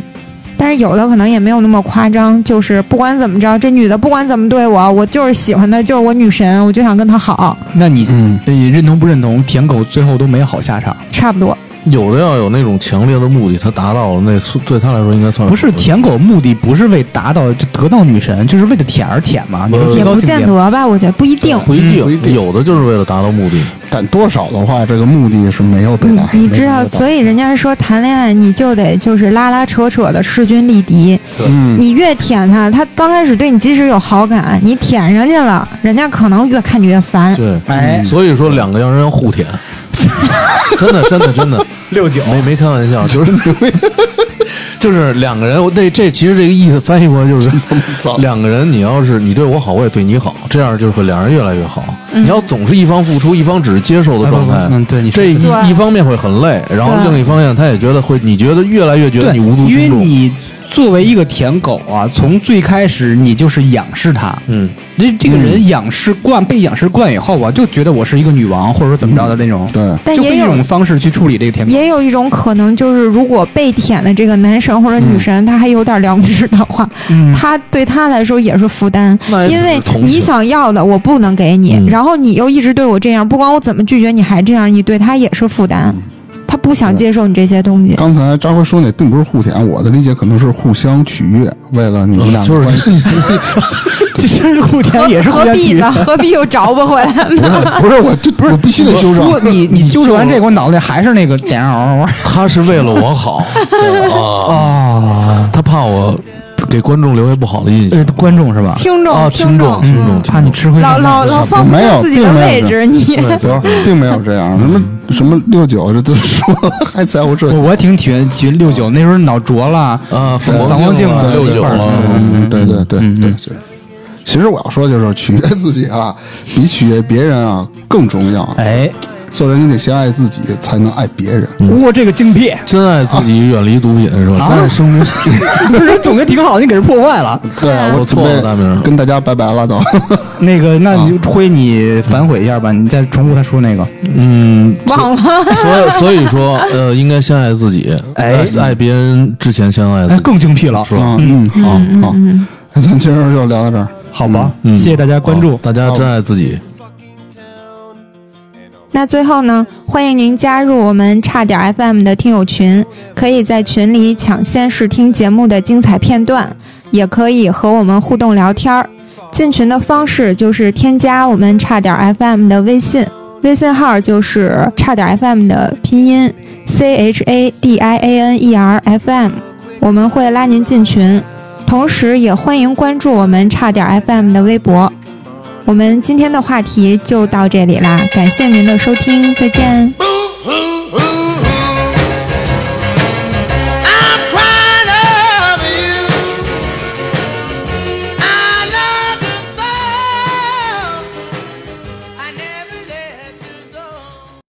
Speaker 1: 但是有的可能也没有那么夸张，就是不管怎么着，这女的不管怎么对我，我就是喜欢她，就是我女神，我就想跟她好，
Speaker 3: 那你
Speaker 2: 嗯，
Speaker 3: 呃认同不认同？舔狗最后都没好下场，
Speaker 1: 差不多。
Speaker 4: 有的要有那种强烈的目的，他达到了，那算对他来说应该算
Speaker 3: 不是舔狗目的不是为达到就得到女神，就是为了舔而舔嘛，你
Speaker 4: 呃
Speaker 3: 说最
Speaker 1: 也
Speaker 3: 高
Speaker 1: 不
Speaker 3: 境
Speaker 1: 见
Speaker 3: 界吗。
Speaker 1: 得吧，我觉得不一定。
Speaker 4: 不一
Speaker 2: 嗯不一定
Speaker 4: 定，有的就是为了达到目的。
Speaker 2: 但多少的话，这个目的是没有被达。
Speaker 1: 嗯你知道，
Speaker 2: 没有被达
Speaker 1: 所以人家说谈恋爱你就得就是拉拉扯扯的势均力敌。
Speaker 2: 嗯，
Speaker 1: 你越舔他，他刚开始对你即使有好感，你舔人家了，人家可能越看你越烦。
Speaker 4: 对，
Speaker 3: 哎，
Speaker 4: 所以说两个洋人互舔， [laughs] 真的，真的，真的，
Speaker 3: [laughs] 六九
Speaker 4: 没没开
Speaker 3: [laughs]
Speaker 4: 玩笑，就是。就是两个人，我这这其实这个意思翻译过来就是， [laughs] 两个人你要是你对我好，我也对你好，这样就是会两人越来越好。你要总是一方付出，一方只是接受的状态，
Speaker 3: 嗯，对，你说
Speaker 4: 这一
Speaker 1: 对
Speaker 4: 一方面会很累，然后
Speaker 1: 对
Speaker 4: 另一方面他也觉得会，你觉得越来越觉得
Speaker 3: 对，
Speaker 4: 你无足
Speaker 3: 因为
Speaker 4: 轻重。
Speaker 3: 你作为一个舔狗啊，从最开始你就是仰视他，
Speaker 4: 嗯，
Speaker 3: 这这个人仰视惯，被仰视惯以后啊，就觉得我是一个女王，或者说怎么着的那
Speaker 4: 嗯
Speaker 3: 种，
Speaker 2: 对，
Speaker 1: 但
Speaker 3: 就会
Speaker 1: 也
Speaker 3: 一
Speaker 1: 有
Speaker 3: 种方式去处理这个 [laughs] 舔狗。
Speaker 1: 也有一种可能就是，如果被舔的这个男神或者女神，他还有点良知的话，
Speaker 3: 嗯
Speaker 1: 他对他来说也是负担，
Speaker 4: 那也
Speaker 1: 因
Speaker 4: 只是
Speaker 1: 为
Speaker 4: 同
Speaker 1: 你
Speaker 4: 情
Speaker 1: 想要的我不能给你，
Speaker 4: 嗯
Speaker 1: 然后你又一直对我这样，不管我怎么拒绝你还这样，你对他也是负担。他不想接受你这些东西。
Speaker 2: 刚才张辉说那并不是互舔，我的理解可能是互相取悦，为了你们俩
Speaker 4: [laughs] 就
Speaker 2: 的关系。
Speaker 4: 是
Speaker 3: 这是互
Speaker 1: 何
Speaker 3: 舔也是互
Speaker 1: 何
Speaker 3: 相
Speaker 1: 必
Speaker 3: 取悦
Speaker 1: 呢？。何必又找不回来
Speaker 2: 不
Speaker 1: 呢？
Speaker 2: 是 [laughs] 不是我就不是我必须得修
Speaker 3: 说
Speaker 2: 正，
Speaker 3: 你你纠正完这个，我脑袋里还是那个点儿。
Speaker 4: 他是为了我好啊，
Speaker 3: 哦，
Speaker 4: 他怕我给观众留下不好的印
Speaker 3: 这
Speaker 4: 象
Speaker 3: 是观众是吧？
Speaker 1: 听众，
Speaker 4: 啊，听众听众，
Speaker 3: 嗯怕你吃亏
Speaker 1: 老
Speaker 3: 上
Speaker 1: 老
Speaker 3: 当。
Speaker 1: 老放不
Speaker 2: 没
Speaker 1: 下
Speaker 2: 有
Speaker 1: 自己的
Speaker 2: 并没有
Speaker 1: 位置，你
Speaker 4: 对
Speaker 2: 对吧 [laughs] 并没有这样，什么什么六九这都说了还在乎这
Speaker 3: 我我挺喜欢喜欢六九，那时候脑浊了，
Speaker 4: 啊，反
Speaker 3: 反光镜
Speaker 4: 了
Speaker 3: 了
Speaker 4: 六九
Speaker 3: 这块儿
Speaker 4: 了，
Speaker 2: 嗯，对对对对对。其实我要说就是取悦自己啊， [laughs] 比取悦别人啊更重要。
Speaker 3: 哎，
Speaker 2: 做人你得先爱自己，才能爱别人。
Speaker 4: 嗯
Speaker 3: 哇，这个精辟，
Speaker 4: 真爱自己，远离毒品是
Speaker 3: 啊
Speaker 4: 吧？真爱生命，
Speaker 3: [laughs] 不是总结挺好，你给人破坏了。
Speaker 2: 对啊，
Speaker 4: 我
Speaker 2: 我
Speaker 4: 错了
Speaker 2: 准备
Speaker 4: 大明
Speaker 2: 跟大家拜拜了都。
Speaker 3: 那个，那
Speaker 4: 啊
Speaker 3: 你就辉，你反悔一下吧，你再重复他说那个。
Speaker 4: 嗯，
Speaker 1: 忘了。
Speaker 4: 所以 [laughs] 所以说，呃，应该先爱自己，
Speaker 3: 哎
Speaker 4: 爱爱别人之前先爱自
Speaker 3: 哎，
Speaker 4: 己，
Speaker 3: 更精辟了，
Speaker 4: 是吧？
Speaker 2: 嗯，好好，那咱今儿就聊到这儿。
Speaker 3: 好吧？
Speaker 4: 嗯
Speaker 3: 谢谢大家哎关注哦
Speaker 4: 好。大家真爱自己。
Speaker 1: 那最后呢，欢迎您加入我们差点 FM 的听友群，可以在群里抢先试听节目的精彩片段，也可以和我们互动聊天儿。进群的方式就是添加我们差点 FM 的微信，微信号就是差点 FM 的拼音 C H A D I A N E R F M，我们会拉您进群。同时，也欢迎关注我们差点 FM 的微博。我们今天的话题就到这里啦，感谢您的收听，再见。
Speaker 5: Boo hoo.